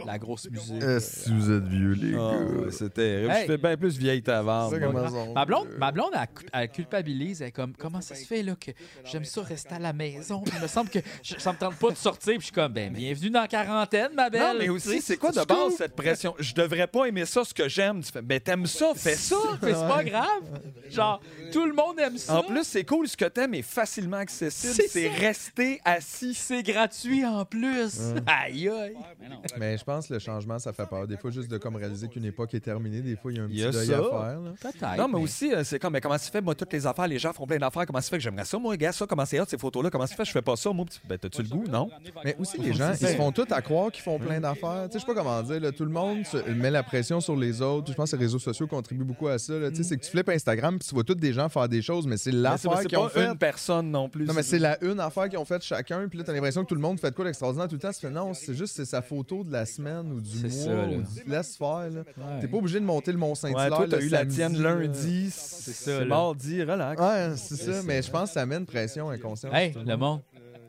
S2: que la grosse musique.
S1: Euh, si vous êtes vieux, les
S3: Ah, ouais,
S1: gars.
S3: c'est terrible.
S2: Hey.
S3: Je fais bien plus vieille qu'avant.
S1: Ça,
S3: moi.
S1: comment ça, on
S2: Ma blonde,
S1: peut-
S2: ma blonde elle, cu- elle culpabilise. Elle est comme, comment ça se fait là, que j'aime ça rester à la maison? puis Il me semble que je- ça me tente pas de sortir. Puis je suis comme, ben, bienvenue dans la quarantaine, ma belle.
S3: Non, mais aussi, c'est quoi de base cette pression? Je devrais pas aimer ça, ce que j'aime. Tu fais, ben t'aimes ça, fais ça.
S2: mais c'est pas grave. Genre, tout le monde aime ça.
S3: En plus, c'est cool, ce que t'aimes est facilement accessible.
S2: C'est
S3: C'est
S2: ça.
S3: rester assis.
S2: c'est gratuit en plus. Aïe, aïe.
S8: Mais non.
S1: Mais je pense que le changement, ça fait peur. Des fois, juste de comme réaliser qu'une époque est terminée, des fois, il y a un
S3: Il y a
S1: petit deuil
S3: ça.
S1: à faire. là.
S2: Peut-être.
S3: Non, mais aussi, euh, c'est comme, mais comment ça se fait, moi, toutes les affaires, les gens font plein d'affaires, comment ça se fait que j'aimerais ça, moi, gars, ça, comment c'est hot, ces photos-là, comment ça se fait, je fais pas ça, moi, Puis, ben, t'as-tu le goût, non?
S1: Mais aussi, les gens, ils se font tout à croire qu'ils font plein d'affaires. Tu sais, je sais pas comment dire, là, tout le monde se- met la pression sur les autres. Je pense que les réseaux sociaux contribuent beaucoup à ça. là. Tu sais, c'est que tu flippes Instagram puis tu vois toutes des gens faire des choses, mais c'est
S3: Mais c'est
S1: l'affaire
S3: c'est
S1: qu'ils ont
S3: pas
S1: fait.
S3: une personne non plus.
S1: Non, mais c'est la une affaire qu'ils ont faite chacun, puis là, t'as l'impression que tout le monde fait de quoi d'extraordinaire tout le temps. Tu fais non, c'est juste c'est sa photo de la semaine ou du
S2: C'est
S1: mois.
S2: ça, là.
S1: ou du- Laisse faire, là.
S2: Ouais.
S1: T'es pas obligé de monter le
S3: Ouais,
S1: Mont-Saint-Hilaire.
S3: toi, t'as
S1: le
S3: eu la
S1: samedi,
S3: tienne
S1: là.
S3: lundi,
S2: C'est ça,
S3: c'est
S2: là.
S3: mardi, relax.
S1: Ouais, c'est ça, mais je pense que ça met une pression inconsciente.
S2: Hey, le monde.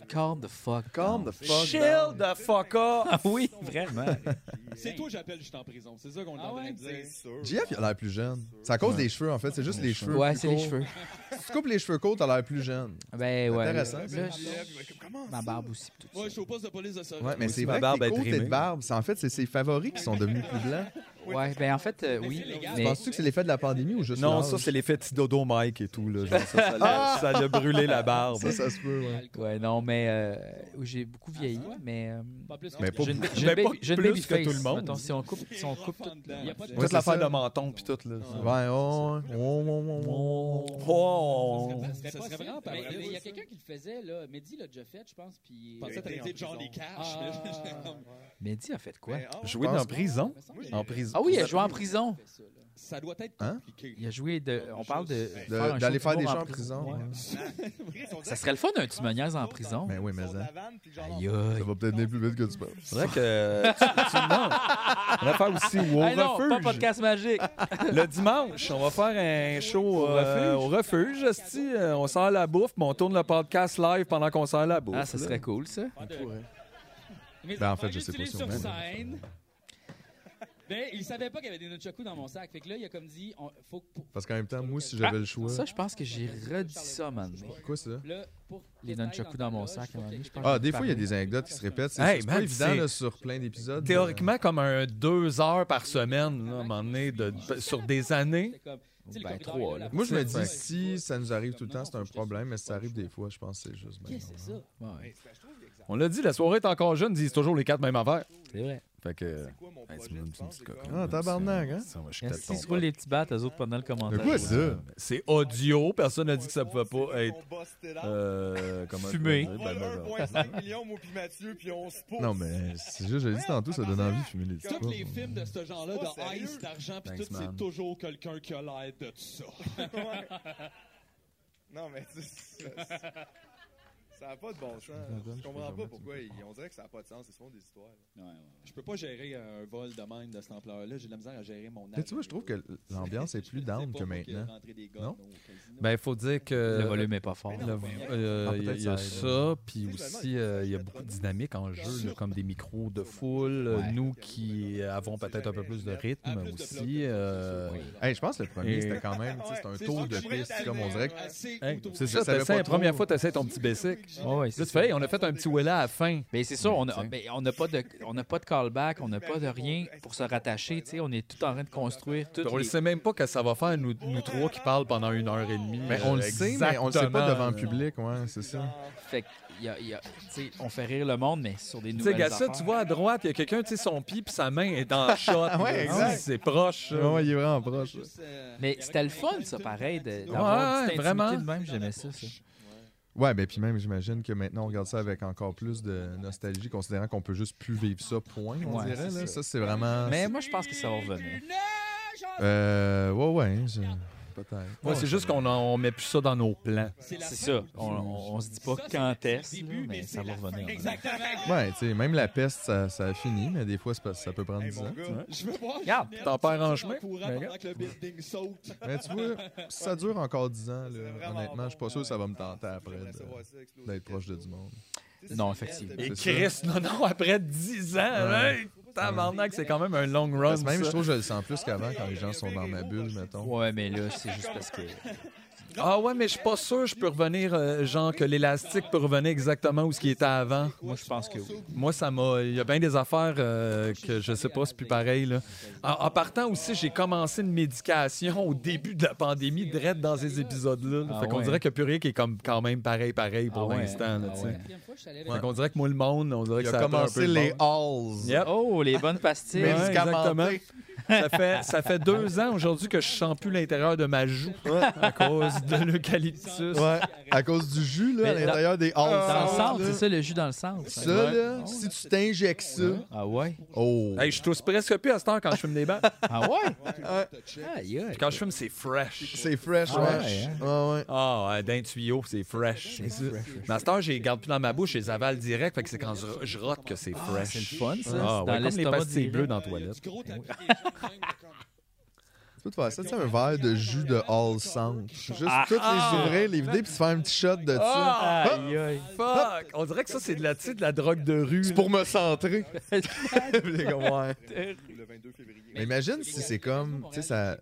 S2: Calm the fuck.
S1: Calm
S2: down.
S1: the fuck
S3: Chill the fuck
S2: Ah (laughs)
S3: off.
S2: oui, vraiment.
S6: C'est toi, j'appelle, je suis en prison. C'est ça qu'on est en train de dire.
S1: Jeff, il a l'air plus jeune. C'est à cause des cheveux, en fait. C'est juste les cheveux.
S2: ouais,
S1: plus
S2: c'est les
S1: courts.
S2: cheveux.
S1: Si tu coupes les cheveux courts, t'as l'air plus jeune.
S2: Ben ouais.
S1: Intéressant,
S2: là,
S1: ça.
S2: là, ma barbe aussi. pis tout
S6: Ouais, je suis au poste de police de ça.
S1: Ouais, mais
S3: Aussi,
S1: c'est
S3: ma
S1: vrai
S3: barbe
S1: que
S3: est
S1: tes côtes et de
S3: trimée.
S1: barbe, c'est en fait, c'est ses favoris qui sont devenus plus blancs.
S2: ça. Ouais, ben en fait, euh, oui.
S1: Tu
S2: Mais
S1: Penses-tu que c'est l'effet de la pandémie ou juste
S3: Non,
S1: l'âge?
S3: ça, c'est l'effet petit dodo Mike et tout. Là, genre, ça, ça l'a- ça l'a brûlé la barbe.
S1: Ça, ça se peut, ouais.
S2: ouais, non, mais euh, j'ai beaucoup vieilli,
S3: Ah,
S2: mais euh,
S8: Pas plus que
S1: Mais pas
S2: j'ai une,
S1: beaucoup.
S2: j'ai une
S3: Mais
S2: baby-
S3: pas
S2: j'ai une
S3: plus
S2: baby
S3: que tout
S2: face,
S3: le monde.
S2: mettons, si on coupe, si on coupe tout.
S8: Il y a pas de
S1: Ouais,
S3: Toute
S1: c'est
S3: l'affaire
S1: ça.
S3: de menton, puis tout. Là.
S1: Ouais, oh, ouais. Oh, oh, oh, oh.
S3: Oh.
S6: Ça serait
S8: possible.
S6: vraiment pas
S8: Mais-
S6: vrai.
S8: mais Il y a quelqu'un qui le faisait, là. Mehdi l'a déjà fait, je pense. Puis.
S6: Je pensais que t'allais dire genre les cash.
S8: Ah.
S2: Mais dis, a fait quoi?
S4: Ben, ah
S3: Jouer
S1: pense
S3: en
S1: pas.
S3: prison.
S8: me semble.
S3: En prison.
S2: Ah oui, elle joue en prison.
S6: Ça doit être
S1: Hein?
S6: compliqué.
S2: Il a joué de. On parle de.
S1: De-
S2: faire un
S1: Ben, D'aller
S2: show
S1: faire des
S2: d'humour
S1: gens en prison.
S2: Ouais.
S1: ouais.
S2: Ça serait le fun d'un timoniaise en prison.
S1: Ben oui, mais ça.
S2: Aïe, euh,
S1: Ça
S2: aïe.
S1: va peut-être venir plus vite que tu penses.
S3: C'est vrai que. tu- tu- non. On va faire aussi
S2: (laughs)
S3: au
S2: Hey Ah, non, pas
S3: refuge.
S2: podcast magique.
S3: Le dimanche, on va faire un show euh, au refuge. esti. Euh, On sort la bouffe, mais on tourne le podcast live pendant qu'on sort la bouffe.
S2: Ah, ça
S3: là.
S2: serait cool, ça.
S8: Mais
S1: Ben, en fait, je sais pas
S8: l'utilise
S1: si on
S8: sur
S1: l'aime.
S8: scène. Ben, il savait pas qu'il y avait des nunchakus dans mon sac. Fait que là, il a comme dit, on, faut que pour-
S1: Parce qu'en même temps, moi, si j'avais le choix.
S2: Ça, je pense que j'ai redit ça, man.
S1: Quoi, ça?
S8: là, pour
S2: Les
S8: que t'ailles
S2: nunchakus
S8: ta
S2: dans mon
S8: loge,
S2: sac,
S8: faut
S2: à un
S8: qu'il y ait
S2: moment donné, je
S8: quelqu'un
S2: pense.
S1: Ah, des fois, il y a des anecdotes qui se répètent. C'est
S3: Hey,
S1: c'est pas
S3: man,
S1: évident
S3: c'est-
S1: là, sur plein d'épisodes.
S2: euh.
S3: Théoriquement, comme un deux heures par semaine, là, à un moment donné, de- de- sur des années.
S8: C'était comme, tu sais, le
S2: Ben,
S8: corridor,
S2: trois,
S8: il y a
S2: là.
S8: la
S1: euh, Moi, je me
S8: porte,
S1: dis,
S8: ouais.
S1: si ça nous arrive tout le temps, c'est un problème, mais si ça arrive des fois, je pense que c'est juste. ben
S8: Ok,
S1: non,
S8: c'est
S1: hein.
S8: ça.
S2: Ouais,
S3: On l'a dit, la soirée est encore jeune, ils disent toujours les quatre mêmes affaires.
S2: c'est vrai.
S3: Fait que.
S4: quoi mon
S3: Hey,
S4: projet,
S3: tu me donnes
S4: tu
S3: une
S4: penses,
S3: petite coque,
S4: c'est
S3: là. (laughs)
S4: quoi?
S1: Ah, tabarnak, hein?
S3: Ça, moi, je suis peut-être
S2: Est-ce se
S3: ton
S2: roulent les petits battes, eux autres, pendant le
S1: De
S2: commentaire?
S1: quoi ça?
S3: C'est audio, personne n'a dit que ça pouvait pas être.
S4: On bosse, t'es là.
S3: Euh, comment
S2: Fumé.
S3: je peux
S4: On
S3: dire? Ben,
S4: vole
S3: ben, ben.
S4: 1,5 million, moi puis Mathieu, puis on se pousse.
S1: Non, mais c'est juste, je l'ai dit tantôt, ça donne envie de fumer les
S6: Tous les
S1: petits
S6: films de ce genre-là,
S4: C'est pas
S6: de
S4: sérieux.
S6: ice, d'argent, puis
S3: Thanks,
S6: tout,
S3: man.
S6: c'est toujours quelqu'un qui a l'air de ça.
S4: (laughs) Ouais. Non, mais tu sais, ça- ça n'a pas de bon sens. Je comprends pas pourquoi. ils- On dirait que ça n'a pas de sens. Ils se font des histoires.
S6: Ah
S4: là.
S6: Je peux pas gérer un vol de même de cette ampleur-là. J'ai de la misère à gérer mon
S1: Mais tu vois, je trouve que l'ambiance est
S6: (laughs)
S1: plus down que maintenant. Non?
S3: Ben, faut dire que.
S2: Le volume est pas fort.
S3: Le- euh,
S1: Ah,
S3: Il y a,
S1: peut-être
S3: il y a
S1: ça aide.
S3: ça, puis aussi euh, il y a beaucoup de dynamique en jeu, là, comme des micros de foule, euh,
S2: Ouais.
S3: nous qui euh, avons peut-être un peu plus de rythme aussi. euh,
S1: Hey, je pense que le premier,
S3: Et-
S1: c'était quand même, tu sais, c'est un tour de piste, comme on dirait. que-
S3: hey, hein? c'est
S1: Je
S3: ça,
S1: savais
S3: t'essaies
S1: pas
S3: la première
S1: trop.
S3: fois, t'essaies ton petit basic.
S2: Ouais, ouais,
S3: Là,
S2: c'est Ah
S3: tu
S2: ça.
S3: fais, hey, on a fait un petit Wella à la fin.
S2: Ben, c'est sûr, on n'a
S3: Ouais,
S2: pas de, on n'a pas de callback, on n'a pas de rien pour se rattacher. tu sais, On est tout en train de construire tout.
S3: Ben, On le sait même pas que ça va faire, nous, nous trois qui parlent pendant une heure et demie.
S1: Mais on le sait, mais on le sait pas devant le public, ouais, c'est ça.
S2: Fait qu'il y a- il y a- tu sais, on fait rire le monde, mais sur des
S3: Tu sais,
S2: nouvelles
S3: Gassa,
S2: affaires.
S3: tu vois à droite, il y a quelqu'un, tu sais, son pied puis sa main
S1: (laughs)
S3: est dans le shot. là.
S1: exact.
S3: C'est proche. là.
S1: Ouais, ouais, il est vraiment proche. là.
S2: Mais c'était le fun, ça, pareil, de-
S3: Ouais,
S2: d'avoir une petite intimité
S3: vraiment.
S2: de même. J'aimais ça, ça.
S1: Ouais, ben puis même, j'imagine que maintenant, on regarde ça avec encore plus de nostalgie, considérant qu'on peut juste plus vivre ça, point, on
S2: Ouais,
S1: dirait.
S2: c'est ça.
S1: Là. Ça, c'est
S3: Ah,
S1: vraiment...
S2: Mais moi, je pense que ça va revenir.
S1: Euh, ouais, ouais, je- peut-être.
S3: Ouais, c'est juste qu'on en- on met plus ça dans nos plans.
S2: C'est ça. On, on- on se dit pas quand est-ce, là, mais ça va revenir.
S6: Exactement.
S1: Ouais, tu sais, même la peste, ça, ça a fini, mais des fois, c'est parce que ça peut prendre 10
S4: Mon
S1: ans.
S4: gars,
S6: Je veux voir.
S2: Regarde,
S6: Ginette
S3: t'en perds en
S6: sortir
S3: chemin.
S6: courant
S3: Mais
S6: pendant que le building saute.
S1: Mais tu vois, si ça dure encore 10 ans,
S4: (laughs) c'est
S1: là,
S4: vraiment
S1: honnêtement, je suis pas
S4: bon.
S1: sûr que ça va me
S4: Ah,
S1: tenter
S4: ça,
S1: après
S4: j'aimerais
S1: de-
S4: ça voir ça exploser.
S1: euh, d'être proche de du monde.
S4: Tu sais,
S2: Non,
S4: c'est
S2: effectivement.
S4: raide,
S3: Et
S4: mais-
S1: C'est
S3: Chris, non, non, après 10 ans, hey, tabarnak, c'est quand même un long run.
S1: Parce que même,
S3: ça.
S1: je trouve que je le sens plus qu'avant quand les gens sont dans ma bulle, mettons.
S2: Ouais, mais là, c'est juste parce que.
S3: Ah ouais, mais je suis pas sûr je peux revenir, euh, genre, que l'élastique peut revenir exactement où ce qui était avant.
S2: Moi, je pense que oui.
S3: Moi, ça m'a. Il y a bien des affaires euh, que je sais pas, c'est plus pareil. Là. En, en partant aussi, j'ai commencé une médication au début de la pandémie, direct dans ces épisodes-là.
S2: Ah
S3: fait qu'on
S2: ouais.
S3: dirait que plus rien qui est comme quand même pareil, pareil pour
S2: Ah ouais.
S3: l'instant. là,
S2: Ah
S3: tu sais.
S2: ouais.
S8: La première fois, je suis allé avec
S3: Fait qu'on dirait que moi, le monde, on dirait
S1: Il
S3: que
S1: a
S3: ça atteint un peu
S1: commencé
S3: le
S1: les
S3: monde.
S1: halls.
S3: Yep.
S2: Oh, les bonnes pastilles.
S3: Ouais,
S1: Médicamenté.
S3: exactement. Ça fait, ça fait deux ans aujourd'hui que je sens plus l'intérieur de ma joue à cause de l'eucalyptus.
S1: Ouais, à cause du jus, là,
S2: Mais
S1: à
S2: dans-
S1: l'intérieur des halls.
S2: Dans le
S1: là.
S2: centre, c'est ça, le jus dans le centre.
S1: Ça,
S2: hein.
S1: là, si tu t'injectes ça,
S2: Ah ouais?
S1: oh,
S3: Hey, je tousse presque plus à cette heure quand je fume
S1: (laughs)
S3: des battes.
S2: Ah ouais? Aïe, aïe.
S3: Puis quand je fume, c'est fresh.
S1: c'est fresh,
S2: Ah
S1: ouais.
S2: ouais, hein?
S1: Ouais, ouais.
S3: Ah, ouais, d'un tuyau, c'est fresh. Mais à cette heure, je les garde plus dans ma bouche, je les avale direct, fait que c'est quand je, je rote que c'est fresh.
S2: C'est le fun, ça.
S3: Ah,
S2: C'est
S3: ouais,
S2: dans
S3: comme les
S2: l'estomac
S3: pastilles
S2: direct.
S3: bleues dans la
S6: Il euh, y a
S3: toilette.
S6: du gros tapis des gens de même, là, comme-
S1: Tu peux te faire ça, tu sais, un verre de jus de All Sound. Juste toutes les ouvrir, les vider, puis se faire un petit shot de
S2: Ah,
S1: ça. Hop!
S3: Aïe, (laughs) aïe. Fuck! On dirait que ça, c'est de la, tu sais, de la drogue de rue.
S1: C'est pour me
S3: (laughs)
S1: centrer. (laughs) Les gars, ouais.
S4: Le 22 février.
S1: Mais imagine si c'est comme, tu sais, ça,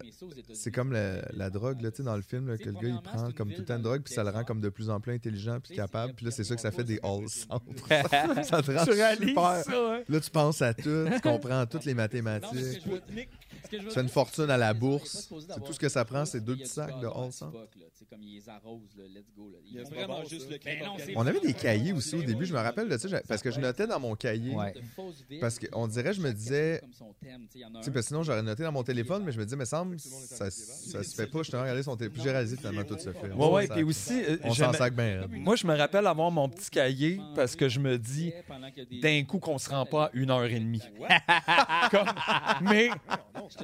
S1: c'est comme la, la drogue, là, tu sais, dans le film, là, que le gars, il
S8: premièrement, c'est
S1: prend
S8: une
S1: comme tout le
S8: ville
S1: temps de
S8: dans
S1: drogue, puis ça le
S8: laquelle
S1: rend comme de plus en plus intelligent, puis
S8: Tu sais,
S1: capable.
S8: c'est
S1: Puis là, c'est ça que ça fait des all sounds.
S2: Exactement.
S1: ça te rend
S3: Tu réalises
S1: super.
S3: ça, hein?
S1: Là, tu penses à tout, tu comprends toutes les
S8: Non, mais ce que
S1: mathématiques.
S8: je veux-
S1: (laughs)
S8: ce que je veux
S1: Tu fais une
S8: dire,
S1: fortune à la
S8: c'est qu'ils sont pas
S1: bourse.
S8: supposés
S1: C'est
S8: d'avoir
S1: tout ce que ça
S8: un
S1: prend, c'est deux
S8: il y a
S1: petits
S8: du
S1: sacs de
S8: gazon à
S1: All Sound.
S8: Tupac, là, tu sais, Comme ils les arrosent, là, let's go. Là. Ils
S6: Il y a
S8: font
S6: vraiment
S4: bon,
S6: juste
S4: ça.
S6: le crème
S8: Ben non,
S6: organisé.
S8: c'est
S1: On avait des cahiers aussi au début, je me rappelle de ça, j'a- parce que je notais dans mon cahier.
S2: Ouais.
S8: de fausses villes,
S1: Parce
S8: puis
S1: qu'on dirait, je me
S8: chacun
S1: disais-
S8: comme son thème, tu sais, il y en a
S1: Tu sais, parce
S8: un-
S1: que sinon, j'aurais noté dans mon téléphone, mais je me dis, mais semble, ça, ça se fait pas. Je suis regardé son téléphone. Puis j'ai réalisé finalement tout se fait.
S3: Ouais, ouais, puis aussi, euh,
S1: On s'en
S3: j'aimais-
S1: sac bien. raide.
S3: moi, je me rappelle avoir mon petit cahier parce que je me dis,
S8: pendant qu'il y a des-
S3: d'un coup, qu'on se rend pas à une heure et demie. (laughs) Comme- mais,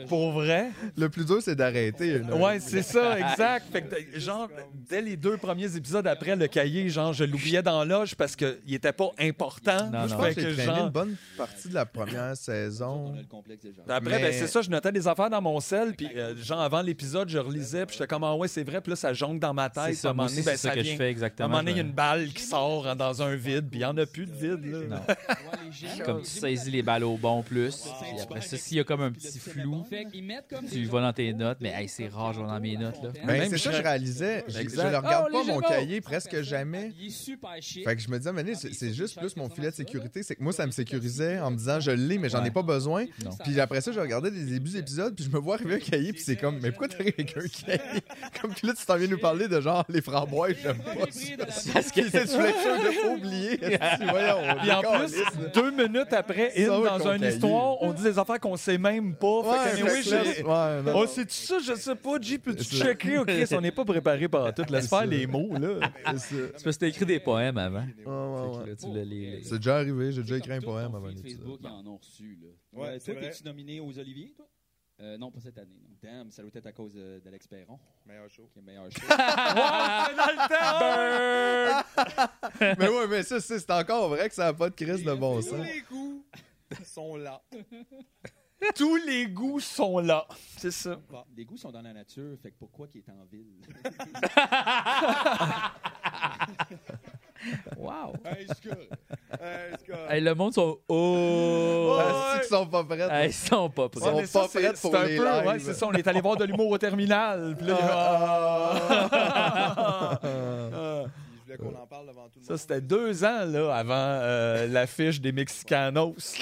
S3: pour vrai,
S1: Le plus dur, c'est d'arrêter. là.
S3: ouais, c'est ça, exact. Fait que, genre, dès les deux premiers épisodes après le cahier, genre, je l'oubliais dans l'âge parce qu'il était pas important.
S2: Non,
S1: Je
S2: non.
S1: pense
S3: Fait
S1: que j'ai
S3: que,
S1: Ah, traîné une
S3: genre,
S1: bonne partie de la première saison.
S6: On a le complexe déjà.
S3: Après,
S1: Mais-
S3: ben, c'est ça, je notais des affaires dans mon sel, puis euh, genre avant l'épisode, je relisais, puis j'étais comme, ah ouais, c'est vrai, puis là, ça jongle dans ma
S2: C'est
S3: tête. puis à
S2: ça,
S3: un moment
S2: moi
S3: donné,
S2: aussi,
S3: ben,
S2: c'est ça que je
S3: vient-
S2: fais
S3: À un
S2: exactement.
S3: moment donné,
S2: je
S3: il y a
S2: me-
S3: une balle qui sort en- dans un vide, puis il n'y en a plus de vide. Là.
S2: Non.
S8: Ouais, les géants,
S2: Comme
S8: les
S2: tu
S8: géants,
S2: saisis les balles au bon plus.
S8: Wow.
S2: Puis après ça, s'il y a comme un petit flou,
S8: Fait qu'ils mettent comme
S2: tu vas dans tes notes. Mais hey, c'est rare, je vais dans mes notes. là.
S1: Ben,
S3: Même
S1: c'est ça que
S3: je-
S1: je réalisais. Je, je
S3: Exact.
S1: ne regarde pas
S8: Oh, les
S1: mon
S8: Gémeaux!
S1: cahier presque jamais.
S8: Il est super chic.
S1: Fait que je me disais, mais là, c'est c'est juste plus mon filet de sécurité. C'est que moi, ça me sécurisait en me disant, je l'ai, mais j'en ai pas besoin.
S2: Non.
S1: Puis après ça, je regardais des débuts d'épisodes, puis je me vois arriver un cahier, puis c'est comme, mais pourquoi t'arrives avec un cahier? (laughs) Comme, puis là, tu t'en viens nous parler de genre, les framboises, j'aime pas ça.
S2: (laughs)
S1: (laughs)
S2: Parce que
S1: Puis cette flexion
S3: (laughs)
S1: de oublier. Voyons,
S3: Puis en
S1: on
S3: plus, deux minutes après, in,
S1: Sors
S3: dans
S1: ton
S3: une
S1: cahier.
S3: histoire, on dit des affaires qu'on sait même pas.
S1: Ouais,
S3: fait que, anyway,
S1: fait que
S3: j'ai-
S1: là, ouais, non,
S3: Oh,
S1: non.
S3: c'est-tu ça? Je sais pas, J, peux-tu
S1: C'est ça.
S3: checker? Ok, on n'est pas préparé par tout. Laisse faire les mots, là.
S1: C'est ça.
S2: c'est parce que t'as écrit des poèmes avant.
S1: Ouais, ouais,
S2: Fait que
S1: ouais.
S2: là, tu l'as les- les-
S1: C'est déjà arrivé, j'ai déjà
S8: Comme
S1: écrit un
S8: tous
S1: poème
S8: nos
S1: avant
S8: feeds
S1: l'épisode.
S8: Facebook, ils en ont reçu, là.
S4: Ouais,
S6: Ouais,
S4: c'est
S6: toi,
S4: vrai.
S6: t'es-tu nominé aux Oliviers, toi?
S8: Euh, non, pas cette année. non.
S6: Damn, ça doit être à cause euh, d'Alex Perron,
S1: Ah.
S4: Meilleur show.
S6: qui est meilleur show.
S1: Mais ouais, mais ça, c'est c'est encore vrai que ça n'a pas de crise de bon
S4: Tous
S1: sens.
S4: les coups sont
S1: (laughs)
S4: là.
S3: Tous les goûts sont là. C'est ça.
S6: Bon, les goûts sont dans la nature, fait que pourquoi qu'il est en
S4: (laughs)
S6: ville?
S2: Wow!
S4: Hey, c'est cool. Hey, c'est cool.
S2: (laughs) Hey, le monde sont. Oh!
S1: Ah, c'est qu'ils sont pas prêts.
S2: Hey, ils sont pas
S1: Ils sont
S2: prêts.
S3: Ouais, mais ça,
S1: pas
S3: c'est-
S1: prêts pour
S3: c'est un
S1: les
S3: peu,
S1: lives.
S3: ouais, c'est ça, on est allé voir de l'humour au terminal. Puis là,
S1: euh.
S3: Ah.
S4: Je voulais qu'on en parle devant tout le monde.
S3: Ça, c'était deux ans là, avant euh, l'affiche des Mexicanos.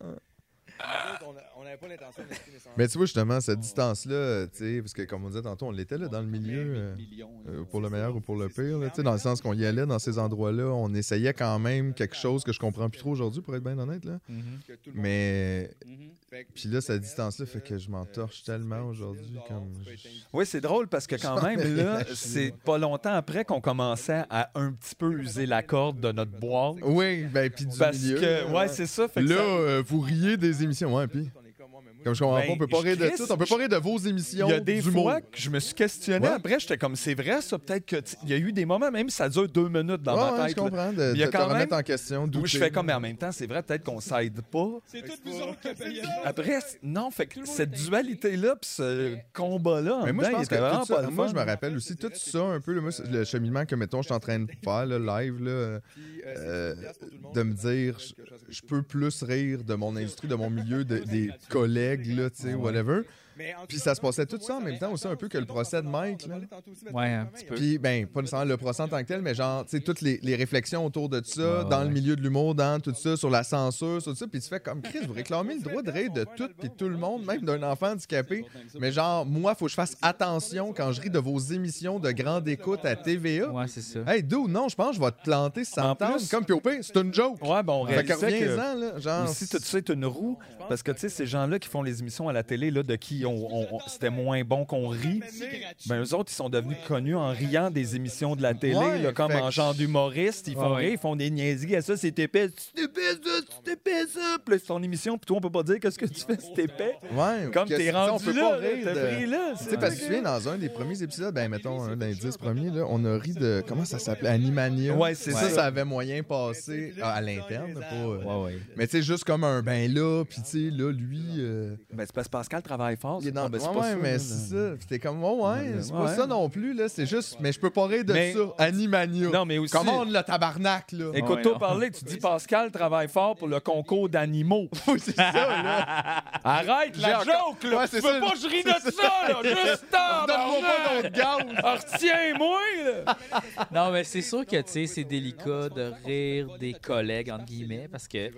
S4: Nous autres, on a- On n'avait pas l'intention d'être innocents.
S1: Mais tu vois, justement, cette distance-là, tu sais, parce que comme on disait tantôt, on l'était là dans le milieu. euh,
S6: Millions.
S1: euh, pour le meilleur ou pour le pire, là, tu sais, dans le sens qu'on y allait dans ces endroits-là, on essayait quand même quelque chose que je comprends plus trop aujourd'hui, pour être bien honnête. Là.
S3: Mm-hmm.
S4: Que tout le monde
S1: Mais
S8: Mhm.
S4: fait que- euh,
S1: puis là, cette distance-là fait que je m'entorche tellement aujourd'hui comme
S4: Tu peux être invité.
S3: Oui, c'est drôle parce que quand même, là, c'est pas longtemps après qu'on commençait à un petit peu user la corde de notre boîte.
S1: oui, ben puis du
S3: Parce
S1: milieu.
S3: que, ouais, c'est ça. Fait que
S1: là,
S3: ça-
S1: euh, vous riez des émissions, ouais, puis
S4: On est comme moi, mais moi,
S1: comme je comprends
S3: Ben,
S1: pas, on peut pas
S3: je
S1: rire de
S3: crisse-
S1: tout, on peut pas rire de vos émissions.
S3: Il y a des
S1: du
S3: fois
S1: monde.
S3: que je me suis questionné.
S1: Ouais.
S3: Après, j'étais comme, c'est vrai, ça, peut-être que. tu- Il y a eu des moments, même ça dure deux minutes dans
S1: Ouais,
S3: ma
S1: ouais, je
S3: tête. là,
S1: comprends de,
S3: Il y a
S1: de te
S3: quand même-
S1: remettre en question.
S3: où je
S1: douter.
S3: fais comme, mais en même temps, c'est vrai, peut-être qu'on s'aide pas.
S6: C'est toutes vous autres qui payez.
S3: Après, c- non, fait que
S8: le monde
S3: cette
S8: était
S3: dualité-là, puis ce combat-là, en
S1: Mais moi, je
S3: dedans, Ah, ben, il
S1: pense que
S3: était
S1: tout
S3: vraiment pas
S1: ça,
S3: le
S1: moi, je
S3: fun.
S1: me rappelle aussi tout ça, un peu le, moi, le cheminement que, mettons, je suis en train de faire, le live, là,
S4: puis,
S1: euh,
S4: euh, c'est 10$ pour tout le monde,
S1: de me
S4: c'est
S1: dire,
S4: quelque chose avec
S1: je
S4: tout.
S1: peux plus rire de mon industrie, de mon milieu, de- des collègues, là, tu sais, whatever.
S4: Mais en tout
S1: Puis
S4: cas,
S1: ça se passait
S4: non,
S1: tout
S4: au
S1: ça en
S4: moins,
S1: même temps,
S4: avait
S1: aussi un peu que le
S4: sens,
S1: procès de
S4: on en a
S1: Mike,
S4: parlé
S1: là.
S4: tantôt aussi, mais
S2: Ouais,
S4: quand
S2: un
S4: même,
S2: petit
S4: il y a
S2: peu.
S1: Puis, ben, pas nécessairement le procès en tant que tel, mais genre, tu sais, toutes les, les réflexions autour de ça,
S2: Ouais,
S1: dans le
S2: ouais.
S1: milieu de l'humour, dans tout ça, sur la censure, sur tout ça. Puis tu fais comme, Chris, vous réclamez le droit de rire de tout, puis tout le monde, même d'un enfant handicapé. Mais genre, moi, faut que je fasse attention quand je ris de vos émissions de grande écoute à TVA.
S2: Ouais, c'est ça.
S1: Hey, d'où non, je pense que je vais te planter sans
S3: En plus-
S1: t'entendre. Comme puis au pire, c'est une joke.
S3: Ouais, bon, on
S1: fait que
S3: réalisait que.
S1: reviens-en, là. Genre,
S3: Aussi, tout ça est une roue, parce que, tu sais, ces gens-là qui font les émissions à la télé, là, de qui si on- on- on- c'était moins bon qu'on rit, ben eux autres, ils sont devenus connus en riant des émissions de la télé,
S1: Ouais,
S3: là, comme
S1: fait
S3: en
S1: que-
S3: genre d'humoriste. Ils font
S2: Ouais, ouais.
S3: rire, ils font des niaiseries. Et ça, c'est épais. Tu t'épais ça, tu t'épais ça. Puis là, c'est ton émission, puis toi, on peut pas dire qu'est-ce que tu fais, c'est épais.
S1: Ouais,
S3: Comme
S1: que-
S3: t'es
S1: tu sais,
S3: rendu
S1: on peut
S3: là,
S1: pas
S3: là,
S1: rire
S3: t'as
S1: de-
S3: pris là,
S1: Tu
S3: c'est
S1: sais, parce que
S3: vrai.
S1: tu souviens, dans un des premiers épisodes, ben mettons un des dix premiers, là, on a ri de. Comment ça s'appelait Animania.
S3: Ouais, c'est
S1: ça.
S3: ça.
S1: Ça avait moyen passé ah, à, à l'interne. Pas, euh,
S2: Ouais, ouais.
S1: Mais tu sais, juste comme un ben là, puis tu sais, là, lui. euh,
S3: Ben, c'est parce que Pascal travaille fort.
S1: il est dans
S3: Ah, ben,
S1: ouais, ouais,
S3: ça,
S1: mais
S3: là.
S1: c'est ça. Puis t'es comme, oh, ouais, c'est pas
S3: Ouais.
S1: ça non plus, là. C'est juste, mais je peux pas rire de
S3: Mais-
S1: ça. Animania.
S3: Non, mais aussi.
S1: Comment on le tabarnak, là?
S3: Écoute,
S2: Ouais,
S3: toi
S2: non.
S3: parler, tu dis Pascal travaille fort pour le concours d'animaux.
S1: Oui, (laughs) c'est ça, là.
S3: Arrête
S1: J'ai
S3: la
S1: encore-
S3: joke, là!
S1: Ouais,
S3: tu
S1: c'est
S3: veux
S1: ça,
S3: pas
S1: le-
S3: que je ris de ça, là!
S1: (laughs)
S3: Juste en
S1: Donne-moi pas
S3: argent.
S1: d'autres gaz.
S3: Ah, Retiens-moi, là!
S2: Non, mais c'est sûr que, tu sais, c'est délicat de rire des collègues, entre guillemets, parce que,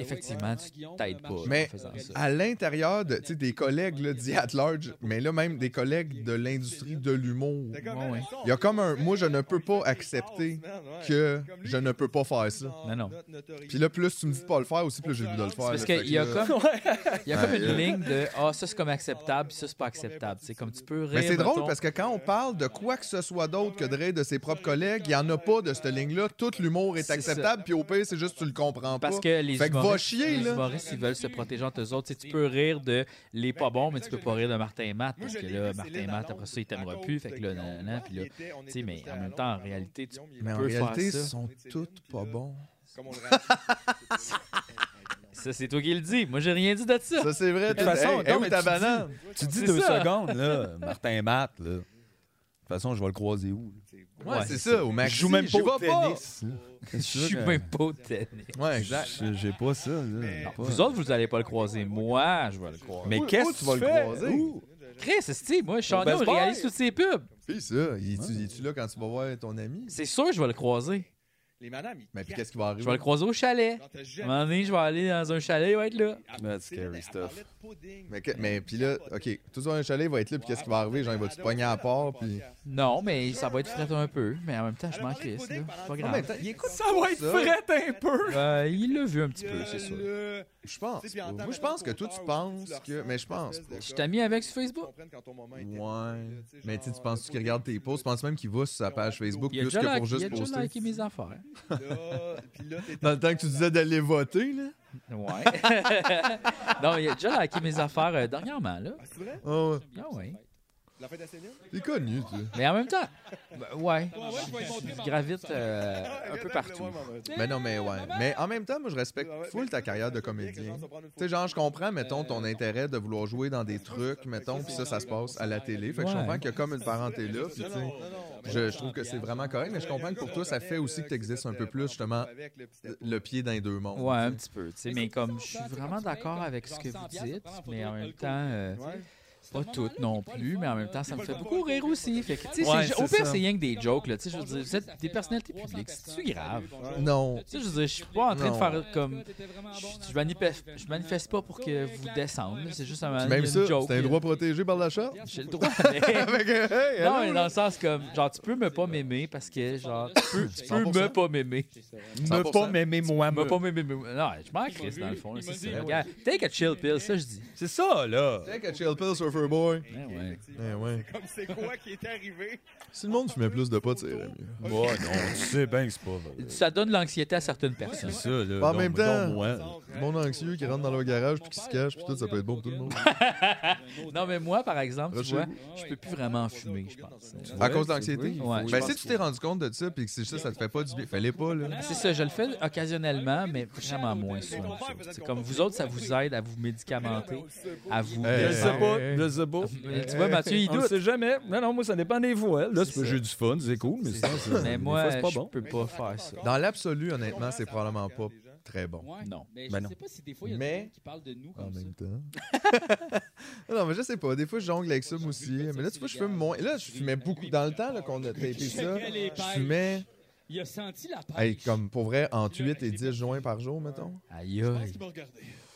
S2: effectivement, tu t'aides pas en
S1: Mais
S2: faisant ça.
S1: à l'intérieur de, tu sais, des collègues, là, dit at large, mais là, même des collègues de l'industrie de l'humour,
S4: T'es comme,
S2: Ouais, ouais.
S4: Son,
S1: il y a comme un. Moi, je ne peux pas
S4: passe,
S1: accepter
S4: man, ouais.
S1: que
S4: Comme lui,
S1: je ne peux pas faire ça.
S4: dans
S2: Non, non.
S4: notre notoriété.
S1: Puis là, plus tu me dis de pas le faire, aussi, plus j'ai le goût de le faire.
S2: Parce
S1: là, fait
S2: qu'il y a
S1: que là-
S2: comme, il y a comme
S1: Ouais,
S2: une
S1: là.
S2: ligne de ah ça c'est comme acceptable, puis ça c'est pas acceptable. C'est comme tu peux rire.
S1: Mais c'est drôle
S2: mettons.
S1: parce que quand on parle de quoi que ce soit d'autre que de rire de ses propres collègues, il n'y en a pas de cette ligne-là. Tout l'humour est
S2: C'est
S1: acceptable, puis au pire, c'est juste que tu le comprends pas.
S2: Parce que les
S1: Fait que va
S2: humoristes,
S1: chier,
S2: les
S1: là.
S2: humoristes, ils veulent se protéger entre eux autres. Tu sais, tu peux rire de les pas bons, mais tu peux pas rire de Martin et Matt. Parce que là, Martin et Matt, après ça, il t'aimera plus. Fait que là, nan, nan, nan, puis là, tu sais, mais en même temps, en réalité, tu
S1: Mais en
S2: peut faire
S1: réalité, ils
S2: ça.
S1: sont tous pas bons.
S2: ça, c'est toi qui le dis. Moi, j'ai rien dit de ça.
S1: Ça, c'est vrai.
S3: toute façon, non, mais
S1: ta
S3: tu dis-
S1: banane?
S3: Tu dis
S2: C'est
S3: deux
S2: ça.
S3: secondes, là, Martin Matt, là. De toute façon, je vais le croiser où? là?
S1: Ouais, c'est ça. Au maxi,
S3: je joue même
S1: j'y
S3: pas au
S1: vais pas.
S3: tennis. là.
S2: Je suis
S1: hein.
S2: même pas au tennis.
S1: Ouais, exact.
S3: J'ai- J'ai pas ça, là.
S2: Non,
S3: Pas-
S2: vous autres, vous allez pas le croiser. Moi, je vais le croiser.
S3: Mais
S1: Où-
S3: qu'est-ce
S1: où
S3: que
S1: tu vas le
S3: fais?
S1: croiser?
S3: Où?
S2: Chris, c'est moi, Chagnon,
S3: Best
S2: il
S3: Buy.
S2: réalise toutes ses pubs.
S1: Puis ça, il est-tu il est-tu là quand tu vas voir ton ami?
S2: C'est sûr, que je vais le croiser.
S4: Les madames, ils
S1: Mais puis qu'est-ce qui va
S2: Je
S1: arriver?
S2: vais le croiser au chalet.
S4: Quand t'as
S2: À un
S4: jamais-
S2: moment donné, je vais aller dans un chalet, il va être là.
S3: That's
S4: C'est là,
S3: scary
S4: elle
S3: stuff.
S4: parlait de pudding.
S1: Mais, que- mais puis là, OK, tout ça, un chalet il va être là, puis qu'est-ce qui va arriver? Genre, il va-tu pogner à part, puis...
S2: Non, mais ça va être frais un peu. Mais en même temps, je m'en crisse, là. C'est pas
S1: En même
S2: grave.
S1: temps, il écoute
S3: Ça va
S1: être
S3: fret un peu!
S2: Ben, il l'a vu un petit peu, c'est sûr.
S4: Le-
S1: Je pense.
S4: Tu sais, puis en
S1: pas.
S4: tant
S1: Moi, je
S4: que
S1: pense que toi, tu
S4: auteur,
S1: penses
S4: tu leur
S1: que.
S4: sens
S1: Mais je pense.
S4: espèce de-
S2: Je t'ai mis avec sur
S4: Ils
S2: Facebook.
S4: comprennent quand ton moment est terrible, là,
S1: Ouais.
S4: tu sais,
S1: Mais tu sais,
S4: genre,
S1: tu penses
S4: le
S1: tu regardes tes
S4: pudding,
S1: posts, tu penses même qu'il va sur sa page Facebook
S2: Il a
S1: plus
S2: déjà
S1: que
S2: liké,
S1: pour
S2: il
S1: juste
S2: a déjà
S1: poster.
S2: liké mes affaires.
S4: là, puis là, t'es-
S1: Dans le temps que tu disais d'aller voter, là.
S2: Ouais. non, il a déjà liké mes affaires euh, dernièrement, là.
S4: Ah, c'est vrai?
S1: Ah ouais.
S2: Ah ouais.
S4: La fête à Céline?
S1: T'es connu, tu. sais.
S2: Mais en même temps, ben, ouais, je je gravite euh, un peu partout.
S1: Mais non, mais ouais. Mais en même temps, moi, je respecte full ta carrière de comédien. Tu sais, genre, je comprends, mettons, ton intérêt de vouloir jouer dans des trucs, mettons, puis ça, ça se passe à la télé. Fait que je
S2: Ouais.
S1: comprends qu'il y a comme une parenté là, puis tu sais. Je, je trouve que c'est vraiment correct, mais je comprends que pour toi, ça fait
S4: euh,
S1: aussi que tu existes un peu plus, justement, le pied dans les deux mondes.
S2: Ouais, un petit peu, tu sais. Mais comme, je suis vraiment d'accord avec ce que vous dites, mais en même temps, euh, pas toutes non plus, mais en même temps, ça me fait beaucoup rire aussi. Fait que, tu sais,
S3: Ouais,
S2: c'est- au
S3: c'est
S2: pire,
S3: ça.
S2: c'est rien que des jokes, là. Tu sais, je veux dire, vous êtes des personnalités publiques, c'est-tu grave?
S1: Non.
S2: Tu sais, je veux dire, je suis pas en train
S1: Non.
S2: de faire comme. Je, je manifeste, je manifeste pas pour que vous descendez, là. c'est juste un
S1: Même ça,
S2: une joke.
S1: c'est un droit protégé par la (laughs) charte.
S2: J'ai le droit, mais-
S1: Fait que, hey,
S2: Non,
S1: allô,
S2: mais dans le sens comme, genre, tu peux me pas m'aimer parce que, genre, tu peux, tu peux
S1: 100%.
S2: me pas m'aimer.
S3: Ne pas m'aimer moi,
S2: Me
S3: me.
S2: pas m'aimer, m'aimer. Non, je m'en crisse dans le fond, là, c'est ça. Regarde, take a chill pill, ça, je dis.
S3: C'est ça, là!
S1: Take a chill pill, surfer boy.
S2: Ouais, ouais.
S1: Eh ouais.
S4: Comme c'est quoi qui est arrivé?
S1: Si le monde fumait plus de potes, c'est mieux.
S3: Moi, non, tu sais bien que c'est pas vrai.
S2: Ça donne de l'anxiété à certaines
S3: C'est
S2: personnes.
S3: ça, là.
S1: Bah, En
S3: non,
S1: même
S3: mais non,
S1: temps-
S3: moi, là.
S1: Le monde anxieux qui rentre dans leur garage puis qui se cache, puis tout, ça peut être bon pour tout le monde.
S2: Non, mais moi, par exemple, tu
S1: Rocher.
S2: vois, je peux plus vraiment fumer, je pense.
S1: À cause de l'anxiété?
S2: Ouais.
S1: Ben, si tu t'es rendu compte de ça puis que c'est ça, ça te fait pas du bien, fallait pas, là.
S2: C'est ça, je le fais occasionnellement, mais vraiment moins souvent. C'est comme vous autres, ça vous aide à vous médicamenter, à vous.
S1: Hey,
S3: Je sais pas,
S1: Hey.
S3: je sais pas.
S2: Mais tu vois, Mathieu, il
S3: On le
S2: doute.
S3: sait jamais. Non, non, moi, ça dépend des voix. Là,
S2: C'est
S3: c'est pas
S2: ça.
S3: j'ai du fun, c'est cool, mais ça, ça-
S2: Mais
S3: des
S2: moi,
S3: fois, c'est pas
S2: je
S3: bon.
S2: peux pas faire ça.
S1: Dans l'absolu, honnêtement, c'est probablement pas très bon.
S8: Ouais,
S2: Non.
S8: Mais je
S3: Ben non.
S8: sais pas si des fois, il y a
S1: Mais- Ah,
S8: des gens qui parlent de nous
S1: En
S8: comme ça.
S1: même temps.
S8: (laughs)
S1: non, mais je sais pas. Des fois, je jongle avec ça, moi aussi. Mais là, tu vois, je fume moins. Là, je fumais beaucoup. Dans le temps là, qu'on a tapé ça, je fumais
S8: Il a senti la pêche.
S1: hey, comme pour vrai entre 8 et 10 joints par jour, mettons.
S2: Aïe,
S3: (laughs)
S2: aïe.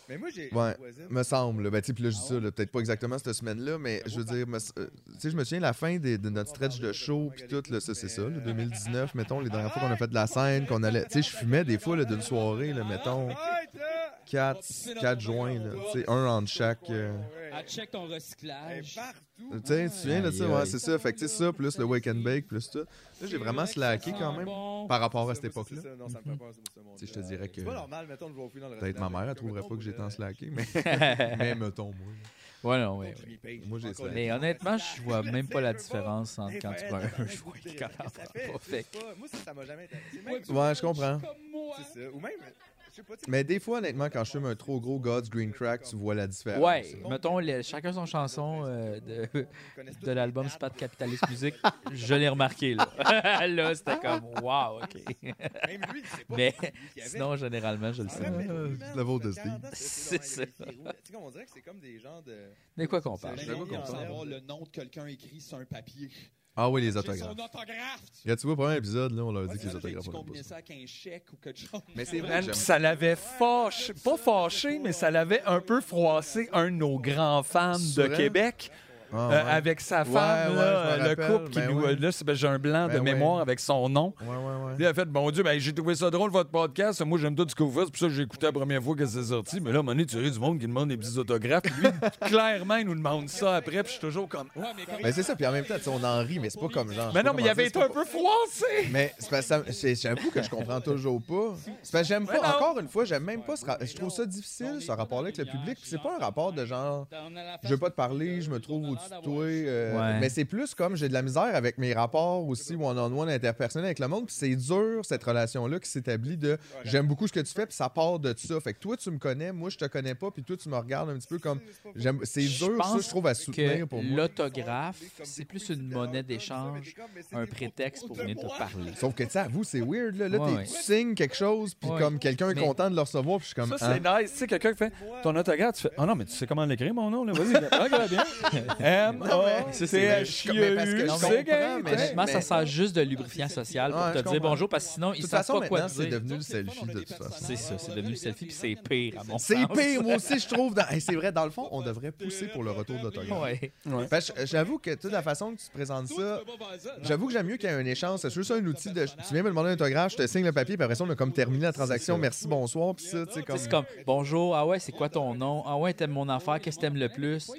S4: Mais moi, j'ai.
S1: Ouais.
S4: une voisine-
S1: Me semble. là. Ben, tu sais, puis là, je dis ça, là, peut-être pas exactement cette semaine-là, mais je veux dire, me- euh, tu sais, je me souviens la fin des- de notre stretch de show, puis tout, là, ça, c'est ça, là, 2019, mettons, les dernières fois qu'on a fait de la scène, qu'on allait. Tu sais, je fumais des fois, là, d'une soirée, là, mettons.
S4: Arrête, là!
S1: quatre, quatre joints, là. Tu sais, un entre chaque. euh,
S6: Ah, check ton
S1: Eh,
S6: recyclage.
S1: ben, Tu sais, tu te souviens de ça?
S2: Aïe,
S1: Ouais,
S2: aïe.
S1: c'est ça. Fait que, tu sais, ça, plus le wake and bake, plus tout. Là, j'ai vraiment slacké
S4: Ah,
S1: quand même Ben, par rapport à cette époque-là.
S4: C'est ça, Non, ça me fait peur, ce- ce
S1: Tu
S4: monde-là.
S1: sais, je te dirais que
S4: C'est pas normal, mettons, je vais au fouiller dans le
S1: peut-être ma
S4: restaurant,
S1: mère, elle
S4: mettons,
S1: trouverait pas que j'étais en slacké,
S2: (laughs)
S1: mais, mais mettons, moi.
S2: Ouais, non, ouais,
S4: Jimmy
S2: ouais.
S4: Page,
S1: Moi, j'ai
S4: encore
S1: slacké.
S2: Mais honnêtement, je vois même pas la
S4: Fais-le
S2: différence entre
S4: Eh
S2: quand
S4: ben,
S2: tu prends un
S4: tabarnak,
S2: joint
S4: écoute,
S2: et quand t'en
S4: ça
S2: prends
S4: fait,
S2: pas.
S4: c'est
S2: Fait que-
S4: pas- Moi, ça, ça m'a jamais intéressé.
S6: Ouais,
S4: Même-
S6: tu
S1: Ouais, je comprends.
S6: Comme moi.
S4: C'est ça. Ou même, je sais pas, tu sais,
S1: Mais des fois, honnêtement, quand je fume un trop gros God's Green Crack, tu vois la différence.
S2: Ouais, mettons, les- chacun son chanson euh, de,
S4: ils connaissent tous
S2: (laughs) de
S4: les
S2: l'album
S4: dates,
S2: Spad Capitalist Music, je l'ai remarqué, là. (laughs) là, c'était comme, wow, OK.
S4: Même lui, il sait pas.
S2: Mais
S4: qu'il y avait.
S2: sinon, généralement, je le
S4: Ah,
S2: sais.
S4: mais-
S1: Euh,
S4: man,
S1: de la vaudestie.
S4: ça fait 40 ans,
S2: C'est
S4: c'est
S2: ça.
S4: long, il y a des- Tu sais, on dirait que c'est comme des gens de.
S2: De quoi qu'on parle?
S6: Les
S4: Je
S6: gens
S4: vois
S6: qui aiment
S4: comprendre.
S6: savoir le nom de quelqu'un écrit sur un papier.
S1: Ah oui, les
S6: J'ai
S1: autographes.
S6: son autographe. tu-
S1: Regarde, tu vois, premier épisode, là, on leur dit que
S6: Tu
S1: les
S6: sais,
S1: autographes,
S6: tu
S1: on aime
S6: combinais
S1: pas ça.
S6: ça avec un chèque ou quelque chose.
S1: Mais c'est vrai,
S3: Man,
S1: que
S3: pis
S1: j'aime-
S3: ça l'avait fâché, pas fâché, mais ça l'avait un peu froissé un de nos grands fans de
S1: Souvent.
S3: Québec
S1: Ah,
S3: euh,
S1: ouais.
S3: avec sa
S1: Ouais,
S3: femme,
S1: ouais,
S3: là, euh,
S1: je me
S3: le
S1: rappelle,
S3: couple qui
S1: ben
S3: nous.
S1: ouais.
S3: Là, c'est- ben, j'ai un blanc de
S1: Ben ouais.
S3: mémoire avec son nom.
S1: Ouais, ouais,
S3: Il
S1: ouais.
S3: a fait, bon Dieu, ben, j'ai trouvé ça drôle, votre podcast. Moi, j'aime tout ce que vous faites. C'est pour ça que j'ai écouté la première fois que c'est sorti. Mais là, à un moment donné, tu ris du monde qui demande des petits autographes. Puis lui, (laughs) clairement, il nous demande ça après. Puis je suis toujours comme.
S6: Ouais, mais comme
S1: Mais c'est ça, puis en même temps, tu sais, on en rit, mais c'est pas comme genre. je
S3: Mais
S1: sais
S3: non,
S1: Ah, pas
S3: mais il
S1: comment dire,
S3: avait
S1: c'est
S3: été
S1: pas-
S3: un peu froissé.
S1: Mais c'est parce que ça- c'est- j'avoue que je comprends toujours pas. C'est parce que j'aime
S3: Mais
S1: pas,
S3: non.
S1: encore une fois, j'aime même pas ce ra- Je trouve ça difficile, ce rapport-là avec le public. Puis c'est pas un rapport de genre, je veux pas te parler, je me trouve au-dessus de toi. euh,
S2: Ouais.
S1: Mais c'est plus comme j'ai de la misère avec mes rapports aussi one-on-one interpersonnels avec le monde. Puis c'est dur, cette relation-là qui s'établit de j'aime beaucoup ce que tu fais, puis ça part de ça. Fait que toi, tu me connais, moi, je te connais pas, puis toi, tu me regardes un petit peu comme. j'aime- C'est
S2: Je
S1: dur, ça,
S2: pense
S1: je trouve, à
S2: Que
S1: soutenir pour moi.
S2: l'autographe, c'est plus une monnaie d'échange, un prétexte pour venir te parler.
S1: Sauf que, tu sais, à vous, c'est weird, là. Là,
S2: Ouais,
S1: t'es-
S2: ouais.
S1: tu signes quelque chose, puis
S2: Ouais.
S1: comme quelqu'un est
S2: Mais-
S1: content de le recevoir, puis je suis comme.
S3: Ça, c'est nice. Tu sais, quelqu'un qui fait ton autographe, tu fais Ah non, mais tu sais comment l'écrire, mon nom, là. Vas-y,
S1: (laughs)
S3: regarde bien. m a
S2: Ça, c'est vrai.
S3: t h
S1: Mais parce que
S3: u
S1: je
S3: c'est
S1: comprends,
S3: gay.
S1: mais-
S2: Honnêtement,
S1: mais-
S2: ça sert juste de lubrifiant social pour
S1: Ouais, je
S2: te dire
S1: comprends.
S2: bonjour parce que sinon,
S1: de
S2: ils
S1: toute
S2: savent
S1: façon,
S2: pas quoi
S1: maintenant,
S2: te
S1: c'est
S2: dire.
S1: devenu le selfie, de toute façon.
S2: C'est ça, c'est devenu le selfie, puis c'est pire à mon
S1: C'est
S2: sens.
S1: pire, moi aussi, je trouve. dans- Hey, C'est vrai, dans le fond, on devrait pousser pour le retour de l'autographe.
S2: Ouais.
S1: Parce que J'avoue que, toute la façon que tu présentes ça, J'avoue que j'aime mieux qu'il y ait un échange. C'est juste ça, un outil de. Tu viens me demander un autographe, je te signe le papier, puis après ça, on a comme terminé la transaction. Merci, bonsoir, puis ça, tu sais,
S2: Tu sais,
S1: comme.
S2: C'est comme bonjour, ah ouais, c'est quoi ton nom? Ah ouais, t'aimes mon affaire, qu'est-ce que t'aimes le plus?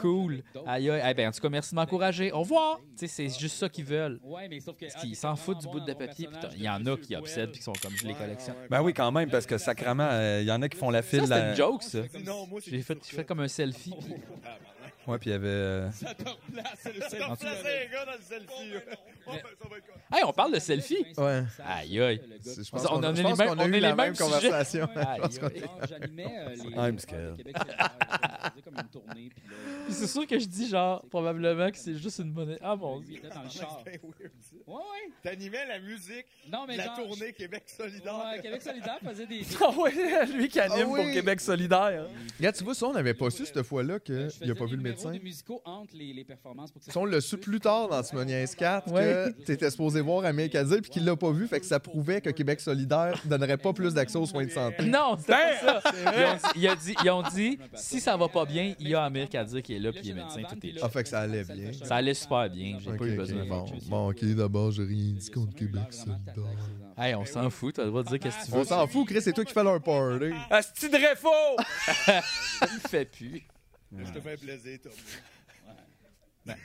S2: Cool. Aïe, aïe, Eh ben, en tout cas, merci de m'encourager. Au revoir. Tu sais, c'est juste ça qu'ils veulent.
S8: Ouais, mais sauf que.
S2: Parce qu'ils s'en foutent du bout de papier. Putain, il y en a qui obsèdent puis qui sont comme je les collectionne.
S3: Ben oui, quand même, parce que sacrament, il y en a qui font la
S2: Ça,
S3: file. euh,
S2: c'était
S3: à-
S2: une joke, ça.
S4: Non, moi, c'est
S2: J'ai fait, j'ai fait comme un selfie. puis-
S3: Ouais, puis il y avait. euh,
S6: ça te replace le selfie.
S2: En tout-
S4: Placez un gars dans le selfie. là. Oh, ben, ça va être quoi?
S2: Hey, on parle de selfie.
S1: Ouais.
S2: Aïe, aïe.
S1: C'est- Je
S2: On
S1: pense
S2: a-
S1: qu'on
S2: on
S1: a,
S2: a
S1: je
S2: les
S1: pense
S2: mêmes-
S1: qu'on
S2: on
S1: a
S2: a
S1: eu
S2: les
S1: la
S2: mêmes
S1: même
S2: sujets.
S1: conversation.
S2: Aïe, aïe.
S8: Genre, J'animais euh, les.
S3: I'm
S8: les
S3: scared.
S8: Québec solidaire, je faisais comme une tournée, puis là,
S2: Puis c'est sûr que je dis genre, probablement que c'est juste une monnaie. Ah mon
S8: lui
S2: dieu.
S8: était dans le char.
S4: Ben weird, ça.
S8: Ouais, ouais.
S4: T'animais la musique,
S8: Non, mais
S4: la
S8: genre,
S4: tournée Québec solidaire.
S8: Ouais, Québec solidaire faisait des.
S3: (laughs) Ah ouais, lui qui anime
S1: Ah oui.
S3: pour Québec solidaire.
S1: (laughs) Regarde, tu vois, ça, on n'avait pas su cette fois-là
S8: Euh,
S1: qu'il
S8: je
S1: n'a pas vu
S8: faisais
S1: le
S8: des numéros
S1: médecin.
S8: de musicaux entre les, les performances pour que ça
S1: Ça, on l'a su plus tard dans Simoniaise 4
S2: Ouais.
S1: que (laughs) t'étais supposé voir Amir Kadir puis qu'il l'a pas vu, fait que ça prouvait que Québec solidaire donnerait pas plus d'accès aux soins de santé.
S2: Non, c'était
S3: Ben,
S2: pas ça. Ils ont, dit- ils ont dit, ils ont dit, si ça va pas bien, il y a Amir Kadir qui est là, puis il est médecin, tout est
S1: Ah, fait que ça allait bien.
S2: Ça allait super bien, j'ai
S1: Ok,
S2: pas eu
S1: ok,
S2: besoin de
S1: bon.
S2: voir.
S1: Bon, ok, d'abord, j'ai rien dit contre Québec solidaire.
S2: Hey, on s'en fout, t'as le droit de dire qu'est-ce que tu veux.
S1: On s'en fout, Chris, c'est toi qui fais leur party.
S3: Asti de réfaux!
S2: Il fait plus.
S4: Je te fais plaisir, Tom.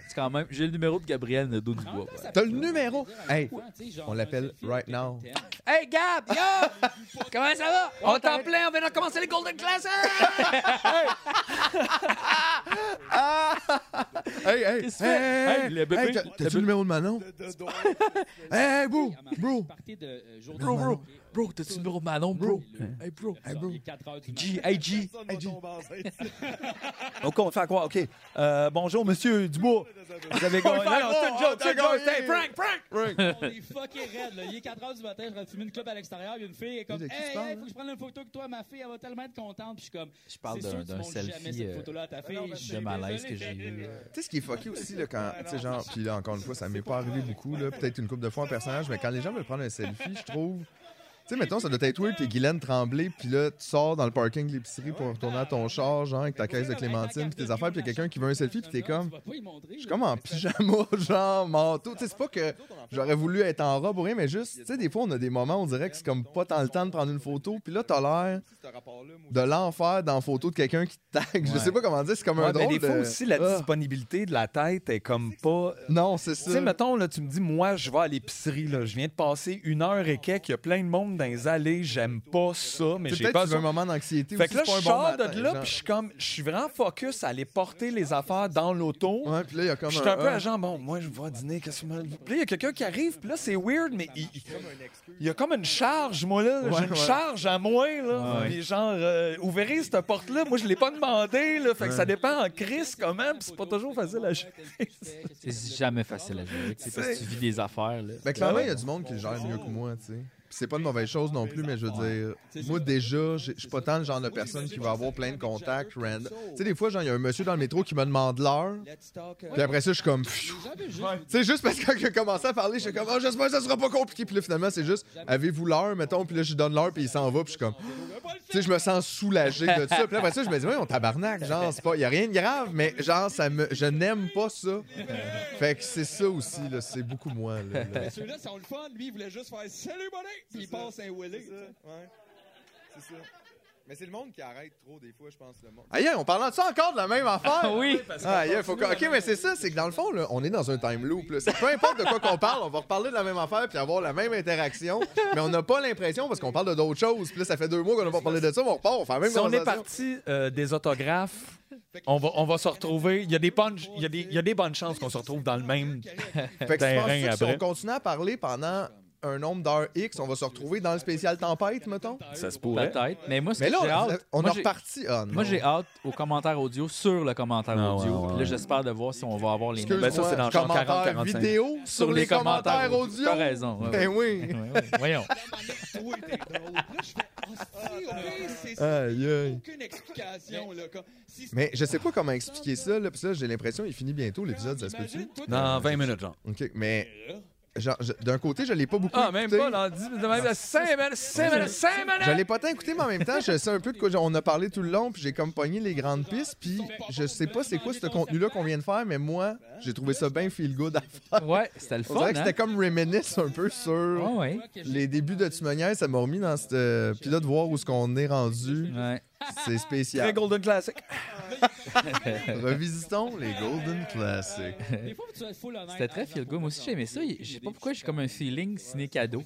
S2: C'est quand même, j'ai le numéro de Gabriel Nadeau-Dubois. ouais.
S1: T'as le numéro. Hey, on l'appelle right now.
S2: Hey Gab, yo! Comment ça va? On t'en plaît, on vient de commencer les Golden Classics!
S1: Hey, hey,
S2: Qu'est-ce que tu fais?
S1: hey,
S2: Hey, le bébé-
S1: hey, t'as- t'as-tu le numéro de Manon?
S2: (laughs)
S4: De, de, de,
S1: Hey, hey, bro, bro.
S2: Bro, bro, bro, t'as-tu le numéro de Manon, bro? Hey bro,
S1: Hey, bro.
S2: G, hey G.
S4: personne va tomber
S2: (laughs)
S4: enceinte.
S3: OK, on fait à quoi? OK. Euh, bonjour, monsieur Dubois. Vous avez
S1: (laughs) On
S3: gagné.
S1: fait à
S3: Non, non,
S1: quoi?
S3: c'est une
S1: On
S3: joke,
S1: t'a
S3: c'est une joke.
S1: gagné.
S3: C'est un prank, prank!
S8: On est fucking raide, là. Il est 4 h du matin, je vais fumer une club à l'extérieur. Il y a une fille, elle est comme
S1: Mais
S8: Hey,
S1: de qui tu
S8: hey,
S1: parles,
S8: faut que je prenne une photo avec toi, ma fille, elle va tellement être contente. Puis je suis comme
S2: Je parle
S8: C'est sûr
S2: d'un
S8: que tu
S2: d'un
S8: montres jamais
S2: selfie
S8: cette
S2: euh,
S8: photo-là à ta fille. Je suis
S2: de malaise que
S8: désolé, euh,
S2: j'ai eu.
S8: Karine.
S1: Tu sais, ce qui est fucké aussi, là, quand, tu sais, genre, puis là, encore une fois, ça m'est pas arrivé beaucoup, là, peut-être une couple de fois en personnage, mais quand les gens veulent prendre un selfie, je trouve, tu sais, sais, mettons, ça doit être weird, t'es Guylaine Tremblay, puis là, tu sors dans le parking de l'épicerie pour retourner à ton char, genre, avec ta caisse de clémentine, puis tes affaires, puis y a quelqu'un qui veut un selfie, puis t'es comme. Je suis comme en pyjama, (laughs) genre, manteau. Tu sais, c'est pas que j'aurais voulu être en robe ou rien, mais juste, tu sais, des fois, on a des moments où on dirait que c'est comme pas tant le temps de prendre une photo, puis là, t'as l'air de l'enfer dans la photo de quelqu'un qui te tag. Je sais pas comment dire, c'est comme un
S3: Ouais, mais
S1: drôle
S3: des fois
S1: de-
S3: aussi, la
S1: Ah.
S3: disponibilité de la tête est comme pas.
S1: Non, c'est ça.
S3: Tu sais, mettons, là, tu me dis, moi, je vais à l'épicerie, là, je viens de passer une heure et quelques, il y a plein de monde dans les allées, j'aime pas ça, mais
S1: Tu sais,
S3: j'ai
S1: peut-être
S3: pas
S1: tu veux un moment d'anxiété
S3: Fait
S1: aussi,
S3: que là,
S1: c'est pas
S3: je
S1: un bon
S3: sors
S1: matin,
S3: de là,
S1: genre.
S3: puis je suis comme, je suis vraiment focus à aller porter les affaires dans l'auto.
S1: Ouais, puis là, il y a comme
S3: Je suis un
S1: un-
S3: peu
S1: un-
S3: à genre, bon, moi, je vais dîner, qu'est-ce que... Puis là, il y a quelqu'un qui arrive, puis là, c'est weird, mais il, il y a comme une charge, moi, là.
S1: Ouais,
S3: J'ai une
S1: ouais.
S3: charge à moi, là.
S1: Ouais.
S3: Puis genre, euh, ouvrez cette porte-là. Moi, je l'ai pas demandé, là. Fait que ça dépend en crise, comment, puis c'est pas toujours facile à gérer.
S2: C'est jamais facile à gérer. C'est parce que tu vis des affaires. Là.
S1: Ben, clairement, il y a du monde qui le gère mieux que moi, tu sais. Puis C'est pas de mauvaise chose non plus, mais je veux dire, moi déjà, j'ai- je suis pas tant le genre de personne qui va avoir plein de contacts random. Tu sais, des fois, genre, il y a un monsieur dans le métro qui me demande l'heure,
S6: euh,
S1: puis après ça, je suis comme, pfiou. tu sais, juste parce que quand il a commencé à parler, je suis comme, oh, j'espère que ça sera pas compliqué. Puis là, finalement, c'est juste, avez-vous l'heure, mettons, puis là, je lui donne l'heure, puis il s'en va, puis je suis comme, tu sais, je me sens soulagé de ça. Puis là, après ça, je me dis, ouais, on tabarnak, genre, c'est pas, il y a rien de grave, mais genre, ça me, je n'aime pas ça. Fait que c'est ça aussi, là, c'est beaucoup moi, là. là.
S6: Mais Celui-là, c'est le fun. Lui, il voulait juste faire Salut, buddy! Puis il passe un Willy.
S4: Ouais. C'est ça. Mais c'est le monde qui arrête trop, des fois, je pense, le monde.
S1: Aïe, aïe, on parlant de ça encore de la même affaire.
S2: Ah oui.
S1: Ah, aïe, aïe, faut que- Ok, mais c'est ça, c'est que dans le fond, là, on est dans un time loop. là. C'est peu importe de quoi qu'on parle, on va reparler de la même affaire puis avoir la même interaction, mais on n'a pas l'impression parce qu'on parle de d'autres choses. Puis là, ça fait deux mois qu'on n'a pas parlé de ça, mais on repart, on fait la même
S3: Si on est
S1: conversation.
S3: parti euh, des autographes, on va, on va se retrouver. Il y, a des bonnes- il y a des- il y a des bonnes chances qu'on se retrouve dans le même
S1: Fait que tu penses
S3: terrain
S1: que si on
S3: après.
S1: continue à parler pendant un nombre d'heures X, on va se retrouver dans le spécial tempête, mettons?
S3: Ça se pourrait.
S2: Peut-être. Mais moi, ce
S1: Mais
S2: que
S1: là,
S2: j'ai
S1: on-
S2: hâte.
S1: on
S2: moi,
S1: est
S2: j'ai-
S1: reparti. Ah, non.
S2: Moi, j'ai hâte aux commentaires audio sur le commentaire
S3: Ah,
S2: audio.
S3: ouais, ouais,
S2: Puis là,
S3: ouais.
S2: j'espère de voir si on va avoir les
S1: Excuse-moi,
S2: mêmes
S3: Ben, ça, c'est dans genre
S1: commentaires
S3: 40-45.
S1: vidéo sur, les, commentaires, audio.
S2: T'as raison. ouais, ouais.
S1: Eh oui.
S2: Ouais, ouais, Voyons.
S6: Toi, t'es drôle. Là, je fais Hostie, ok, c'est ça.
S1: Aïe, aïe.
S6: Aucune explication, là. comme- Si
S1: Mais je sais pas comment expliquer ça, là, parce que là, j'ai l'impression qu'il finit bientôt l'épisode, ça se peut-tu?
S6: Imagine, toi,
S3: Dans 20 minutes, genre.
S1: Ok, mais. genre, je- D'un côté, je l'ai pas beaucoup.
S3: Ah, même
S1: écouté.
S3: pas, là, 10 minutes, 5 minutes, 5 minutes, 5 minutes!
S1: Je l'ai pas tant écouté, mais en même temps, je sais un peu de quoi. On a parlé tout le long, puis j'ai comme pogné les grandes pistes, puis je sais pas c'est quoi ce contenu-là qu'on vient de faire, mais moi, j'ai trouvé ça bien feel good à faire. (laughs)
S2: Ouais, c'était le
S1: On
S2: fun.
S1: dirait que
S2: Hein?
S1: c'était comme reminisce un peu
S2: Ah
S3: Oh.
S1: sur
S2: ouais.
S1: les débuts de Tumonière, ça m'a remis dans cette. euh, Puis là, de voir où ce qu'on est rendu,
S8: (laughs)
S2: Ouais.
S1: c'est
S3: Très
S1: spécial.
S3: Golden Classic.
S1: Revisitons les Golden Classics.
S8: Des fois, tu vas être full honnête.
S2: C'était très feel good. Moi aussi, j'ai aimé ça. Je sais pas pourquoi, j'ai comme un feeling ciné-cadeau.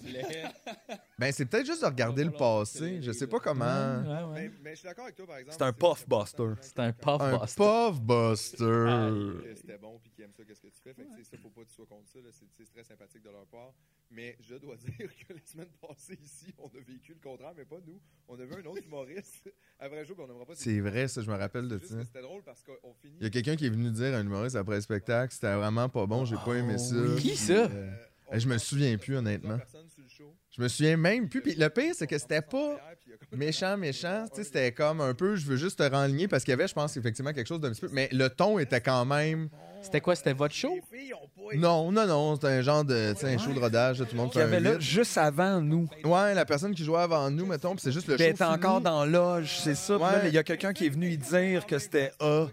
S1: Ben, c'est peut-être juste de regarder le passé. Je sais pas comment.
S2: Ouais, ouais.
S4: Mais, mais je suis d'accord avec toi, par exemple.
S3: C'est un puffbuster.
S2: C'est un puff
S1: Un
S2: bust.
S1: Puff Buster.
S4: que C'était bon, puis qui aime ça, qu'est-ce que tu fais. Fait que, tu sais, ça, faut pas que tu sois contre ça. là. C'est c'est très sympathique de leur part. Mais je dois (laughs) dire que la semaine passée, ici, on a vécu le contraire, mais pas nous. On a vu un
S6: (laughs)
S4: autre humoriste. Après jour, puis on n'aimera pas.
S1: C'est vrai, ça, je me rappelle de
S4: Juste
S1: ça.
S4: que C'était drôle parce qu'on finit. euh,
S1: Il y a quelqu'un qui est venu dire à un humoriste après le spectacle, c'était vraiment pas bon, j'ai pas aimé ça.
S2: oui. Qui, ça?
S1: Euh,
S4: on
S1: je me
S4: parle
S1: souviens
S4: de
S1: plus,
S4: plusieurs
S1: honnêtement.
S4: personnes sur le show.
S1: je me souviens même plus. Puis le pire, c'est que c'était
S4: On
S1: pas
S4: s'en va hier, puis il y a comme-
S1: méchant, méchant. Tu sais, c'était comme un peu, je veux juste te renligner parce qu'il y avait, je pense, effectivement quelque chose d'un petit peu. Mais le ton était quand même.
S2: C'était quoi? C'était votre show?
S4: Les filles ont pas
S1: Non, non, non, c'était un genre de, tu sais, un show de rodage, là, tout le monde
S3: Qu'il
S1: fait
S3: y avait
S1: un
S3: là
S1: huit.
S3: juste avant nous.
S1: Ouais, la personne qui jouait avant nous, mettons, puis c'est juste le
S3: Puis elle
S1: show.
S3: était Ben, encore
S1: fini.
S3: dans loge, c'est ça. Puis là,
S1: Ouais.
S3: il y a quelqu'un qui est venu y dire que c'était A.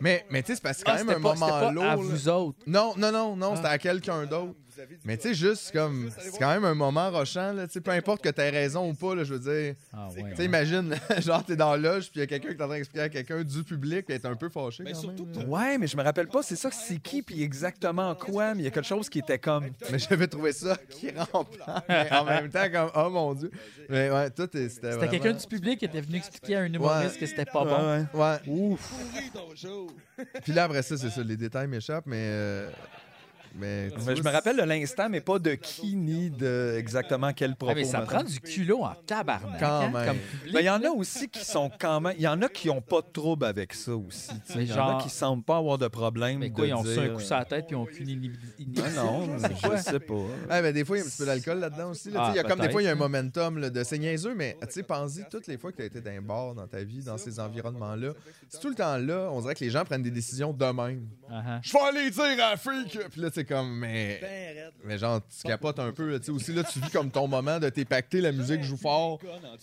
S1: Mais, mais tu sais, c'est parce que quand
S2: Ah,
S1: même
S2: c'était
S1: un
S2: pas- c'était
S1: moment
S2: pas Ah. à
S1: lourd. là.
S2: vous autres.
S1: Non, non, non, non, c'était à quelqu'un d'autre.
S4: Vous avez dit
S1: Mais tu sais, juste comme. C'est quand même un moment rochant, là. Tu sais, peu importe que t'aies raison ou pas, là, je veux dire.
S2: Ah
S1: Tu
S2: ouais.
S1: sais, imagine, (laughs) genre, t'es dans la loge, puis il y a quelqu'un qui est en train d'expliquer à quelqu'un du public, puis t'es un peu fâché.
S6: Mais
S1: quand
S6: surtout
S1: même,
S6: que
S1: là.
S3: Ouais, mais je me rappelle pas, c'est ça, c'est qui, puis exactement quoi, mais il y a quelque chose qui était comme.
S1: Mais j'avais trouvé ça (laughs) qui rampant. Mais en même temps, comme, oh mon Dieu. Mais ouais, tout est- c'était.
S2: C'était quelqu'un
S1: vraiment-
S2: du public qui était venu expliquer à un humoriste
S1: Ouais.
S2: que c'était pas bon.
S3: Ouais, ouais.
S1: Ouais.
S6: pourri ton show.
S1: Puis là, après ça, c'est ça, les détails m'échappent, mais. euh, Mais, tu
S3: Mais je
S1: vois,
S3: me rappelle de l'instant, mais pas de qui ni de exactement quel
S2: Ah,
S3: propos.
S2: mais ça
S3: mettons.
S2: prend du culot en tabarnak.
S1: Quand
S2: hein,
S1: même. Ben,
S2: Comme public.
S3: Mais il y en a aussi qui sont quand même. Il y en a qui n'ont pas de trouble avec ça aussi. tu sais.
S2: Mais
S3: Il y en a
S2: genre-
S3: qui semblent pas avoir de problème.
S2: Mais quoi,
S3: de
S2: ils ont reçu un
S3: dire-
S2: coup sur la tête puis ils ont aucune inhibi-
S3: Ah
S2: inhibition. (laughs)
S3: non,
S2: C'est
S3: je
S2: quoi?
S3: sais pas.
S1: Ah, ben, des fois, il y a un petit peu d'alcool là-dedans aussi. là,
S2: Ah,
S1: tu sais, il y a comme des
S2: peut-être.
S1: fois, il y a un momentum là, de c'est niaiseux, mais tu sais, pense-y, toutes les fois que tu as été dans un bar dans ta vie, dans ces environnements-là, c'est tout le temps là, on dirait que les gens prennent des décisions de même.
S2: Ah, ah.
S1: Je vais aller dire à la fille que. Puis là, c'est comme, mais.
S7: Ben raide.
S1: Mais genre, tu capotes un peu. là, Tu sais, aussi, là, tu vis comme ton moment de t'es pacté, la musique joue fort.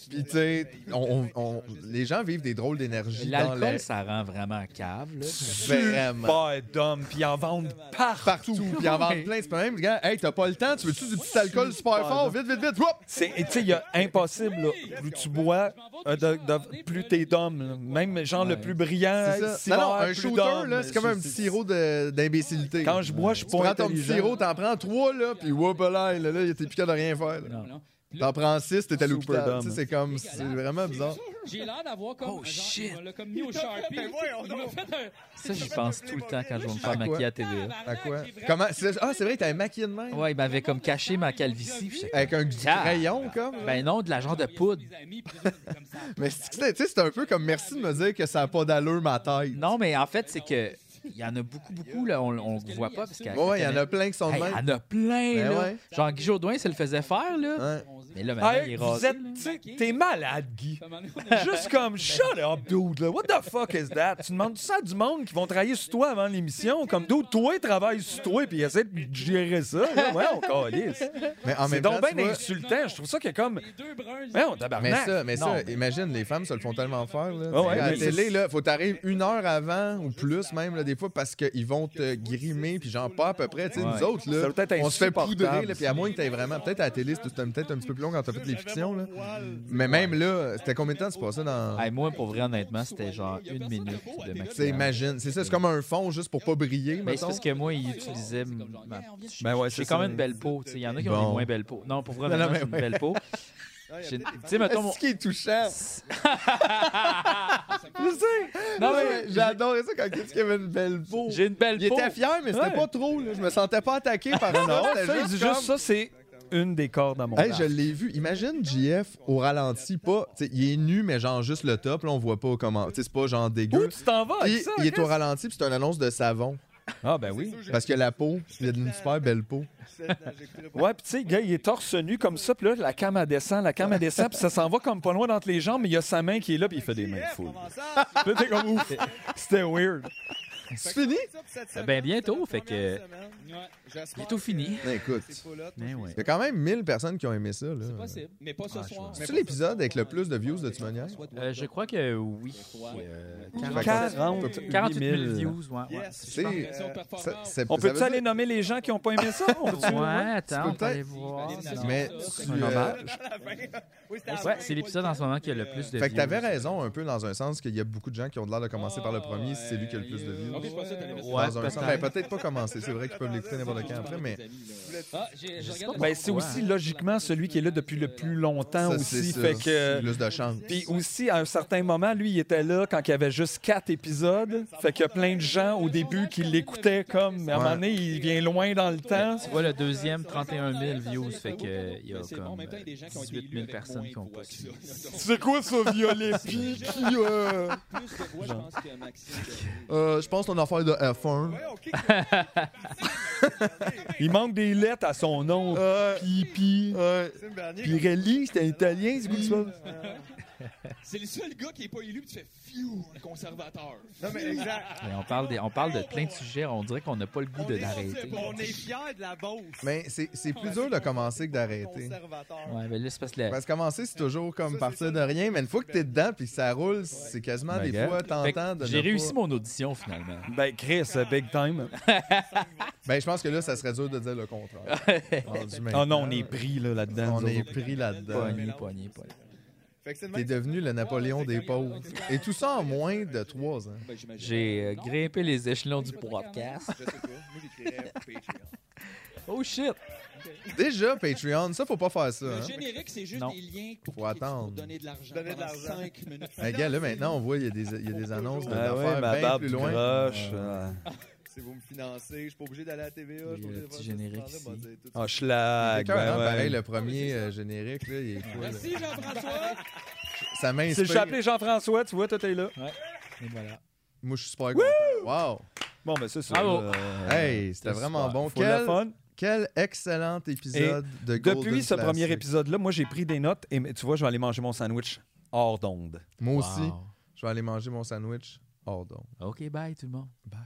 S1: Puis, tu sais, on- on- on- les gens vivent des drôles d'énergie dans
S2: L'alcool,
S1: l'air.
S2: ça rend vraiment cave. Là.
S1: Vraiment.
S3: Super dumb, puis ils en vendent partout.
S1: Partout. Puis, en vendre plein. C'est pas même, gars, hey, t'as pas le temps, tu veux-tu du petit alcool super fort? Vite, vite, vite. Whoop!
S3: C'est, et tu sais, il y a impossible, là. Plus tu bois, euh, de- de- plus t'es d'homme. là. Même, genre,
S2: Ouais.
S3: le plus brillant,
S1: C'est ça.
S3: cigare,
S1: non, non, un
S3: plus
S1: shooter,
S3: d'homme.
S1: là, c'est comme un petit sirop de- d'imbécilité.
S3: Quand je bois, je suis
S1: Tu
S3: pas
S1: prends ton petit
S3: intelligent.
S1: sirop, t'en prends trois, là, puis whoop là, là, là t'es plus capable de rien faire. là.
S8: Non, non.
S1: T'en prends six, t'es à l'hôpital.
S3: Superdome.
S1: Tu sais, c'est comme, c'est vraiment bizarre.
S8: J'ai l'air d'avoir comme.
S2: Oh,
S8: genre,
S2: shit.
S8: Il m'a comme mis au
S4: t'a fait,
S8: Sharpie.
S4: ben voyons
S8: Il m'a
S4: donc.
S8: fait un.
S2: Ça, j'y pense tout le temps quand je vais me
S1: À
S2: faire
S1: quoi?
S2: maquiller à TVA.
S1: À
S8: Tabarnak,
S1: quoi?
S8: j'ai vraiment-
S1: Comment? c'est- Ah, c'est vrai, t'avais maquillé de même?
S2: Ouais, il m'avait comme caché ma calvitie. puis j'étais
S1: Avec un du
S2: Ah.
S1: crayon, comme?
S2: comme, Ben non, de la genre de poudre.
S8: Mes amis, puis tout ça, comme ça.
S1: Mais c'est- tu sais, tu sais, c'est un peu comme merci de me dire que ça n'a pas d'allure, ma tête.
S2: Non, mais en fait, c'est que il y en a beaucoup, beaucoup, là, on ne voit pas. Parce qu'elle-
S1: Ouais, ouais, il y en a plein qui sont de
S2: Hey,
S1: même.
S2: Il y en a plein,
S1: Ben
S2: là.
S1: ouais.
S2: Genre, Guy Jodoin, ça le faisait faire, là.
S1: Hein?
S2: Mais là, maintenant, il
S3: Hey,
S2: est
S3: vous
S2: rasé.
S3: êtes, tu sais, t'es malade, Guy.
S8: Comme un moment donné,
S3: Juste comme, shut up, dude, là. What the fuck is that? Tu demandes ça à du monde qui vont travailler sur toi avant l'émission. Comme, dude, toi, travaille sur toi, puis essaie de gérer ça. Là. Ouais, on calisse.
S1: Mais en
S3: C'est
S1: même temps,
S3: donc
S1: tu
S3: bien
S1: vois-
S3: insultant. Je trouve ça que comme,
S8: Les deux bruns.
S3: ouais, on
S1: Mais
S3: tabarnak.
S1: ça, mais
S3: Non,
S1: ça, imagine, les femmes se le font tellement faire. Là.
S3: Ah ouais,
S1: Tu sais, à la
S3: mais c'est-
S1: télé, là, faut t'arriver une heure avant ou plus même, là, des fois, parce qu'ils vont te grimer, puis genre pas à peu près. Tu sais,
S2: Ouais.
S1: Nous autres, là,
S3: Ça doit être
S1: on se fait poudrer,
S3: insupportable,
S1: là, puis à moins que t'aies vraiment... Peut-être à la télé, c'était peut-être un petit peu plus long quand t'as fait les fictions. Là.
S6: Ah,
S1: Mais même là, c'était combien de temps tu passais dans...
S2: Hey, moi, pour vrai, honnêtement, c'était genre une minute de
S1: Tu sais,
S2: maquillage.
S1: imagine. C'est ça, c'est comme un fond juste pour pas briller,
S2: Mais c'est
S1: mettons.
S2: parce que moi, il utilisait ma
S3: Ben ouais,
S2: J'ai
S3: c'est
S2: quand
S3: ça.
S2: même une belle peau. tu sais. Il y en a qui ont
S1: Bon.
S2: des moins belles peaux. Non, pour vrai,
S1: Non, non,
S2: maintenant,
S1: mais
S2: j'ai une
S1: ouais.
S2: belle
S1: (laughs)
S2: peau. J'ai- Tu sais, mettons, mon-
S1: Est-ce qui
S2: (laughs)
S1: est touchant?
S2: Non, mais
S1: J'ai adoré ça quand il dit qu'il avait une belle peau.
S2: j'ai une belle
S1: Il
S2: peau.
S1: était fier, mais c'était
S3: Ouais.
S1: pas trop. Là. Je me sentais pas attaqué par ça. C'était
S3: Ça, il
S1: juste
S3: dit
S1: comme-
S3: juste ça, c'est une des cordes à mon
S1: Hey,
S3: arc.
S1: je l'ai vu. Imagine JF au ralenti, pas. t'sais, il est nu, mais genre juste le top. Là, on voit pas comment. t'sais, C'est pas genre
S3: Où
S1: dégueu.
S3: tu t'en vas avec
S1: Puis,
S3: ça?
S1: il est au
S3: Chris?
S1: ralenti, puis c'est une annonce de savon.
S3: Ah, ben oui.
S1: Parce que la peau, il a une super belle peau.
S3: Ouais, puis tu sais, le gars, il est torse nu comme ça, puis là, la cam, elle descend, la cam, elle descend, puis ça s'en va comme pas loin entre les jambes, mais il y a sa main qui est là, puis il fait des mains de fou. Là, t'es comme ouf. C'était weird.
S1: Ah, C'est fini?
S2: Ben, bientôt, fait que- Bientôt fini.
S1: Ben, Écoute,
S2: Mais ouais.
S1: il y a quand même 1000 personnes qui ont aimé ça. là.
S8: C'est possible.
S6: Mais pas ce
S2: Ah, je
S6: soir.
S1: C'est-tu l'épisode avec le plus de views de Timonière?
S2: Euh, je crois que oui. Euh, 40
S3: 48
S2: 48 000 views, ouais. ouais.
S1: Ah, C'est- Ça- c'est-
S3: On
S1: ça
S3: peut-tu
S1: veut
S3: aller nommer les gens qui n'ont pas aimé ça? On peut-tu-
S2: Ouais, attends, on
S1: peut-être-
S2: peut aller voir.
S1: dire-
S2: Non.
S1: Mais
S2: C'est
S1: tu,
S2: un
S1: euh,
S2: hommage. Ouais, c'est l'épisode en ce moment qui a le plus de
S1: Fait que t'avais
S2: views.
S1: raison un peu dans un sens qu'il y a beaucoup de gens qui ont l'air de commencer par le premier si c'est lui qui a le plus de views.
S8: Ah,
S3: Ah,
S6: Ok, je pensais que t'allais mettre ça.
S2: Ouais,
S1: Dans un sens-
S2: peut-être.
S1: ben, peut-être pas commencer. C'est vrai qu'ils peuvent l'écouter n'importe quand après, mais
S8: Ah, j'ai- je regarde Euh,
S3: Ben, c'est aussi logiquement celui qui est là depuis le plus longtemps
S1: ça, c'est
S3: Ah, aussi.
S1: ça.
S3: Fait que.
S1: Plus de chance.
S3: Puis aussi, à un certain moment, lui, il était là quand il y avait juste quatre épisodes. Fait qu'il y a plein de gens au début qui l'écoutaient comme. mais À un
S1: Ouais.
S3: moment donné, il vient loin dans le temps.
S2: Tu vois, le deuxième, 31 000 views. Fait que euh, il y a
S6: Mais c'est bon, en
S2: comme
S6: même temps, il y a des gens qui ont été
S2: 18
S6: élus
S2: 000
S6: avec
S2: personnes
S6: moins
S2: qui ont
S6: de voix
S2: pas
S6: que ça.
S2: suivi.
S3: C'est quoi ça, (laughs) violet?
S1: Puis, puis, euh,
S6: Plus de voix, je pense que
S1: (laughs)
S6: Maxime.
S1: euh, je pense qu'on a affaire de F1.
S3: Il manque des lettres à son nom.
S1: Euh,
S3: Pipi.
S1: euh,
S3: Pirelli, c'était italien, c'est quoi ça?
S6: C'est le seul gars qui n'est pas élu, puis tu fais fiou, un conservateur.
S4: Non, mais exact.
S2: Mais on parle, des- on parle de plein de sujets. On dirait qu'on n'a pas le goût
S4: On
S2: de
S4: est-
S2: l'arrêter.
S4: On est fiers de la Beauce.
S1: mais c'est c'est plus dur de commencer que d'arrêter.
S4: Conservateur.
S2: Ouais, mais là, c'est parce que. la-
S1: Parce que commencer, c'est toujours comme partir de rien, mais une fois que t'es dedans puis que ça roule, c'est quasiment
S3: Ma
S1: des
S3: gueule.
S1: fois
S2: Fait que
S1: tentant de.
S2: J'ai
S1: ne
S2: réussi
S1: pas-
S2: mon audition finalement.
S3: Ben, Chris, big time.
S1: Ben, je pense que là, ça serait dur de dire le contraire. Rendu maintenant.
S3: Oh non, on est pris là, là-dedans.
S1: On
S3: nous
S1: est
S3: autres.
S1: pris là-dedans.
S2: Pogné, pogné, pogné.
S4: Fait que c'est le
S1: T'es
S4: même.
S1: devenu le Napoléon des pauvres. Et tout ça en moins de trois ans.
S6: Ben, j'imagine.
S2: J'ai euh, grimpé les échelons du podcast.
S4: Je sais pas. Moi, j'écrirais Patreon.
S2: Oh shit!
S1: Déjà, Patreon, ça, faut pas faire ça.
S6: Le
S1: Hein?
S6: générique, c'est juste
S2: Non.
S6: des liens pour,
S1: Faut attendre.
S6: pour donner de l'argent.
S4: Donner de l'argent.
S6: 5 minutes.
S1: Hey, gars, là, maintenant, on voit, il y a des, il y a des annonces de
S3: Ah ouais,
S1: d'affaires
S3: ma
S1: bien
S3: barbe
S1: plus loin. Ah.
S3: croche.
S4: Si vous me financez, je suis pas obligé d'aller à la TVA.
S2: Il y
S4: Je suis
S2: a
S4: pas
S2: le
S4: obligé de
S2: petit
S4: faire ce
S2: générique
S4: temps-là,
S2: ici.
S4: bon, c'est tout-
S3: Ah, schlag.
S1: C'est écœurant,
S3: ben ouais.
S1: pareil, le premier euh, générique, là, il est cool.
S6: Merci Jean-François.
S1: Ça
S3: C'est le
S1: m'inspire.
S3: chapelet Jean-François, tu vois, toi, t'es là.
S2: Et voilà.
S1: Moi, je suis super content. Wow!
S3: Bon, ben, ça, c'est.
S2: Bravo.
S3: euh,
S1: Hey, c'était
S3: c'est
S1: vraiment
S3: super.
S1: bon.
S3: Faut le
S1: Quel,
S3: fun.
S1: quel excellent épisode de Golden
S3: Depuis ce
S1: Classic.
S3: premier épisode-là, moi, j'ai pris des notes et tu vois, je vais aller manger mon sandwich hors d'onde.
S1: Moi aussi,
S2: Wow.
S1: je vais aller manger mon sandwich. Oh, donc.
S2: OK, bye tout le monde.
S1: Bye.